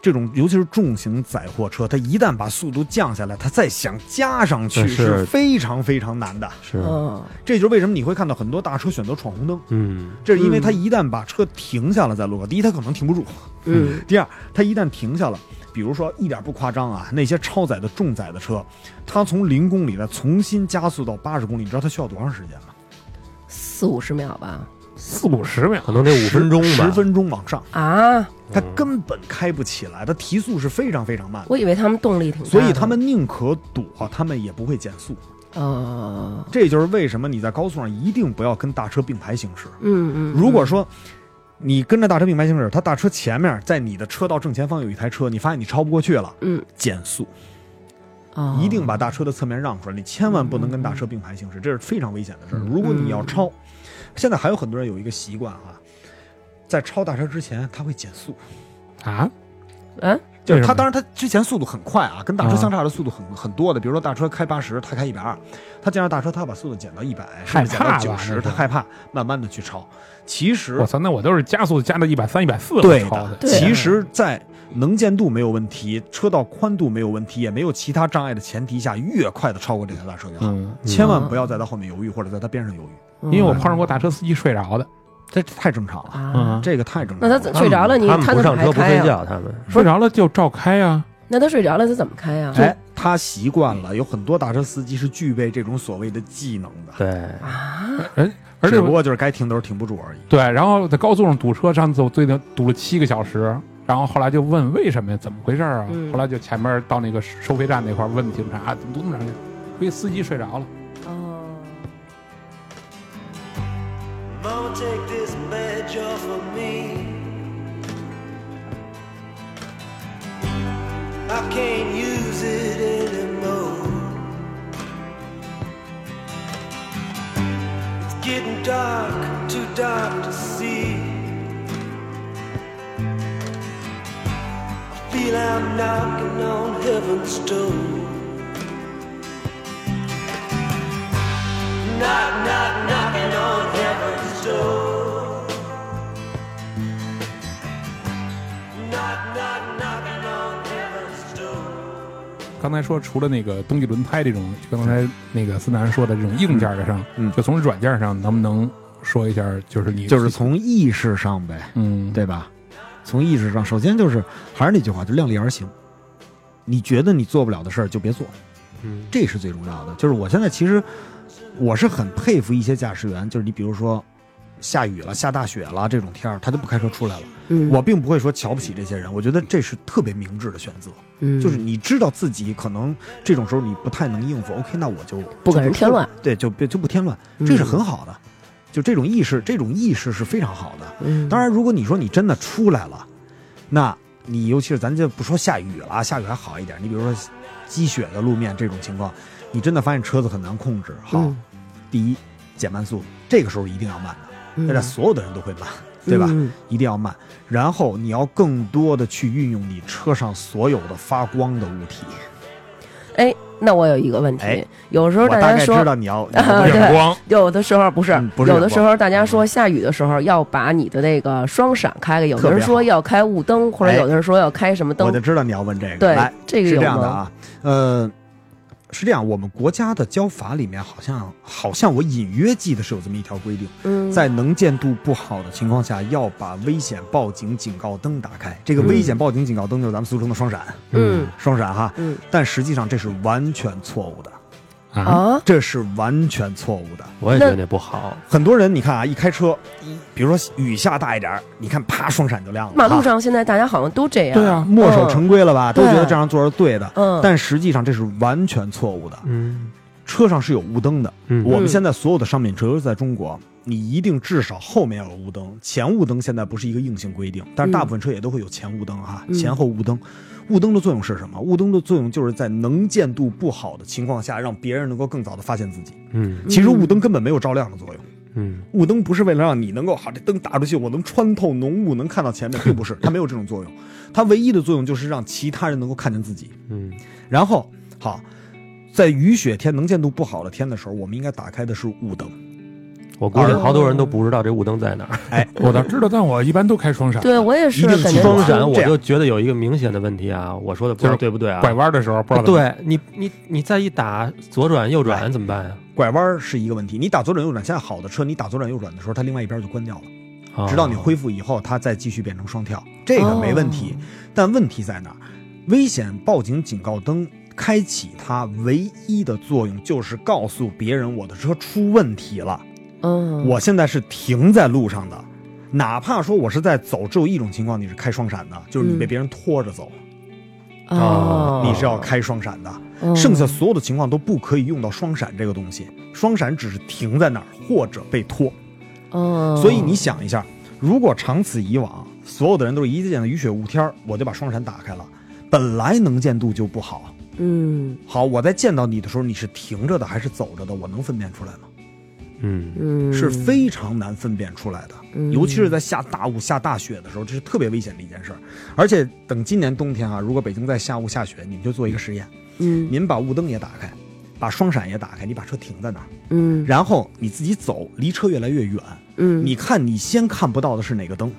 S1: 这种，尤其是重型载货车，它一旦把速度降下来，它再想加上去
S5: 是
S1: 是非常非常难的。
S5: 是，
S2: 哦，
S1: 这就是为什么你会看到很多大车选择闯红灯，
S5: 嗯，
S1: 这是因为它一旦把车停下了在路口，第一它可能停不住，
S2: 嗯，
S1: 第二它一旦停下了。比如说，一点不夸张啊，那些超载的重载的车，它从零公里再重新加速到八十公里，你知道它需要多长时间吗？
S2: 四五十秒吧？
S4: 四五十秒，
S5: 可能得五分钟吧，嗯
S1: 十分钟往上，
S2: 啊，
S1: 它根本开不起来，它提速是非常非常慢的。
S2: 我以为他们动力挺大的，
S1: 所以他们宁可躲，他们也不会减速。
S2: 哦，
S1: 这就是为什么你在高速上一定不要跟大车并排行驶。
S2: 嗯嗯，
S1: 如果说你跟着大车并排行驶，它大车前面在你的车道正前方有一台车，你发现你超不过去了，
S2: 嗯，
S1: 减速，
S2: 哦
S1: 一定把大车的侧面让出来。你千万不能跟大车并排行驶，这是非常危险的
S2: 嗯
S1: 事儿。如果你要超，现在还有很多人有一个习惯啊，在超大车之前他会减速。
S4: 啊，
S2: 嗯
S1: 就是
S4: 为什
S1: 他，
S4: 么
S1: 当然他之前速度很快啊，跟大车
S4: 啊
S1: 相差的速度很、很多的。比如说大车开八十，他开一百二，他见着大车他把速度减到一百，甚至减
S4: 害
S1: 到
S4: 怕
S1: 九
S4: 吧那
S1: 十，
S4: 是
S1: 他害怕，慢慢的去超。其实
S4: 我操，那我都是加速加到一百三、一百四
S1: 对
S4: 了，超
S1: 的
S4: 的，，
S2: 对
S1: 其实，在能见度没有问题、车道宽度没有问题、也没有其他障碍的前提下，越快的超过这台大车越好。
S4: 嗯，
S1: 千万不要在他后面犹豫，或者在他边上犹豫，
S2: 嗯
S4: 因为我碰上过大车司机睡着的，
S1: 这太正常了，
S2: 啊，
S1: 这个太正常
S2: 那
S1: 了。
S2: 他怎睡着了，你
S5: 他们
S2: 怎
S5: 不
S2: 么
S5: 上
S2: 还
S5: 车不
S2: 开
S5: 睡
S2: 啊？
S5: 觉，他们
S4: 睡着了就照开啊，
S2: 那他睡着了，他怎么开啊？
S1: 哎，他习惯了，有很多大车司机是具备这种所谓的技能的，
S5: 对，
S2: 啊，
S4: 而且
S1: 只不过就是该停都是停不住而已。
S4: 对，然后在高速上堵车，上次我最近堵了七个小时，然后后来就问为什么呀，怎么回事儿啊？
S2: 嗯
S4: 后来就前面到那个收费站那块儿问警察，啊怎么堵那么长时间？因为司机睡着了。
S2: 哦，
S8: Mama, take this badge off of me. I can't use it anymore. It's getting dark, too dark to see. I feel I'm knocking on heaven's door. Knock, knock, knocking on heaven's door. Knock, knock, knocking on heaven's door.
S4: 刚才说除了那个冬季轮胎这种，就刚才那个思南说的这种硬件儿的上，
S1: 嗯
S4: 就从软件儿上能不能说一下？就是你
S1: 就是从意识上呗，
S4: 嗯，
S1: 对吧？从意识上，首先就是还是那句话，就量力而行。你觉得你做不了的事儿就别做，
S5: 嗯，
S1: 这是最重要的。就是我现在其实我是很佩服一些驾驶员，就是你比如说下雨了、下大雪了这种天儿，他就不开车出来了。
S2: 嗯，
S1: 我并不会说瞧不起这些人，我觉得这是特别明智的选择。
S2: 嗯
S1: 就是你知道自己可能这种时候你不太能应付，OK，那我就
S2: 不给人添乱，嗯
S1: 对，就别就不添乱，这是很好的。就这种意识，这种意识是非常好的。
S2: 嗯
S1: 当然，如果你说你真的出来了，那你尤其是咱就不说下雨了啊，下雨还好一点。你比如说积雪的路面这种情况，你真的发现车子很难控制，好，
S2: 嗯
S1: 第一减慢速度，这个时候一定要慢的，大家所有的人都会慢，对吧？
S2: 嗯
S1: 一定要慢，然后你要更多的去运用你车上所有的发光的物体。
S2: 哎，那我有一个问题
S1: 哎，
S2: 有时候
S1: 我
S2: 大
S1: 大
S2: 家
S1: 概
S2: 说
S1: 知道你要， 你
S2: 啊
S1: 要
S2: 对
S4: 眼光
S2: 有的时候不是，
S1: 嗯不是
S2: 有的
S1: 远
S2: 时候大家说下雨的时候要把你的那个双闪开开，有的
S1: 特
S2: 人
S1: 别
S2: 说
S1: 好
S2: 要开雾灯，或者
S1: 哎
S2: 有的人说要开什么
S1: 我
S2: 灯
S1: 就，知道你要问这个。
S2: 对
S1: 来，
S2: 这个
S1: 是
S2: 有
S1: 这样的
S2: 吗
S1: 啊，呃，是这样，我们国家的交法里面好像好像我隐约记得是有这么一条规定，
S2: 嗯，
S1: 在能见度不好的情况下，要把危险报警警告灯打开。这个
S4: 嗯
S1: 危险报警警告灯就是咱们俗称的双闪，
S2: 嗯
S1: 双闪哈。
S2: 嗯
S1: 但实际上这是完全错误的，
S4: 啊，
S2: 啊，
S1: 这是完全错误
S2: 嗯
S1: 的。
S5: 我也觉得那不好。
S1: 很多人你看啊，一开车，一比如说雨下大一点儿，你看啪双闪就亮了。
S2: 马路
S1: 啊
S2: 上现在大家好像都这样，嗯
S4: 对啊
S1: 墨守成规了吧？都觉得
S2: 对
S1: 这样做是对的。
S2: 嗯，
S1: 但实际上这是完全错误的。
S5: 嗯
S1: 车上是有雾灯的，
S5: 嗯
S1: 我们现在所有的商品车，尤其在中国，你一定至少后面要有雾灯，前雾灯现在不是一个硬性规定，但是大部分车也都会有前雾灯哈，
S2: 嗯
S1: 前后雾灯。雾灯的作用是什么？雾灯的作用就是在能见度不好的情况下，让别人能够更早的发现自己。
S5: 嗯
S1: 其实雾灯根本没有照亮的作用，
S5: 嗯
S1: 雾灯不是为了让你能够好，这灯打出去，我能穿透浓雾，能看到前面，并不是，它没有这种作用。它唯一的作用就是让其他人能够看见自己。
S5: 嗯
S1: 然后好，在雨雪天能见度不好的天的时候，我们应该打开的是雾灯。
S5: 我估计好多人都不知道这雾灯在哪儿。
S4: 我倒知道，但我一般都开双闪。
S2: 对我也
S1: 一
S2: 是
S1: 定
S2: 感
S1: 是
S2: 觉
S5: 双
S1: 嗯
S5: 闪，我
S1: 这样
S5: 就觉得有一个明显的问题啊，我说的不知道
S4: 就是
S5: 对不对啊？
S4: 拐弯的时候不知道怎么
S5: 对你你你再一打左转右转怎么办呀？
S1: 拐弯是一个问题，你打左转右转，现在好的车，你打左转右转的时候，它另外一边就关掉了，
S2: 哦
S5: 啊
S1: 直到你恢复以后，它再继续变成双跳，这个没问题。但问题在哪儿？危险报警警告灯开启它唯一的作用就是告诉别人我的车出问题了。
S2: 嗯，
S1: 我现在是停在路上的，哪怕说我是在走，只有一种情况你是开双闪的，就是你被
S2: 嗯
S1: 别人拖着走，
S2: 哦，
S1: 啊你是要开双闪的。
S2: 嗯，
S1: 剩下所有的情况都不可以用到双闪这个东西，双闪只是停在那儿或者被拖。
S2: 嗯，
S1: 所以你想一下，如果长此以往，所有的人都是一见到雨雪雾天儿，我就把双闪打开了，本来能见度就不好。
S2: 嗯
S1: 好，我在见到你的时候，你是停着的还是走着的，我能分辨出来吗？
S5: 嗯
S2: 嗯
S1: 是非常难分辨出来的，
S2: 嗯
S1: 尤其是在下大雾、下大雪的时候，这是特别危险的一件事儿。而且等今年冬天啊，如果北京再下雾下雪，你们就做一个实验，
S2: 嗯
S1: 您把雾灯也打开，把双闪也打开，你把车停在那儿，
S2: 嗯
S1: 然后你自己走，离车越来越远，
S2: 嗯
S1: 你看你先看不到的是哪个灯，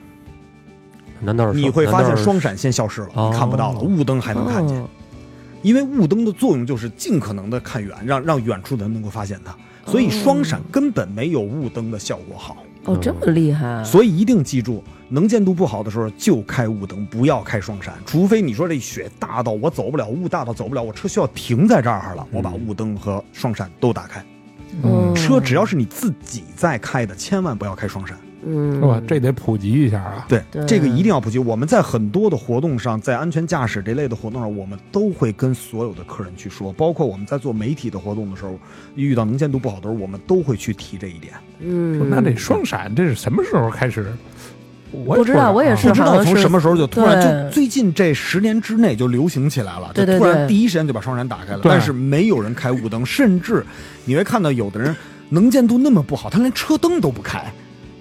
S5: 难道是
S1: 你会发现
S5: 难道是
S1: 双闪先消失了，
S5: 哦
S1: 你看不到了，雾灯还能看见，
S2: 哦
S1: 因为雾灯的作用就是尽可能的看远，让让远处的人能够发现它，所以双闪根本没有雾灯的效果好。
S2: 哦这么厉害，
S1: 嗯所以一定记住，能见度不好的时候就开雾灯，不要开双闪，除非你说这雪大到我走不了，雾大到走不了，我车需要停在这儿了，我把雾灯和双闪都打开。
S2: 嗯
S1: 车只要是你自己在开的，千万不要开双闪。
S2: 嗯
S4: 哇，这得普及一下啊！
S1: 对
S2: 对
S1: 这个一定要普及。我们在很多的活动上，在安全驾驶这类的活动上，我们都会跟所有的客人去说，包括我们在做媒体的活动的时候，遇到能见度不好的时候，我们都会去提这一点。
S2: 嗯
S4: 那这双闪这是什么时候开始？我也
S2: 不知道
S4: 啊
S2: 我也是
S1: 不知
S2: 好
S1: 道
S2: 像
S1: 从
S2: 是
S1: 什么时候就突然就
S2: 对
S1: 最近这十年之内就流行起来了，就
S2: 对对
S1: 突
S2: 对。
S1: 然第一时间就把双闪打开了，
S4: 对
S1: 但是没有人开雾灯，甚至你会看到有的人能见度那么不好，他连车灯都不开，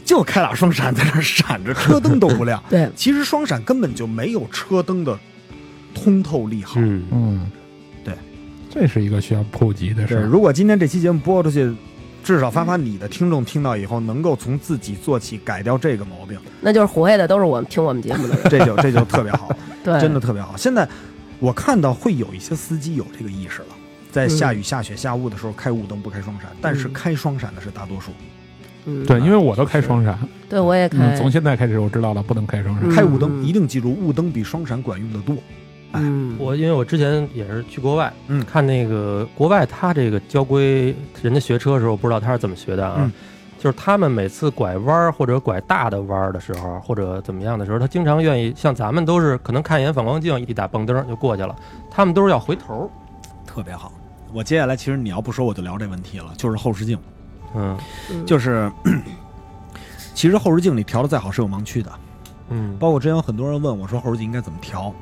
S1: 就开俩双闪在那儿闪着，车灯都不亮
S2: 对
S1: 其实双闪根本就没有车灯的通透力好。
S5: 嗯
S4: 嗯，
S1: 对，
S4: 这是一个需要普及的事
S1: 对，
S4: 儿。
S1: 如果今天这期节目播出去。至少发发你的听众听到以后，能够从自己做起，改掉这个毛病，
S2: 那就是活下的都是我们听我们节目的人，
S1: 这就这就特别好了。
S2: 对，
S1: 嗯真的特别好。现在我看到会有一些司机有这个意识了，在下雨、下雪、下雾的时候开雾灯不开双闪，但是开双闪的是大多数。
S2: 嗯，
S4: 对，因为我都开双闪，
S2: 对我也开
S4: 嗯，从现在开始我知道了，不能开双闪。
S2: 嗯
S1: 开雾灯
S2: 嗯
S1: 一定记住，雾灯比双闪管用的多。哎
S2: 嗯
S5: 我因为我之前也是去国外，
S1: 嗯
S5: 看那个国外他这个交规，人家学车的时候，我不知道他是怎么学的啊，
S1: 嗯
S5: 就是他们每次拐弯儿或者拐大的弯儿的时候，或者怎么样的时候，他经常愿意像咱们都是可能看一眼反光镜，一打蹦灯就过去了，他们都是要回头儿，
S1: 特别好。我接下来其实你要不说我就聊这问题了，就是后视镜，
S5: 嗯
S1: 就是。其实后视镜你调的再好是有盲区的，
S5: 嗯，
S1: 包括之前有很多人问我说后视镜应该怎么调，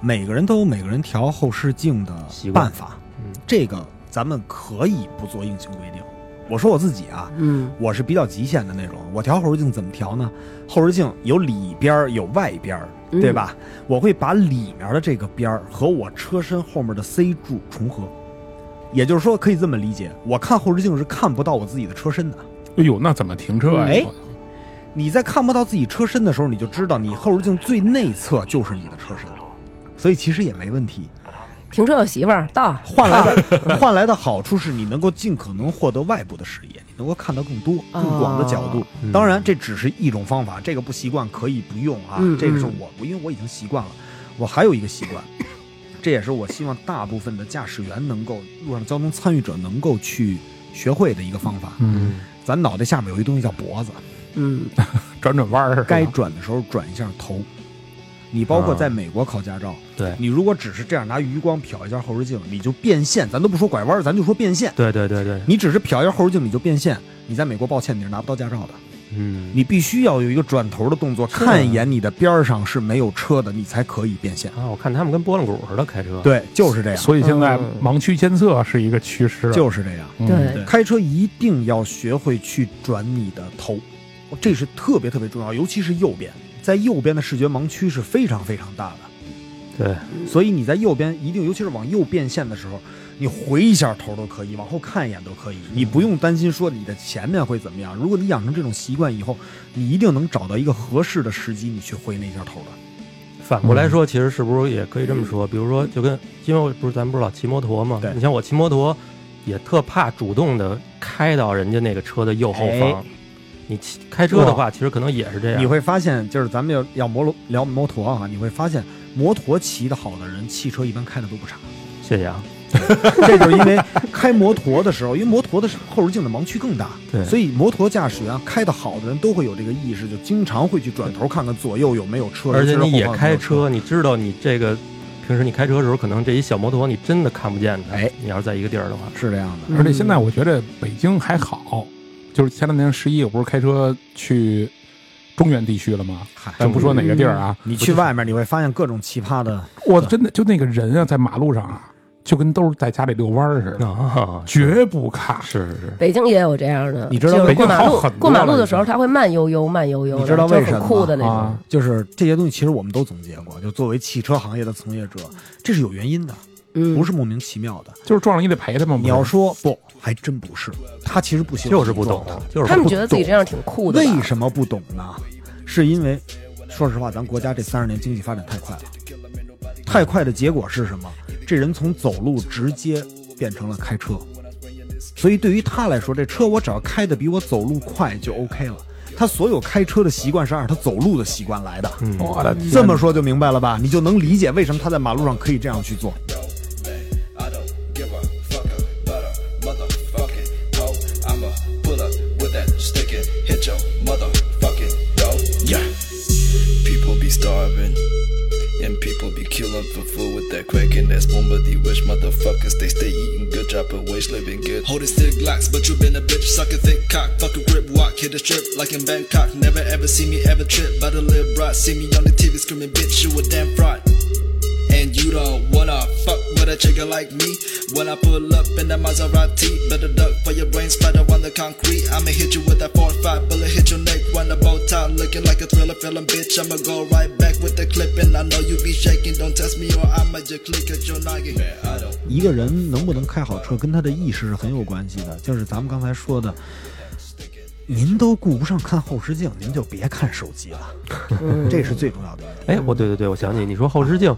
S1: 每个人都有每个人调后视镜的
S5: 习惯
S1: 办法
S5: 嗯，
S1: 这个咱们可以不做硬性规定。我说我自己啊，
S2: 嗯
S1: 我是比较极限的那种。我调后视镜怎么调呢？后视镜有里边儿有外边儿，
S2: 嗯
S1: 对吧？我会把里面的这个边儿和我车身后面的 C 柱重合，也就是说，可以这么理解，我看后视镜是看不到我自己的车身的。
S4: 哎呦，那怎么停车啊？
S1: 哎你在看不到自己车身的时候，你就知道你后视镜最内侧就是你的车身，所以其实也没问题。
S2: 停车有媳妇儿到，
S1: 换来的换来的好处是你能够尽可能获得外部的视野，你能够看到更多、更广的角度。
S5: 嗯
S1: 当然，这只是一种方法，这个不习惯可以不用啊。
S2: 嗯
S1: 这个是我不，因为我已经习惯了。我还有一个习惯，这也是我希望大部分的驾驶员能够路上交通参与者能够去学会的一个方法。
S4: 嗯，
S1: 咱脑袋下面有一东西叫脖子，
S2: 嗯
S4: 转转弯儿，
S1: 该转的时候转一下头。你包括在美国考驾照，
S5: 对
S1: 你如果只是这样拿余光瞟一下后视镜，你就变线，咱都不说拐弯，咱就说变线。
S5: 对对对对，
S1: 你只是瞟一下后视镜你就变现，你在美国抱歉你是拿不到驾照的，
S5: 嗯
S1: 你必须要有一个转头的动作，看一眼你的边儿上是没有车的，你才可以变现。
S5: 啊，我看他们跟拨浪鼓似的开车，
S1: 对，就是这样，
S4: 所以现在
S2: 嗯
S4: 盲区监测是一个趋势，
S1: 就是这样。
S4: 嗯
S2: 对
S1: 开车一定要学会去转你的头，这是特别特别重要，尤其是右边，在右边的视觉盲区是非常非常大的，
S5: 对，
S1: 所以你在右边一定，尤其是往右变线的时候，你回一下头都可以，往后看一眼都可以，你不用担心说你的前面会怎么样。如果你养成这种习惯以后，你一定能找到一个合适的时机，你去回那一下头的。
S5: 反过来说，其实是不是也可以这么说？比如说，就跟因为我不是咱不是老骑摩托嘛
S1: 对，
S5: 你像我骑摩托，也特怕主动的开到人家那个车的右后方。你骑开车的话，其实可能也是这样。
S1: 你会发现，就是咱们要要摩罗聊摩托啊，你会发现摩托骑得好的人，汽车一般开的都不 差。
S5: 谢谢啊，
S1: 这就是因为开摩托的时候，因为摩托的后视镜的盲区更大，
S5: 对
S1: 所以摩托驾驶员开的好的人都会有这个意识，就经常会去转头看看左右有没有车，
S5: 而且
S1: 尤其
S5: 你
S1: 是
S5: 也
S1: 后方有没有
S5: 开车，你知道你这个平时你开车的时候，可能这一小摩托你真的看不见它。
S1: 哎，
S5: 你要是在一个地儿的话，
S1: 是这样的，
S4: 而且现在我觉得北京还好，就是前两天十一我不是开车去中原地区了吗？
S1: 嗨
S4: 咱不说哪个地儿啊，
S1: 你去外面你会发现各种奇葩的，
S4: 我真的就那个人啊，在马路上啊，就跟都是在家里遛弯儿似的，
S5: 啊，
S4: 绝不卡。
S5: 是是是，
S2: 北京也有这样的，
S1: 你知道
S2: 就是
S4: 北
S2: 过
S4: 京
S2: 马
S4: 好
S2: 路
S4: 很多
S2: 过马路
S4: 了
S2: 的
S4: 已
S2: 时候，
S4: 经
S2: 他会慢悠悠、慢悠悠的，
S1: 你知道
S2: 就
S1: 为什么
S2: 很酷
S1: 吗
S2: 的那种
S4: 啊。
S1: 就是这些东西，其实我们都总结过，就作为汽车行业的从业者，这是有原因的，
S2: 嗯，
S1: 不是莫名其妙的。
S4: 就是撞上你得赔他吗？
S1: 你要说不，还真不是，他其实不希望
S5: 就是不
S1: 你
S5: 懂
S1: 撞他，，
S5: 就是
S2: 他们
S5: 不懂
S2: 觉得自己这样挺酷的吧。
S1: 为什么不懂呢？是因为，说实话，咱国家这三十年经济发展太快了，太快的结果是什么？这人从走路直接变成了开车，所以对于他来说，这车我只要开的比我走路快就 OK 了。他所有开车的习惯是按照他走路的习惯来的。
S5: 嗯
S4: 我的天
S1: 这么说就明白了吧？你就能理解为什么他在马路上可以这样去做。
S10: Yeah. People be starving. And people be killing for food with that cracking ass boomer. The wish motherfuckers, they stay eating good, dropping wish, living good. Holding still glocks, but you been a bitch, sucking thick cock. Fuck a grip, walk, hit a strip like in Bangkok. Never ever see me ever trip, but a little brat. See me on the TV screaming, bitch, you a damn fraud. And you don't wanna fuck with a chicken like me. When I pull up in that Maserati, better duck for your brain splatter on the concrete. I'ma hit you with that 4-5 bullet, hit your neck, run the bow tie, looking like a thriller feeling bitch. I'ma go right back with the clip, and I know you be shaking. Don't test me or I'ma just click at your noggin. Man, I don't.
S1: 一个人能不能开好车，跟他的意识是很有关系的。就是咱们刚才说的，您都顾不上看后视镜，您就别看手机了，
S2: 嗯
S1: 这是最重要的一点。
S5: 哎，我对对对，我想起你说后视镜，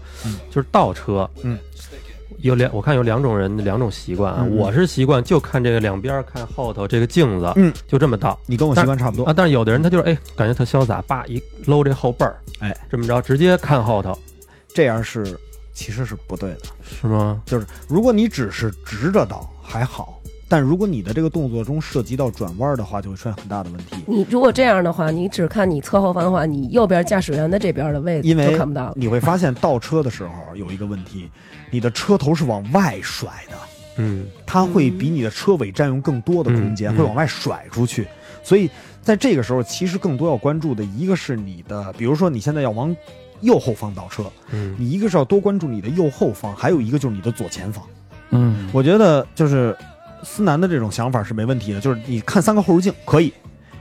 S5: 就是倒车，
S1: 啊嗯，
S5: 有两我看有两种人两种习惯啊，我是习惯就看这个两边儿看后头这个镜子，
S1: 嗯，
S5: 就这么倒
S1: 你跟我习惯差不多
S5: 啊，，但是有的人他就是哎，感觉特潇洒，叭一搂这后背儿，
S1: 哎，
S5: 这么着直接看后头
S1: 这样是其实是不对的。
S5: 是吗？
S1: 就是如果你只是直着倒还好，但如果你的这个动作中涉及到转弯的话，就会出现很大的问题。
S2: 你如果这样的话，你只看你侧后方的话，你右边驾驶员的这边的位置
S1: 因为
S2: 都看不到了。
S1: 你会发现倒车的时候有一个问题，你的车头是往外甩的。
S5: 嗯，
S1: 它会比你的车尾占用更多的空间，
S5: 嗯嗯
S1: 会往外甩出去。所以在这个时候，其实更多要关注的一个是你的，比如说你现在要往右后方倒车，
S5: 嗯
S1: 你一个是要多关注你的右后方，还有一个就是你的左前方。
S4: 嗯，
S1: 我觉得就是思南的这种想法是没问题的，就是你看三个后视镜可以，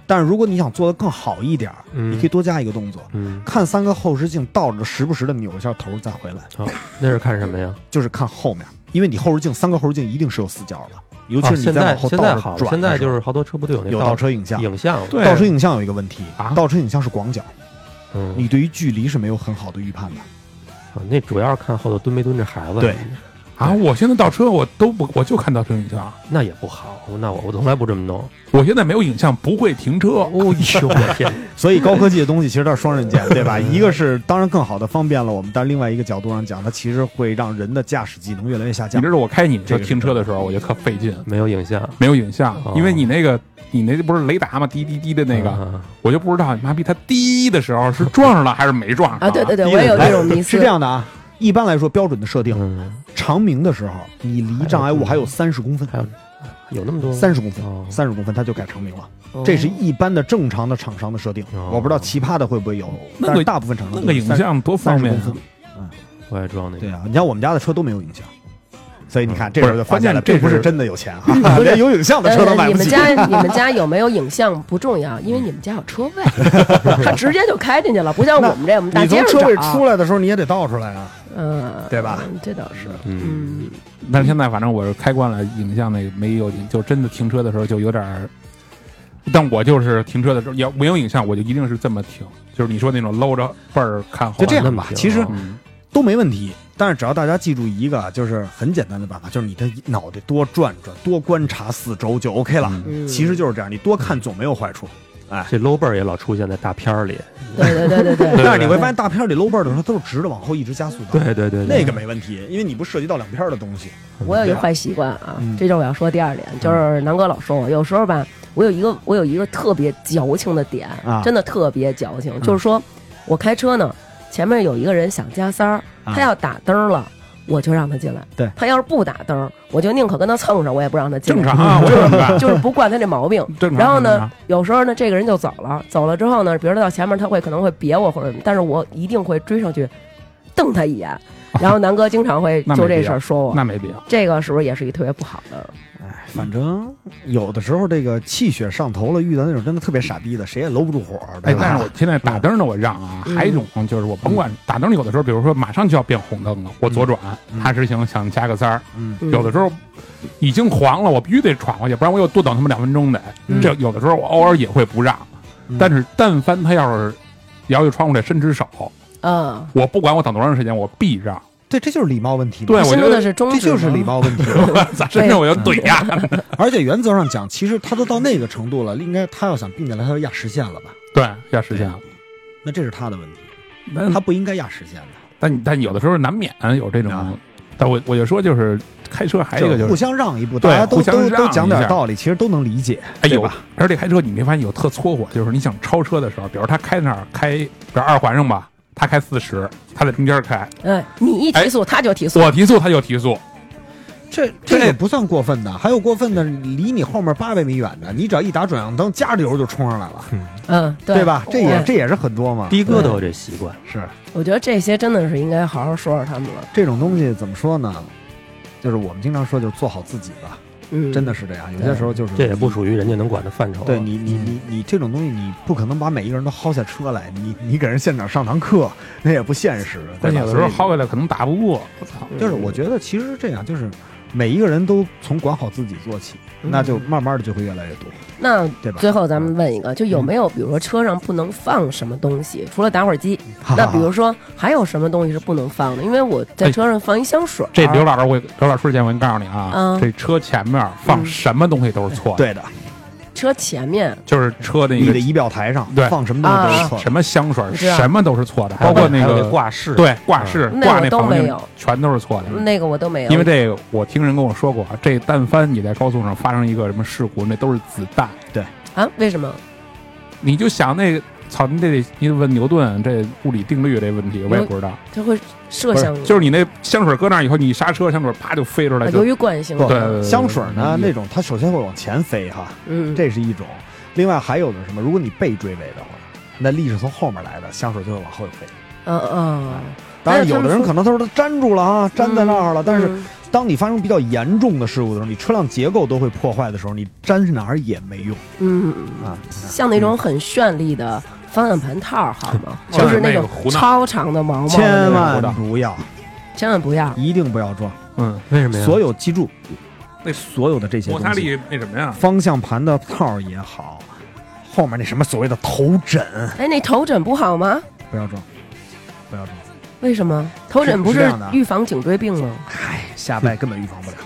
S1: 但是如果你想做的更好一点儿，
S5: 嗯
S1: 你可以多加一个动作，
S5: 嗯，
S1: 看三个后视镜倒着，时不时的扭一下头再回来，
S5: 好，那是看什么呀？
S1: 就是看后面，因为你后视镜三个后视镜一定是有死角的，尤其
S5: 啊
S1: 是你
S5: 现
S1: 再
S5: 在
S1: 往后
S5: 现
S1: 倒
S5: 在
S1: 着
S5: 好
S1: 转的
S5: 了，
S1: 时候，
S5: 现在就是好多车不都有那
S1: 有倒车影像。
S5: 影像吗？
S4: 对
S1: 倒车影像有一个问题
S4: 啊
S1: 倒车影像是广角，
S5: 嗯，
S1: 你对于距离是没有很好的预判的。
S5: 啊那主要是看后头蹲没蹲着孩子。
S1: 对，
S4: 啊，我现在倒车我都不，我就看倒车影像，
S5: 那也不好。那我我从来不这么弄。
S4: 我现在没有影像不会停车。
S5: 哦呦，我天！
S1: 所以高科技的东西其实它是双刃 剑，对吧？一个是当然更好的方便了我们，但另外一个角度上讲，它其实会让人的驾驶技能越来越下
S4: 你
S1: 降
S4: 知。道我开你车
S1: 这个是
S4: 停车的时候，我就特费劲，
S5: 没有影像
S4: 没有影像
S5: 嗯哦，
S4: 因为你那个你那不是雷达吗？滴滴滴的那个，
S5: 啊
S4: 我就不知道你妈逼它滴的时候是撞上了还是没撞上
S2: 啊，对对对，
S1: 第一
S2: 我也有
S1: 个
S2: 这种迷思。
S1: 哎是这样的啊，一般来说标准的设定，
S5: 嗯，哎
S1: 长鸣的时候你离障碍物还有三十公分，
S5: 还有有那么多
S1: 三十公分，
S5: 哦
S1: 三十公分它就改长鸣了。
S2: 哦，
S1: 这是一般的正常的厂商的设定，
S5: 哦
S1: 我不知道奇葩的会不会有，
S4: 那个
S1: 但是大部分厂商
S4: 那
S1: 都
S4: 个
S1: 是
S4: 影像多
S1: 三
S4: 方
S1: 十
S4: 便
S1: 公
S4: 啊！
S1: 分。
S5: 我也装那
S1: 对
S5: 个。
S1: 啊，你像我们家的车都没有影像。所以你看，这时候就发现了，
S4: 关键
S1: 这
S4: 这
S1: 不是
S4: 是
S1: 真的有钱啊， 连有影像的车都
S2: 呃，
S1: 买
S2: 你
S1: 不
S2: 们
S1: 起。
S2: 家你们家有没有影像不重要，因为你们家有车 位，他直接就开进去了，不像我们这，我们大
S9: 你
S2: 街
S9: 从
S2: 上
S9: 车位
S2: 找
S9: 出，来的时候，你也得倒出来啊。
S2: 嗯，
S9: 对吧
S2: 嗯？这倒是，
S5: 嗯，
S2: 嗯，
S4: 但是现在反正我是开惯了影像那个没有影，就真的停车的时候就有点儿。但我就是停车的时候要没有影像，我就一定是这么停，就是你说那种搂着背儿看后
S1: 就
S4: 来
S1: 这
S5: 那
S1: 样
S5: 么
S1: 吧
S5: 行，
S1: 其实
S5: 啊
S4: 嗯
S1: 都没问题。但是只要大家记住一个，就是很简单的办法，就是你的脑袋多转转，多观察四周就 OK 了。
S2: 嗯
S1: 其实就是这样，你多看总没有坏处。
S5: 这 low 辈儿也老出现在大片儿里。
S2: 对对对对对，
S1: 但是你会发现，大片里 low 倍儿的时候，都是直着往后一直加速的。，
S5: 对对对，
S1: 那个没问题，因为你不涉及到两片的东西。
S2: 我有一坏习惯啊，
S4: 嗯
S2: 这就是我要说第二点，就是南哥老说我有时候吧，我有一个我有一个特别矫情的点，
S1: 啊
S2: 真的特别矫
S4: 嗯
S2: 情，就是说我开车呢，前面有一个人想加塞儿，
S1: 啊
S2: 他要打灯儿了。我就让他进来，
S1: 对
S2: 他要是不打灯儿，我就宁可跟他蹭上，我也不让他进来。
S4: 正常啊，我就这么 干。
S2: 就是不惯他这毛病。
S4: 正常
S2: 然后
S4: 正
S2: 呢
S4: 常，
S2: 有时候呢，这个人就走了，走了之后呢，比如他到前面，他会可能会别我或者什么，但是我一定会追上去瞪他一 眼。然后南哥经常会
S4: 那没
S2: 就这
S4: 必
S2: 事
S4: 要
S2: 儿说我，
S4: 啊那没必要。
S2: 这个是不是也是一特别不好的？
S1: 哎，反正有的时候这个气血上头了，遇到那种真的特别傻逼的，谁也搂不住火。
S4: 哎
S1: 对，吧
S4: 但是我现在打灯呢，我让啊。还有一种就是我甭管打灯，有的时候，比如说马上就要变红灯了，我左转，他直行想加个塞儿，
S2: 嗯
S4: 有的时候已经黄了，我必须得闯过去，不然我又多等他们两分钟得。这有的时候我偶尔也会不让，但是但凡他要是摇摇窗户这伸只手，
S2: 嗯，
S4: 我不管我等多长时间，我必让。
S1: 对，这就是礼貌问题嘛。
S4: 对，我
S2: 心
S4: 觉
S2: 中的
S4: 得
S2: 是中
S1: 这
S2: 指，
S1: 就是礼。貌问题。
S4: 咋真是我就怼呀，
S1: 而且原则上讲，其实他都到那个程度了，应该他要想并进来，他要压实线了吧？
S4: 对，要实现了。
S1: 那这是他的问题，
S4: 但
S1: 他不应该压实线的。
S4: 但但有的时候难免有这
S1: 啊
S4: 种，但我我就说就是开车还有一个就是
S1: 互相让一步，
S4: 对
S1: 大家都
S4: 互相
S1: 都
S4: 让
S1: 都讲
S4: 一
S1: 点
S4: 下
S1: 道理，其实都能理解。
S4: 哎
S1: 对
S4: 有
S1: 吧，
S4: 而且开车你没发现有特搓火，就是你想超车的时候，比如他开那儿开，比如二环上吧，他开四十，他在中间开，
S2: 嗯，你一
S1: 哎
S2: 提速他就提速，
S4: 我提速他就提速，
S1: 这这个不算过分的，还有过分的，离你后面八百米远的，你只要一打转向灯，加着油就冲上来了，
S2: 嗯，
S1: 对吧？这也
S2: 对
S1: 这也是很多嘛。
S5: 的哥都有这习惯。
S1: 是
S2: 我觉得这些真的是应该好好说说他们了。
S1: 这种东西怎么说呢？就是我们经常说，就是做好自己吧，
S2: 嗯，
S1: 真的是这样。有些时候就是
S5: 这也不属于人家能管的范畴。
S1: 对，你你你你这种东西，你不可能把每一个人都薅下车来，你你给人现场上堂课，那也不现实。对
S4: 关
S1: 吧
S4: 键有的时
S1: 所
S4: 候
S1: 以
S4: 薅回来可能打不过，我操，
S1: 就是我觉得其实这样，就是每一个人都从管好自己做起，
S2: 嗯
S1: 那就慢慢的就会越来越多，
S2: 那
S1: 对吧？嗯
S2: 最后咱们问一个，就有没有比如说车上不能放什么东西，除了打火机？
S1: 嗯
S2: 那比如说还有什么东西是不能放的？因为我
S1: 哎
S2: 在车上放一香水儿，
S4: 这刘老师我刘老师之前我告诉你啊
S2: 嗯，
S4: 这车前面放什么东西都是错 的，
S1: 对的，
S2: 车前面，
S4: 就是车那
S1: 你的
S4: 个
S1: 仪表台上
S4: 对
S1: 放什么东西都
S2: 啊
S1: 是错的。
S4: 什么香水
S2: 你知道
S4: 什么都是错的，
S5: 还有
S4: 包括那
S5: 还有那
S4: 个
S5: 挂饰，
S4: 对挂饰
S2: 嗯
S4: 挂
S2: 那我
S4: 那
S2: 都
S4: 防
S2: 没
S4: 镜
S2: 有
S4: 全都是错
S1: 嗯
S4: 的，
S2: 那个我都没有，
S4: 因为这个，我听人跟我说过，这但凡你在高速上发生一个什么事故，那都是子弹。
S2: 啊，为什么？
S4: 你就想那个，操，你得你得问牛顿这物理定律这问题，我也不知道。
S2: 它会射
S4: 不是
S2: 向，
S4: 就是你那香水搁那儿以后，你刹车，香水啪就飞出
S2: 啊
S4: 来，
S2: 由
S4: 就
S2: 于惯性，
S1: 不
S4: 对对对
S1: 香水呢，
S4: 嗯
S1: 那种它首先会往前飞哈，
S2: 嗯，
S1: 这是一种。另外还有的什么，如果你被追尾的话，那力是从后面来的，香水就会往后飞。
S2: 嗯嗯，
S1: 当然，
S2: 哎他
S1: 有
S2: 们
S1: 的人
S2: 说
S1: 可能他说他粘住了啊，粘在那儿了，但是
S2: 嗯
S1: 当你发生比较严重的事故的时候，你车辆结构都会破坏的时候，你粘是哪儿也没用
S2: 嗯，
S1: 啊。
S2: 像那种很绚丽的方向盘套好吗？
S4: 嗯
S2: 就是那
S4: 那个
S2: 种
S4: 胡闹
S2: 超长的毛毛的那
S1: 千
S2: 种，
S1: 万不要，
S2: 千万不要。
S1: 一定不要撞。
S5: 嗯，为什么呀？
S1: 所有记住，
S4: 那
S1: 所有的这些
S4: 摩擦
S1: 东西，
S4: 力那什么呀？
S1: 方向盘的套儿也好，后面那什么所谓的头枕，
S2: 哎，那头枕不好吗？
S1: 不要撞，不要撞。
S2: 为什么？头枕不
S1: 是这
S2: 是
S1: 样的啊
S2: 预防颈椎病吗？
S1: 唉， 下拜根本预防不了。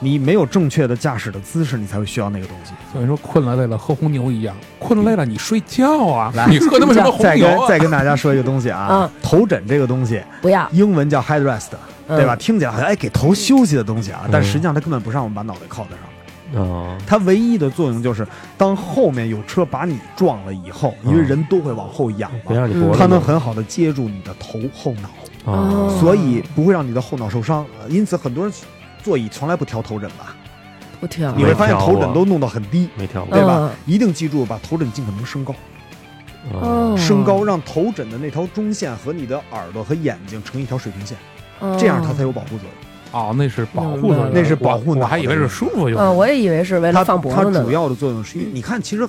S1: 你没有正确的驾驶的姿势，你才会需要那个东西。
S4: 所以说困了累了喝红牛一样，困了累了你睡觉啊
S1: 来，
S4: 你喝那么什么红
S1: 再
S4: 牛
S1: 跟
S4: 啊？
S1: 再跟大家说一个东西 啊，
S2: 嗯
S1: 头枕这个东西，
S2: 不要，
S1: 英文叫 headrest，
S2: 嗯
S1: 对吧？？听起来好像哎给头休息的东西啊，
S4: 嗯
S1: 但实际上它根本不让我们把脑袋靠在上面。
S5: 哦，
S1: 它唯一的作用就是，当后面有车把你撞了以后，
S5: 嗯
S1: 因为人都会往后仰
S5: 别
S4: 嗯
S1: 嘛，
S5: 让你脖子
S1: 它嗯能很好的接住你的头后脑，
S5: 哦
S2: 嗯
S1: 所以不会让你的后脑受伤。呃因此，很多人座椅从来不调头枕吧？
S2: 不跳
S1: 你。会发现
S5: 调
S1: 头枕
S5: 啊
S1: 都弄到很低，
S5: 没跳过
S1: 对吧
S2: 嗯？
S1: 一定记住把头枕尽可能升高。
S2: 哦，
S1: 升高，让头枕的那条中线和你的耳朵和眼睛成一条水平线，
S2: 哦，
S1: 这样它才有保护作用。
S4: 哦，那是保护作用，
S1: 那是保护
S4: 我
S1: 脑
S4: 我
S1: 的
S4: 还以为是舒服用的。
S2: 啊，我也以为是为
S1: 它
S2: 了放脖
S1: 它
S2: 子呢
S1: 主。要的作用是因为你看，其实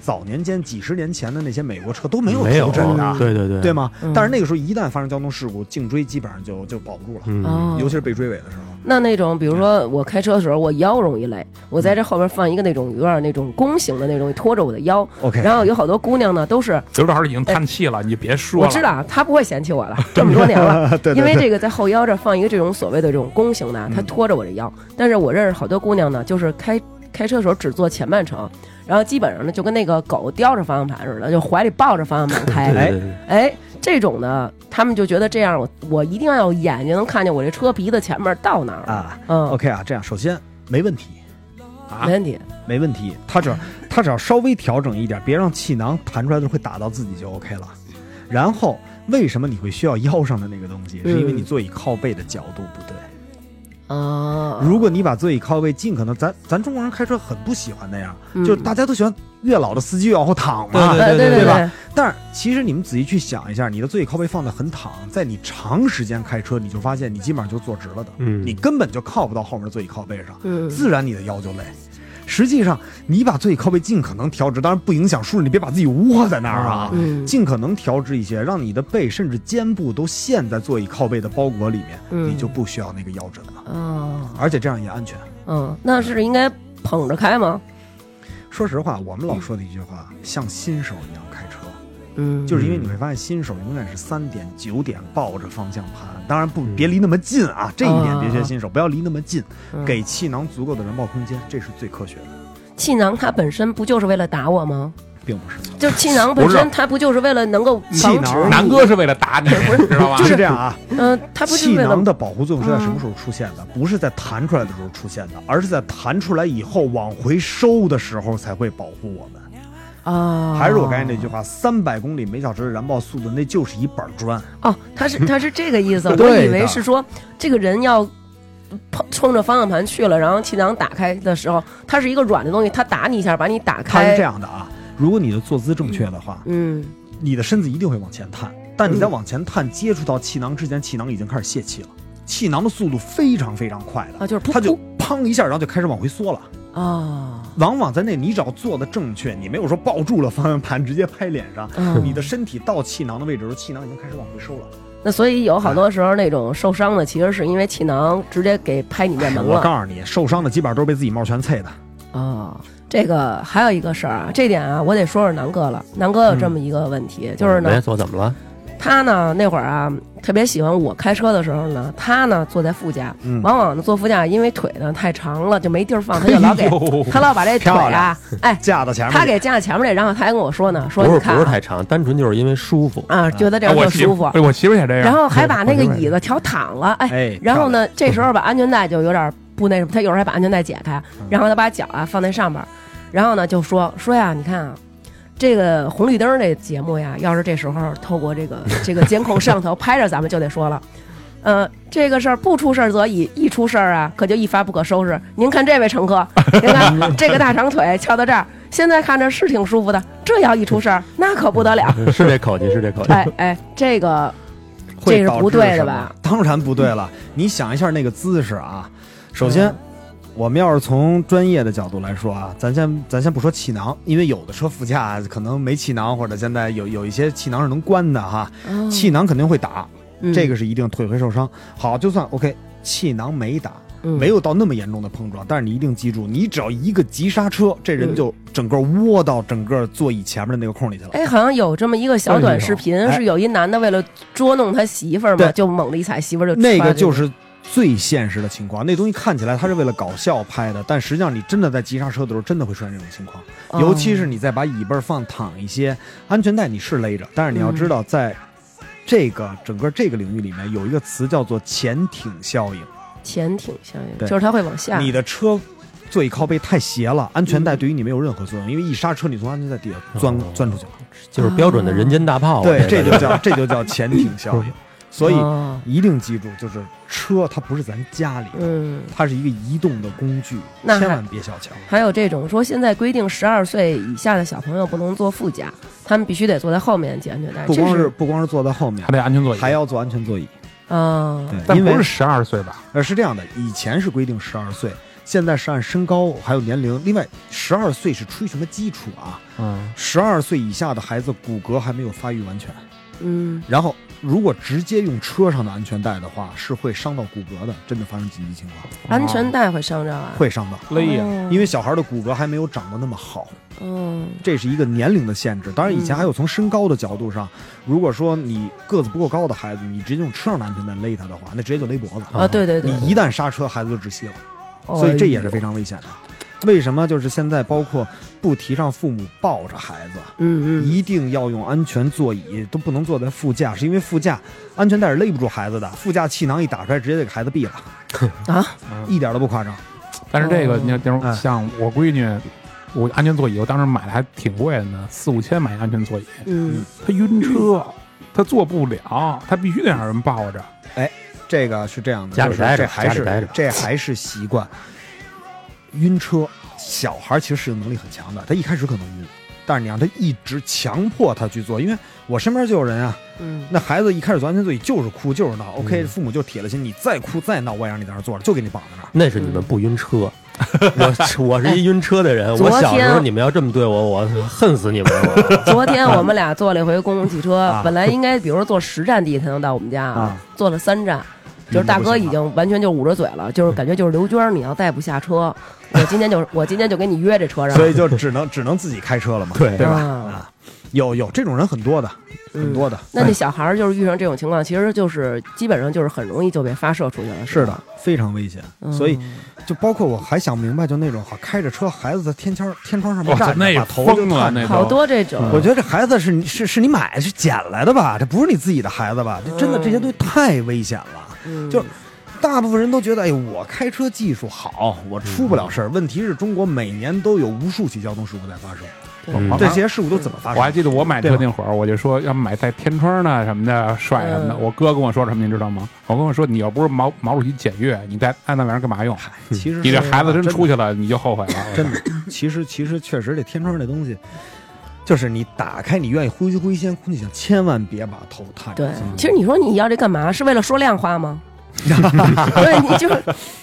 S1: 早年间几十年前的那些美国车都没有
S5: 没有
S1: 头枕的，
S5: 对对对，
S1: 对？吗
S2: 嗯？
S1: 但是那个时候一旦发生交通事故，颈椎基本上就就保不住了，
S5: 嗯，
S2: 哦
S1: 尤其是被追尾的时候。
S2: 那那种，比如说我开车的时候，我腰容易累，我在这后边放一个那种有点那种弓形的那种，拖着我的腰。
S1: OK，
S2: 然后有好多姑娘呢，都是
S4: 刘老师已经叹气了，你就别说
S2: 我
S4: 了。
S2: 知道她不会嫌弃我了，这么多年 了，
S1: 对嗯
S2: 因
S1: 对
S2: 为
S1: 对，
S2: 这个在后腰这儿放一个这种所谓的这种弓形的啊，它拖着我的腰。但是我认识好多姑娘呢，就是开开车的时候只坐前半程，然后基本上呢就跟那个狗叼着方向盘似的，就怀里抱着方向盘开。
S5: 对对对，
S2: 哎，这种呢，他们就觉得这样我我一定要有眼睛能看见我这车鼻子前面到哪儿了。
S1: 啊
S2: 嗯，
S1: ，OK 啊，这样首先没问题，
S4: 啊
S2: 没问题。
S1: 没问题，它只要它只要稍微调整一点，别让气囊弹出来的会打到自己就 OK 了。然后为什么你会需要腰上的那个东西？
S2: 嗯
S1: 是因为你座椅靠背的角度不对。
S2: 啊，
S5: 嗯
S1: 如果你把座椅靠背尽可能，咱咱中国人开车很不喜欢那样，
S2: 嗯
S1: 就是大家都喜欢越老的司机越往后躺嘛。
S5: 对
S2: 哎对
S5: 对
S2: 对
S1: 吧？但是其实你们仔细去想一下，你的座椅靠背放得很躺，在你长时间开车，你就发现你基本上就坐直了的，
S5: 嗯，
S1: 你根本就靠不到后面座椅靠背上。
S2: 嗯，
S1: 自然你的腰就累。实际上，你把座椅靠背尽可能调直，当然不影响舒适，你别把自己窝在那儿啊，
S2: 嗯
S1: 尽可能调直一些，让你的背甚至肩部都陷在座椅靠背的包裹里面，
S2: 嗯
S1: 你就不需要那个腰枕了，
S2: 啊，
S1: 而且这样也安全。
S2: 嗯，那是应该捧着开吗？
S1: 说实话，我们老说的一句话，像新手一样开车，
S2: 嗯，
S1: 就是因为你会发现新手永远是三点九点抱着方向盘，当然不别离那么近啊，这一点别学新手，不要离那么近，
S2: 嗯
S1: 给气囊足够的燃爆空间，这是最科学的，
S2: 气囊它本身不就是为了打我吗？
S1: 并不是。
S2: 就气囊本
S4: 不
S2: 身
S4: 是
S2: 它不就是为了能够防
S1: 气
S2: 止
S1: 囊
S2: 你
S4: 南哥是为了打你，知道吧？
S1: 是这样啊，
S2: 嗯，它不是
S1: 气
S2: 为了嗯
S1: 囊的保护作用是在什么时候出现的？不是在弹出来的时候出现的，而是在弹出来以后往回收的时候才会保护我们。
S2: 啊，
S1: 还是我刚才那句话，三百公里每小时的燃爆速度，那就是一板砖。
S2: 哦，他是他是这个意思，我
S1: 对的
S2: 以为是说这个人要碰冲着方向盘去了，然后气囊打开的时候，它是一个软的东西，它打你一下把你打
S1: 它是
S2: 开
S1: 这，样的啊，如果你的坐姿正确的话，
S2: 嗯
S1: 你的身子一定会往前探，但你在往前探接触到气囊之前，气囊已经开始泄气了。气囊的速度非常非常快的，
S2: 啊就是噗
S1: 它就
S2: 噗
S1: 砰一下，然后就开始往回缩了。
S2: 啊，
S1: 往往在那，你只要做的正确，你没有说抱住了方向盘直接拍脸上，
S2: 嗯
S1: 你的身体到气囊的位置的时候，气囊已经开始往回收了。
S2: 那所以有好多时候那种受伤的，其实是因为气囊直接给拍你面 门
S1: 我
S2: 了
S1: 告诉你，受伤的基本上都是被自己帽全啐的。
S2: 啊。这个还有一个事儿啊，这点啊，我得说说南哥了。南哥有这么一个问题，就是呢
S5: 没，错，哎怎么了？
S2: 他呢那会儿啊，特别喜欢我开车的时候呢，他呢坐在副驾，往往呢坐副驾，因为腿呢太长了，就没地儿放，他就 老给、他老把这腿
S1: 哎漂
S2: 啊
S1: 亮，
S2: 哎，
S1: 架到前面去，
S2: 他给架前面来，然后他还跟我说呢，说
S5: 不
S2: 你
S5: 是
S2: 看
S5: 不是
S2: 啊
S5: 太长，单纯就是因为舒服。
S2: 啊，觉得这
S4: 哎
S2: 样
S4: 我
S2: 特
S4: 媳
S2: 舒服，
S4: 哎我媳妇儿也这样。
S2: 然后还把那个椅子调躺了，哎，
S1: 哎，
S2: 然后呢，这时候把安全带就有点不那什么，他有时候还把安全带解开，
S1: 嗯
S2: 然后他把脚啊放在上边儿，然后呢就说说呀，你看啊，这个红绿灯这节目呀，要是这时候透过这个这个监控摄像头拍着咱们，就得说了。呃，这个事儿不出事儿则已，一出事儿啊，可就一发不可收拾。您看这位乘客，您 看这个大长腿翘到这儿，现在看着是挺舒服的，这要一出事儿，那可不 得了。
S5: 是这口气，是这口气。
S2: 哎哎，这个
S1: 会
S2: 这是
S1: 导致
S2: 不对的
S1: 什么
S2: 吧？
S1: 当然不对了，你想一下那个姿势啊，首先，我们要是从专业的角度来说啊，咱先咱先不说气囊，因为有的车副驾可能没气囊，或者现在有有一些气囊是能关的哈，
S2: 哦
S1: 气囊肯定会打，
S2: 嗯
S1: 这个是一定腿会受伤。好，就算 OK，气囊没打，
S2: 嗯
S1: 没有到那么严重的碰撞，但是你一定记住，你只要一个急刹车，这人就整个窝到整个座椅前面的那个空里去了。
S2: 哎，好像有这么一个小短视频，
S1: 哎
S2: 是有一男的为了捉弄他媳妇儿嘛，
S1: 对
S2: 就猛力踩媳妇儿就
S1: 那
S2: 抓
S1: 个
S2: 这
S1: 就是最现实的情况。那东西看起来它是为了搞笑拍的，但实际上你真的在急刹车的时候，真的会出现这种情况。
S2: 哦
S1: 尤其是你再把椅背儿放躺一些，安全带你是勒着，但是你要知
S2: 嗯
S1: 道，在这个整个这个领域里面有一个词叫做潜艇效应，
S2: 嗯潜艇效应，
S1: 对
S2: 就是他会往下。
S1: 你的车。座椅靠背太斜了，安全
S2: 嗯
S1: 带对于你没有任何作用，因为一刹车你从安全带底下钻、
S5: 哦
S1: 钻出去了。
S5: 就是标准的人间大
S4: 哦
S5: 炮啊。
S1: 对，
S5: 这
S1: 这
S5: 个
S1: 就叫这就叫潜艇效 应。所以
S2: 哦
S1: 一定记住，就是车它不是咱家里的，
S2: 嗯，
S1: 它是一个移动的工具，
S2: 那还
S1: 千万别小瞧。
S2: 还有这种说现在规定十二岁以下的小朋友不能坐副驾，他们必须得坐在后面系安全带。
S1: 不光
S2: 这
S1: 是
S2: 是
S1: 不光是坐在后面
S4: 还，得安全座椅，
S1: 还要坐安全座椅。
S2: 啊，
S1: 对，
S4: 但
S1: 因
S4: 不
S1: 为
S4: 是十二岁吧？
S1: 呃是这样的，以前是规定十二岁，现在是按身高还有年龄。另外，十二岁是出于什么基础啊？
S5: 嗯，
S1: 十二岁以下的孩子骨骼还没有发育完全，
S2: 嗯，
S1: 然后如果直接用车上的安全带的话，是会伤到骨骼的，真的发生紧急情况
S2: 安全带会伤着啊，
S1: 哦会伤到。
S4: 勒呀，
S2: 哦
S1: 因为小孩的骨骼还没有长得那么好，
S2: 嗯
S1: 这是一个年龄的限制。当然，以前
S2: 嗯
S1: 还有从身高的角度上，如果说你个子不够高的孩子，你直接用车上的安全带勒他的话，那直接就勒脖子。
S2: 啊，对对对，
S1: 你一旦刹车，孩子就窒息了，
S2: 哦
S1: 所以这也是非常危险的。为什么就是现在包括不提倡父母抱着孩子，
S2: 嗯嗯
S1: 一定要用安全座椅，都不能坐在副驾，是因为副驾安全带是勒不住孩子的，副驾气囊一打出来，直接就给孩子毙了，
S2: 啊，
S1: 一点都不夸张。
S4: 但是这个
S2: 哦
S4: 你要那
S1: 哎
S4: 种像我闺女，我安全座椅我当时买的还挺贵的呢，四五千买一安全座椅，
S2: 嗯
S4: 她晕车，她坐不了，她必须得让人抱着。
S1: 这个是这样的，
S5: 家里
S1: 就是
S5: 待着
S1: 这还
S5: 家里
S1: 是
S5: 待着
S1: 这还是习惯。晕车，小孩其实适应能力很强的，他一开始可能晕，但是你让他一直强迫他去做，因为我身边就有人啊，
S2: 嗯，
S1: 那孩子一开始坐安全座椅就是哭就是
S5: 嗯
S1: 闹，OK，、父母就铁了心，你再哭再闹，我也让你在那儿坐着，就给你绑在那儿。
S5: 那是你们不晕车。我我是一晕车的人，
S2: 嗯 昨
S5: 我
S2: 天
S5: 小时候你们要这么对我，我恨死你 们了。
S2: 昨天我们俩坐了一回公共汽车，
S1: 啊
S2: 本来应该比如说坐十站地才能到我们家，
S1: 啊
S2: 坐了三站，就是大哥已经完全就捂着嘴
S1: 啊
S2: 了，就是感觉就是刘娟儿，你要再不 下车，我今天就我今天就给你约这车上，
S1: 所以就只能只能自己开车了嘛，对对吧？
S2: 啊
S1: 啊，有有这种人很多的，很多的。
S2: 嗯那那小孩儿就是遇上这种情况，其实就是基本上就是很容易就被发射出去了。
S1: 是的
S2: 吧，，
S1: 非常危险。
S2: 嗯
S1: 所以就包括我还想明白，就那种好开着车，孩子在天窗天窗上面
S4: 哇
S1: 站
S4: 那
S1: 着，
S4: 也
S1: 把头就
S4: 疯了
S1: 探
S4: 那
S2: 好多这种，
S1: 我觉得这孩子是你是是你买是捡来的吧？这不是你自己的孩子吧？这真的这些东西太危险了。
S2: 嗯
S1: 就大部分人都觉得，哎，我开车技术好，我出不了事儿。
S2: 嗯
S1: 问题是中国每年都有无数起交通事故在发生，
S5: 嗯
S4: 我
S1: 这些事故都怎么发
S4: 我还
S1: 生？
S4: 记得我买
S1: 对
S4: 车
S1: 吧
S4: 那会儿，我就说要买带天窗的什么的，帅什么的。
S2: 嗯
S4: 我哥跟我说什么，你知道吗？我跟我说，你要不是毛毛主席检阅，你带按那玩意儿干嘛用？
S1: 其实
S4: 你这
S1: 是啊
S4: 孩子真
S1: 真的
S4: 出去了，你就后悔了。我
S1: 真的，其实其实确实这天窗这东西，就是你打开你愿意呼吸呼吸新鲜空气想千万别把头探出
S2: 对
S1: 去。，
S2: 其实你说你要这干嘛？是为了说亮话 吗？对，你就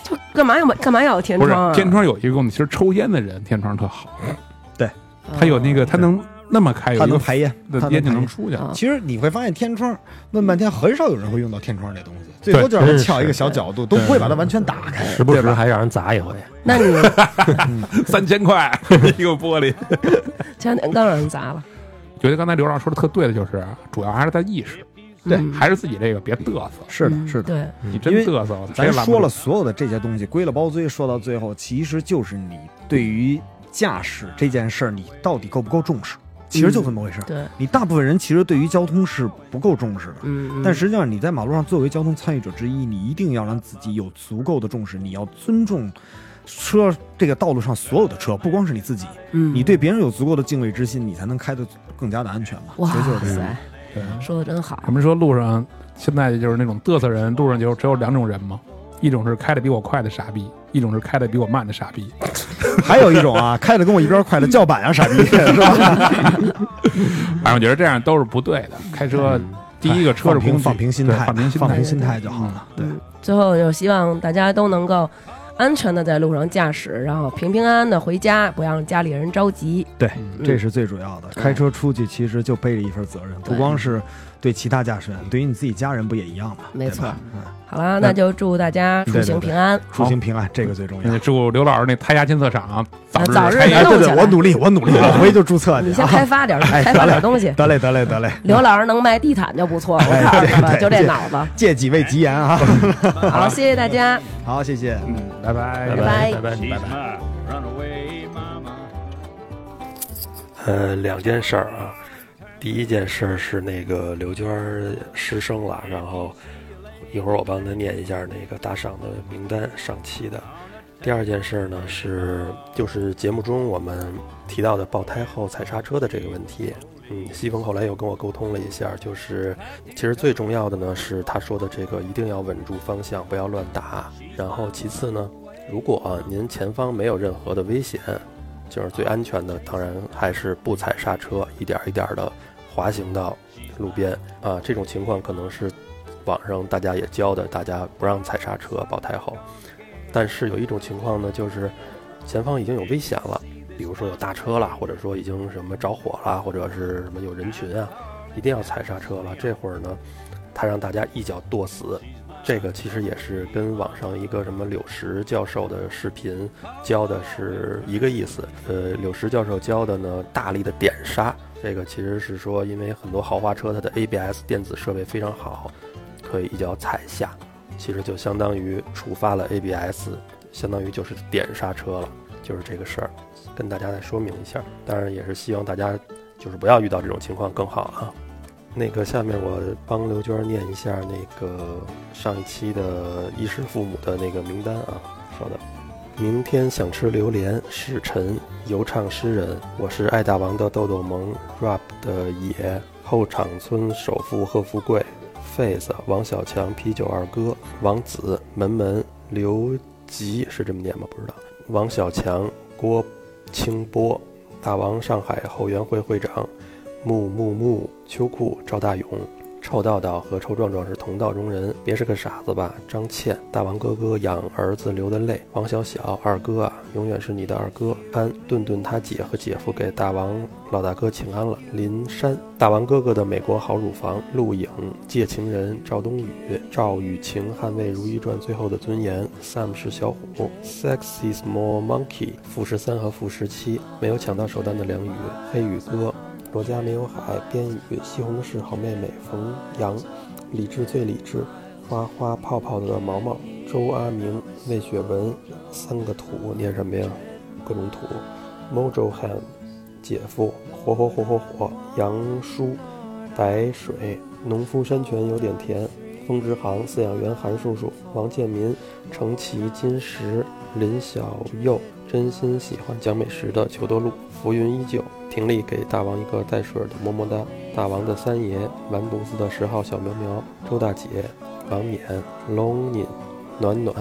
S2: 就干嘛要干嘛要有天
S4: 不是
S2: 窗啊？
S4: 天窗有一个功能，其实抽烟的人天窗特好，
S2: 嗯，
S4: 他有那个他能那么开，有
S1: 它哦
S4: 一
S1: 能
S4: 个
S1: 排烟，它
S4: 烟就
S1: 排
S4: 能
S1: 烟。
S4: 出去。
S2: 啊
S1: 其实你会发现天窗，问半天很少有人会用到天窗这东西，最多
S4: 对
S1: 就是让它
S5: 真
S1: 翘一个
S5: 是
S1: 小角度，都不会把它完全打开。
S5: 时不时还让人砸一回，
S2: 那你
S4: 三千块一个玻璃。
S2: 前两天刚让人砸了，
S4: 觉得刚才刘老师说的特对的，就是主要还是在意识，
S1: 对
S2: 嗯
S4: 还是自己这个别嘚瑟，
S1: 是
S2: 嗯，对，
S4: 你
S1: 因
S4: 真
S1: 为
S4: 嘚瑟，我操谁
S1: 咱
S4: 也拦不
S1: 说
S4: 住
S1: 了所有的这些东西，归了包堆，说到最后，其实就是你对于驾驶这件事儿，你到底够不够重视？其
S2: 嗯
S1: 实就这么回事儿。
S2: 对，
S1: 你大部分人其实对于交通是不够重视的，
S2: 嗯，
S1: 但实际上，你在马路上作为交通参与者之一，你一定要让自己有足够的重视，你要尊重车这个道路上所有的车，不光是你自己，
S2: 嗯
S1: 你对别人有足够的敬畏之心，你才能开得更加的安全嘛。
S2: 哇
S1: 其实就是这样
S2: 塞，
S1: 嗯
S2: 说的真好
S4: 他，们说路上现在就是那种嘚瑟人，路上就只有两种人嘛，一种是开的比我快的傻逼，一种是开的比我慢的傻逼。
S1: 还有一种啊，开的跟我一边快的叫板呀、啊傻逼是 吧？
S4: 反正我觉得这样都是不对的。开车第一个车
S1: 放
S4: 是工
S1: 平
S4: 具
S1: 放平心态，嗯
S4: 对放平心态，
S1: 放平心态就好了。对，
S2: 最后就希望大家都能够安全的在路上驾驶，然后平平安安的回家，不要让家里人着急。
S1: 对，
S2: 嗯
S1: 这是最主要的。开车出去其实就背着一份责任，不
S2: 对
S1: 光是对其他驾驶员，对于你自己家人不也一样吗？
S2: 没
S1: 对吧
S2: 错，好啦，
S1: 嗯
S2: 那就祝大家出行 平安。
S1: 出行平安这个最重要
S4: 那。嗯祝刘老师那胎压监测厂早日
S2: 早日
S4: 开
S2: 能
S4: 业
S2: 哎弄起来嗯
S1: 努力，哎我努力，我回去就注册
S2: 你
S1: 去
S2: 先
S1: 啊。
S2: 开发点儿，开发点儿东西。
S1: 得嘞，得嘞，得嘞，
S2: 刘老师能卖地毯就不错，我告诉你吧，
S1: 哎对对
S2: 就这脑子。
S1: 借几位吉言啊！
S2: 嗯好，谢谢大家，
S1: 好，谢谢，嗯，拜拜
S5: 拜
S2: 拜
S5: 拜拜拜
S7: my runaway mama.
S5: 呃，两件事儿啊。第一件事儿是那个刘娟儿失声了，然后一会儿我帮她念一下那个打赏的名单，上期的。第二件事儿呢是，就是节目中我们提到的爆胎后踩刹车的这个问题。嗯，西风后来又跟我沟通了一下，就是其实最重要的呢是他说的这个一定要稳住方向，不要乱打。然后其次呢，如果、啊您前方没有任何的危险，就是最安全的，当然还是不踩刹车，一点儿一点的滑行到路边啊。这种情况可能是网上大家也教的，大家不让踩刹车爆胎后。但是有一种情况呢，就是前方已经有危险了，比如说有大车啦，或者说已经什么着火啦，或者是什么有人群啊，一定要踩刹车了。这会儿呢，他让大家一脚跺死。这个其实也是跟网上一个什么柳石教授的视频教的是一个意思。呃，柳石教授教的呢，大力的点刹，这个其实是说，因为很多豪华车它的 ABS 电子设备非常好，可以一脚踩下，其实就相当于触发了 ABS，相当于就是点刹车了，就是这个事儿，跟大家再说明一下。当然也是希望大家就是不要遇到这种情况更好啊。那个，下面我帮刘娟念一下那个上一期的衣食父母的那个名单啊，稍等。明天想吃榴莲，是晨，游唱诗人，我是爱大王的豆豆萌，rap 的野，后场村首富贺富贵，face 王小强，啤酒二哥，王子门门，刘吉是这么念吗？不知道。王小强，郭清波，大王上海后援会会长，木木木，秋裤，赵大勇。臭道道和臭壮壮是同道中人，别是个傻子吧？张倩，大王哥哥养儿子流的泪，王小小二哥啊，永远是你的二哥。安顿顿他姐和姐夫给大王老大哥请安了。林珊，大王哥哥的美国好乳房，陆影借情人，赵冬雨，赵雨晴捍卫《如懿传》最后的尊严。Sam 是小虎，Sexy Small Monkey，富十三和富十七没有抢到首单的梁宇，黑羽哥，罗家没有海，边雨，西红柿好妹妹，冯阳，理智最理智，花花泡泡的毛毛，周阿明，魏雪文，三个土念什么呀？各种土，Mojo Ham，姐夫，火火火火火，杨叔，白水，农夫山泉有点甜，风之航，饲养员韩叔叔，王建民，程琦，金石，林小佑，真心喜欢讲美食的裘多路，浮云依旧，婷丽给大王一个带水的么么哒，大王的三爷，完犊子的十号小苗苗，周大姐，王冕，Lonin，暖暖，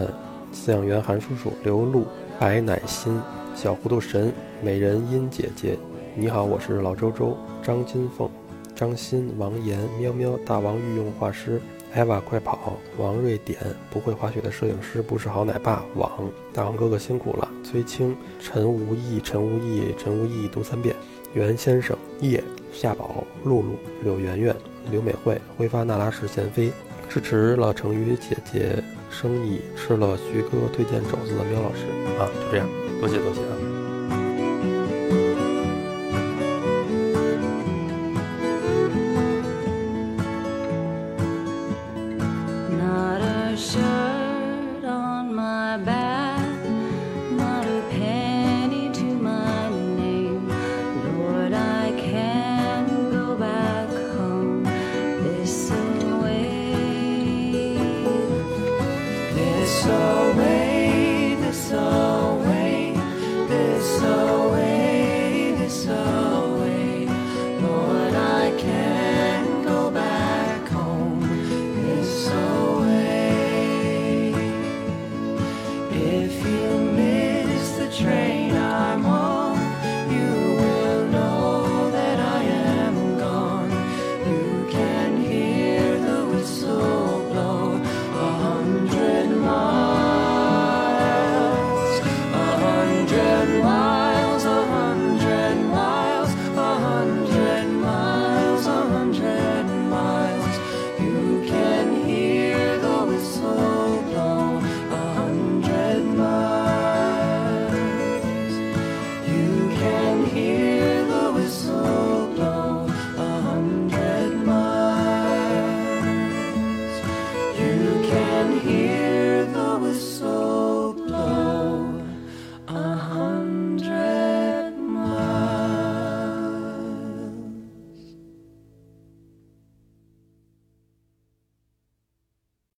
S5: 饲养员韩叔叔，刘露，白乃心，小糊涂神，美人音姐姐，你好，我是老周周，张金凤，张欣、王岩、喵喵、大王御用画师、艾娃快跑、王瑞典、不会滑雪的摄影师不是好奶爸、网大王哥哥辛苦了、崔青、陈无意、陈无意、陈无意读三遍、袁先生、叶、夏宝、露露、柳媛媛、刘美惠、挥发那拉氏贤妃，支持了成语姐姐生意，吃了徐哥推荐肘子的喵老师啊，就这样，多谢多谢啊。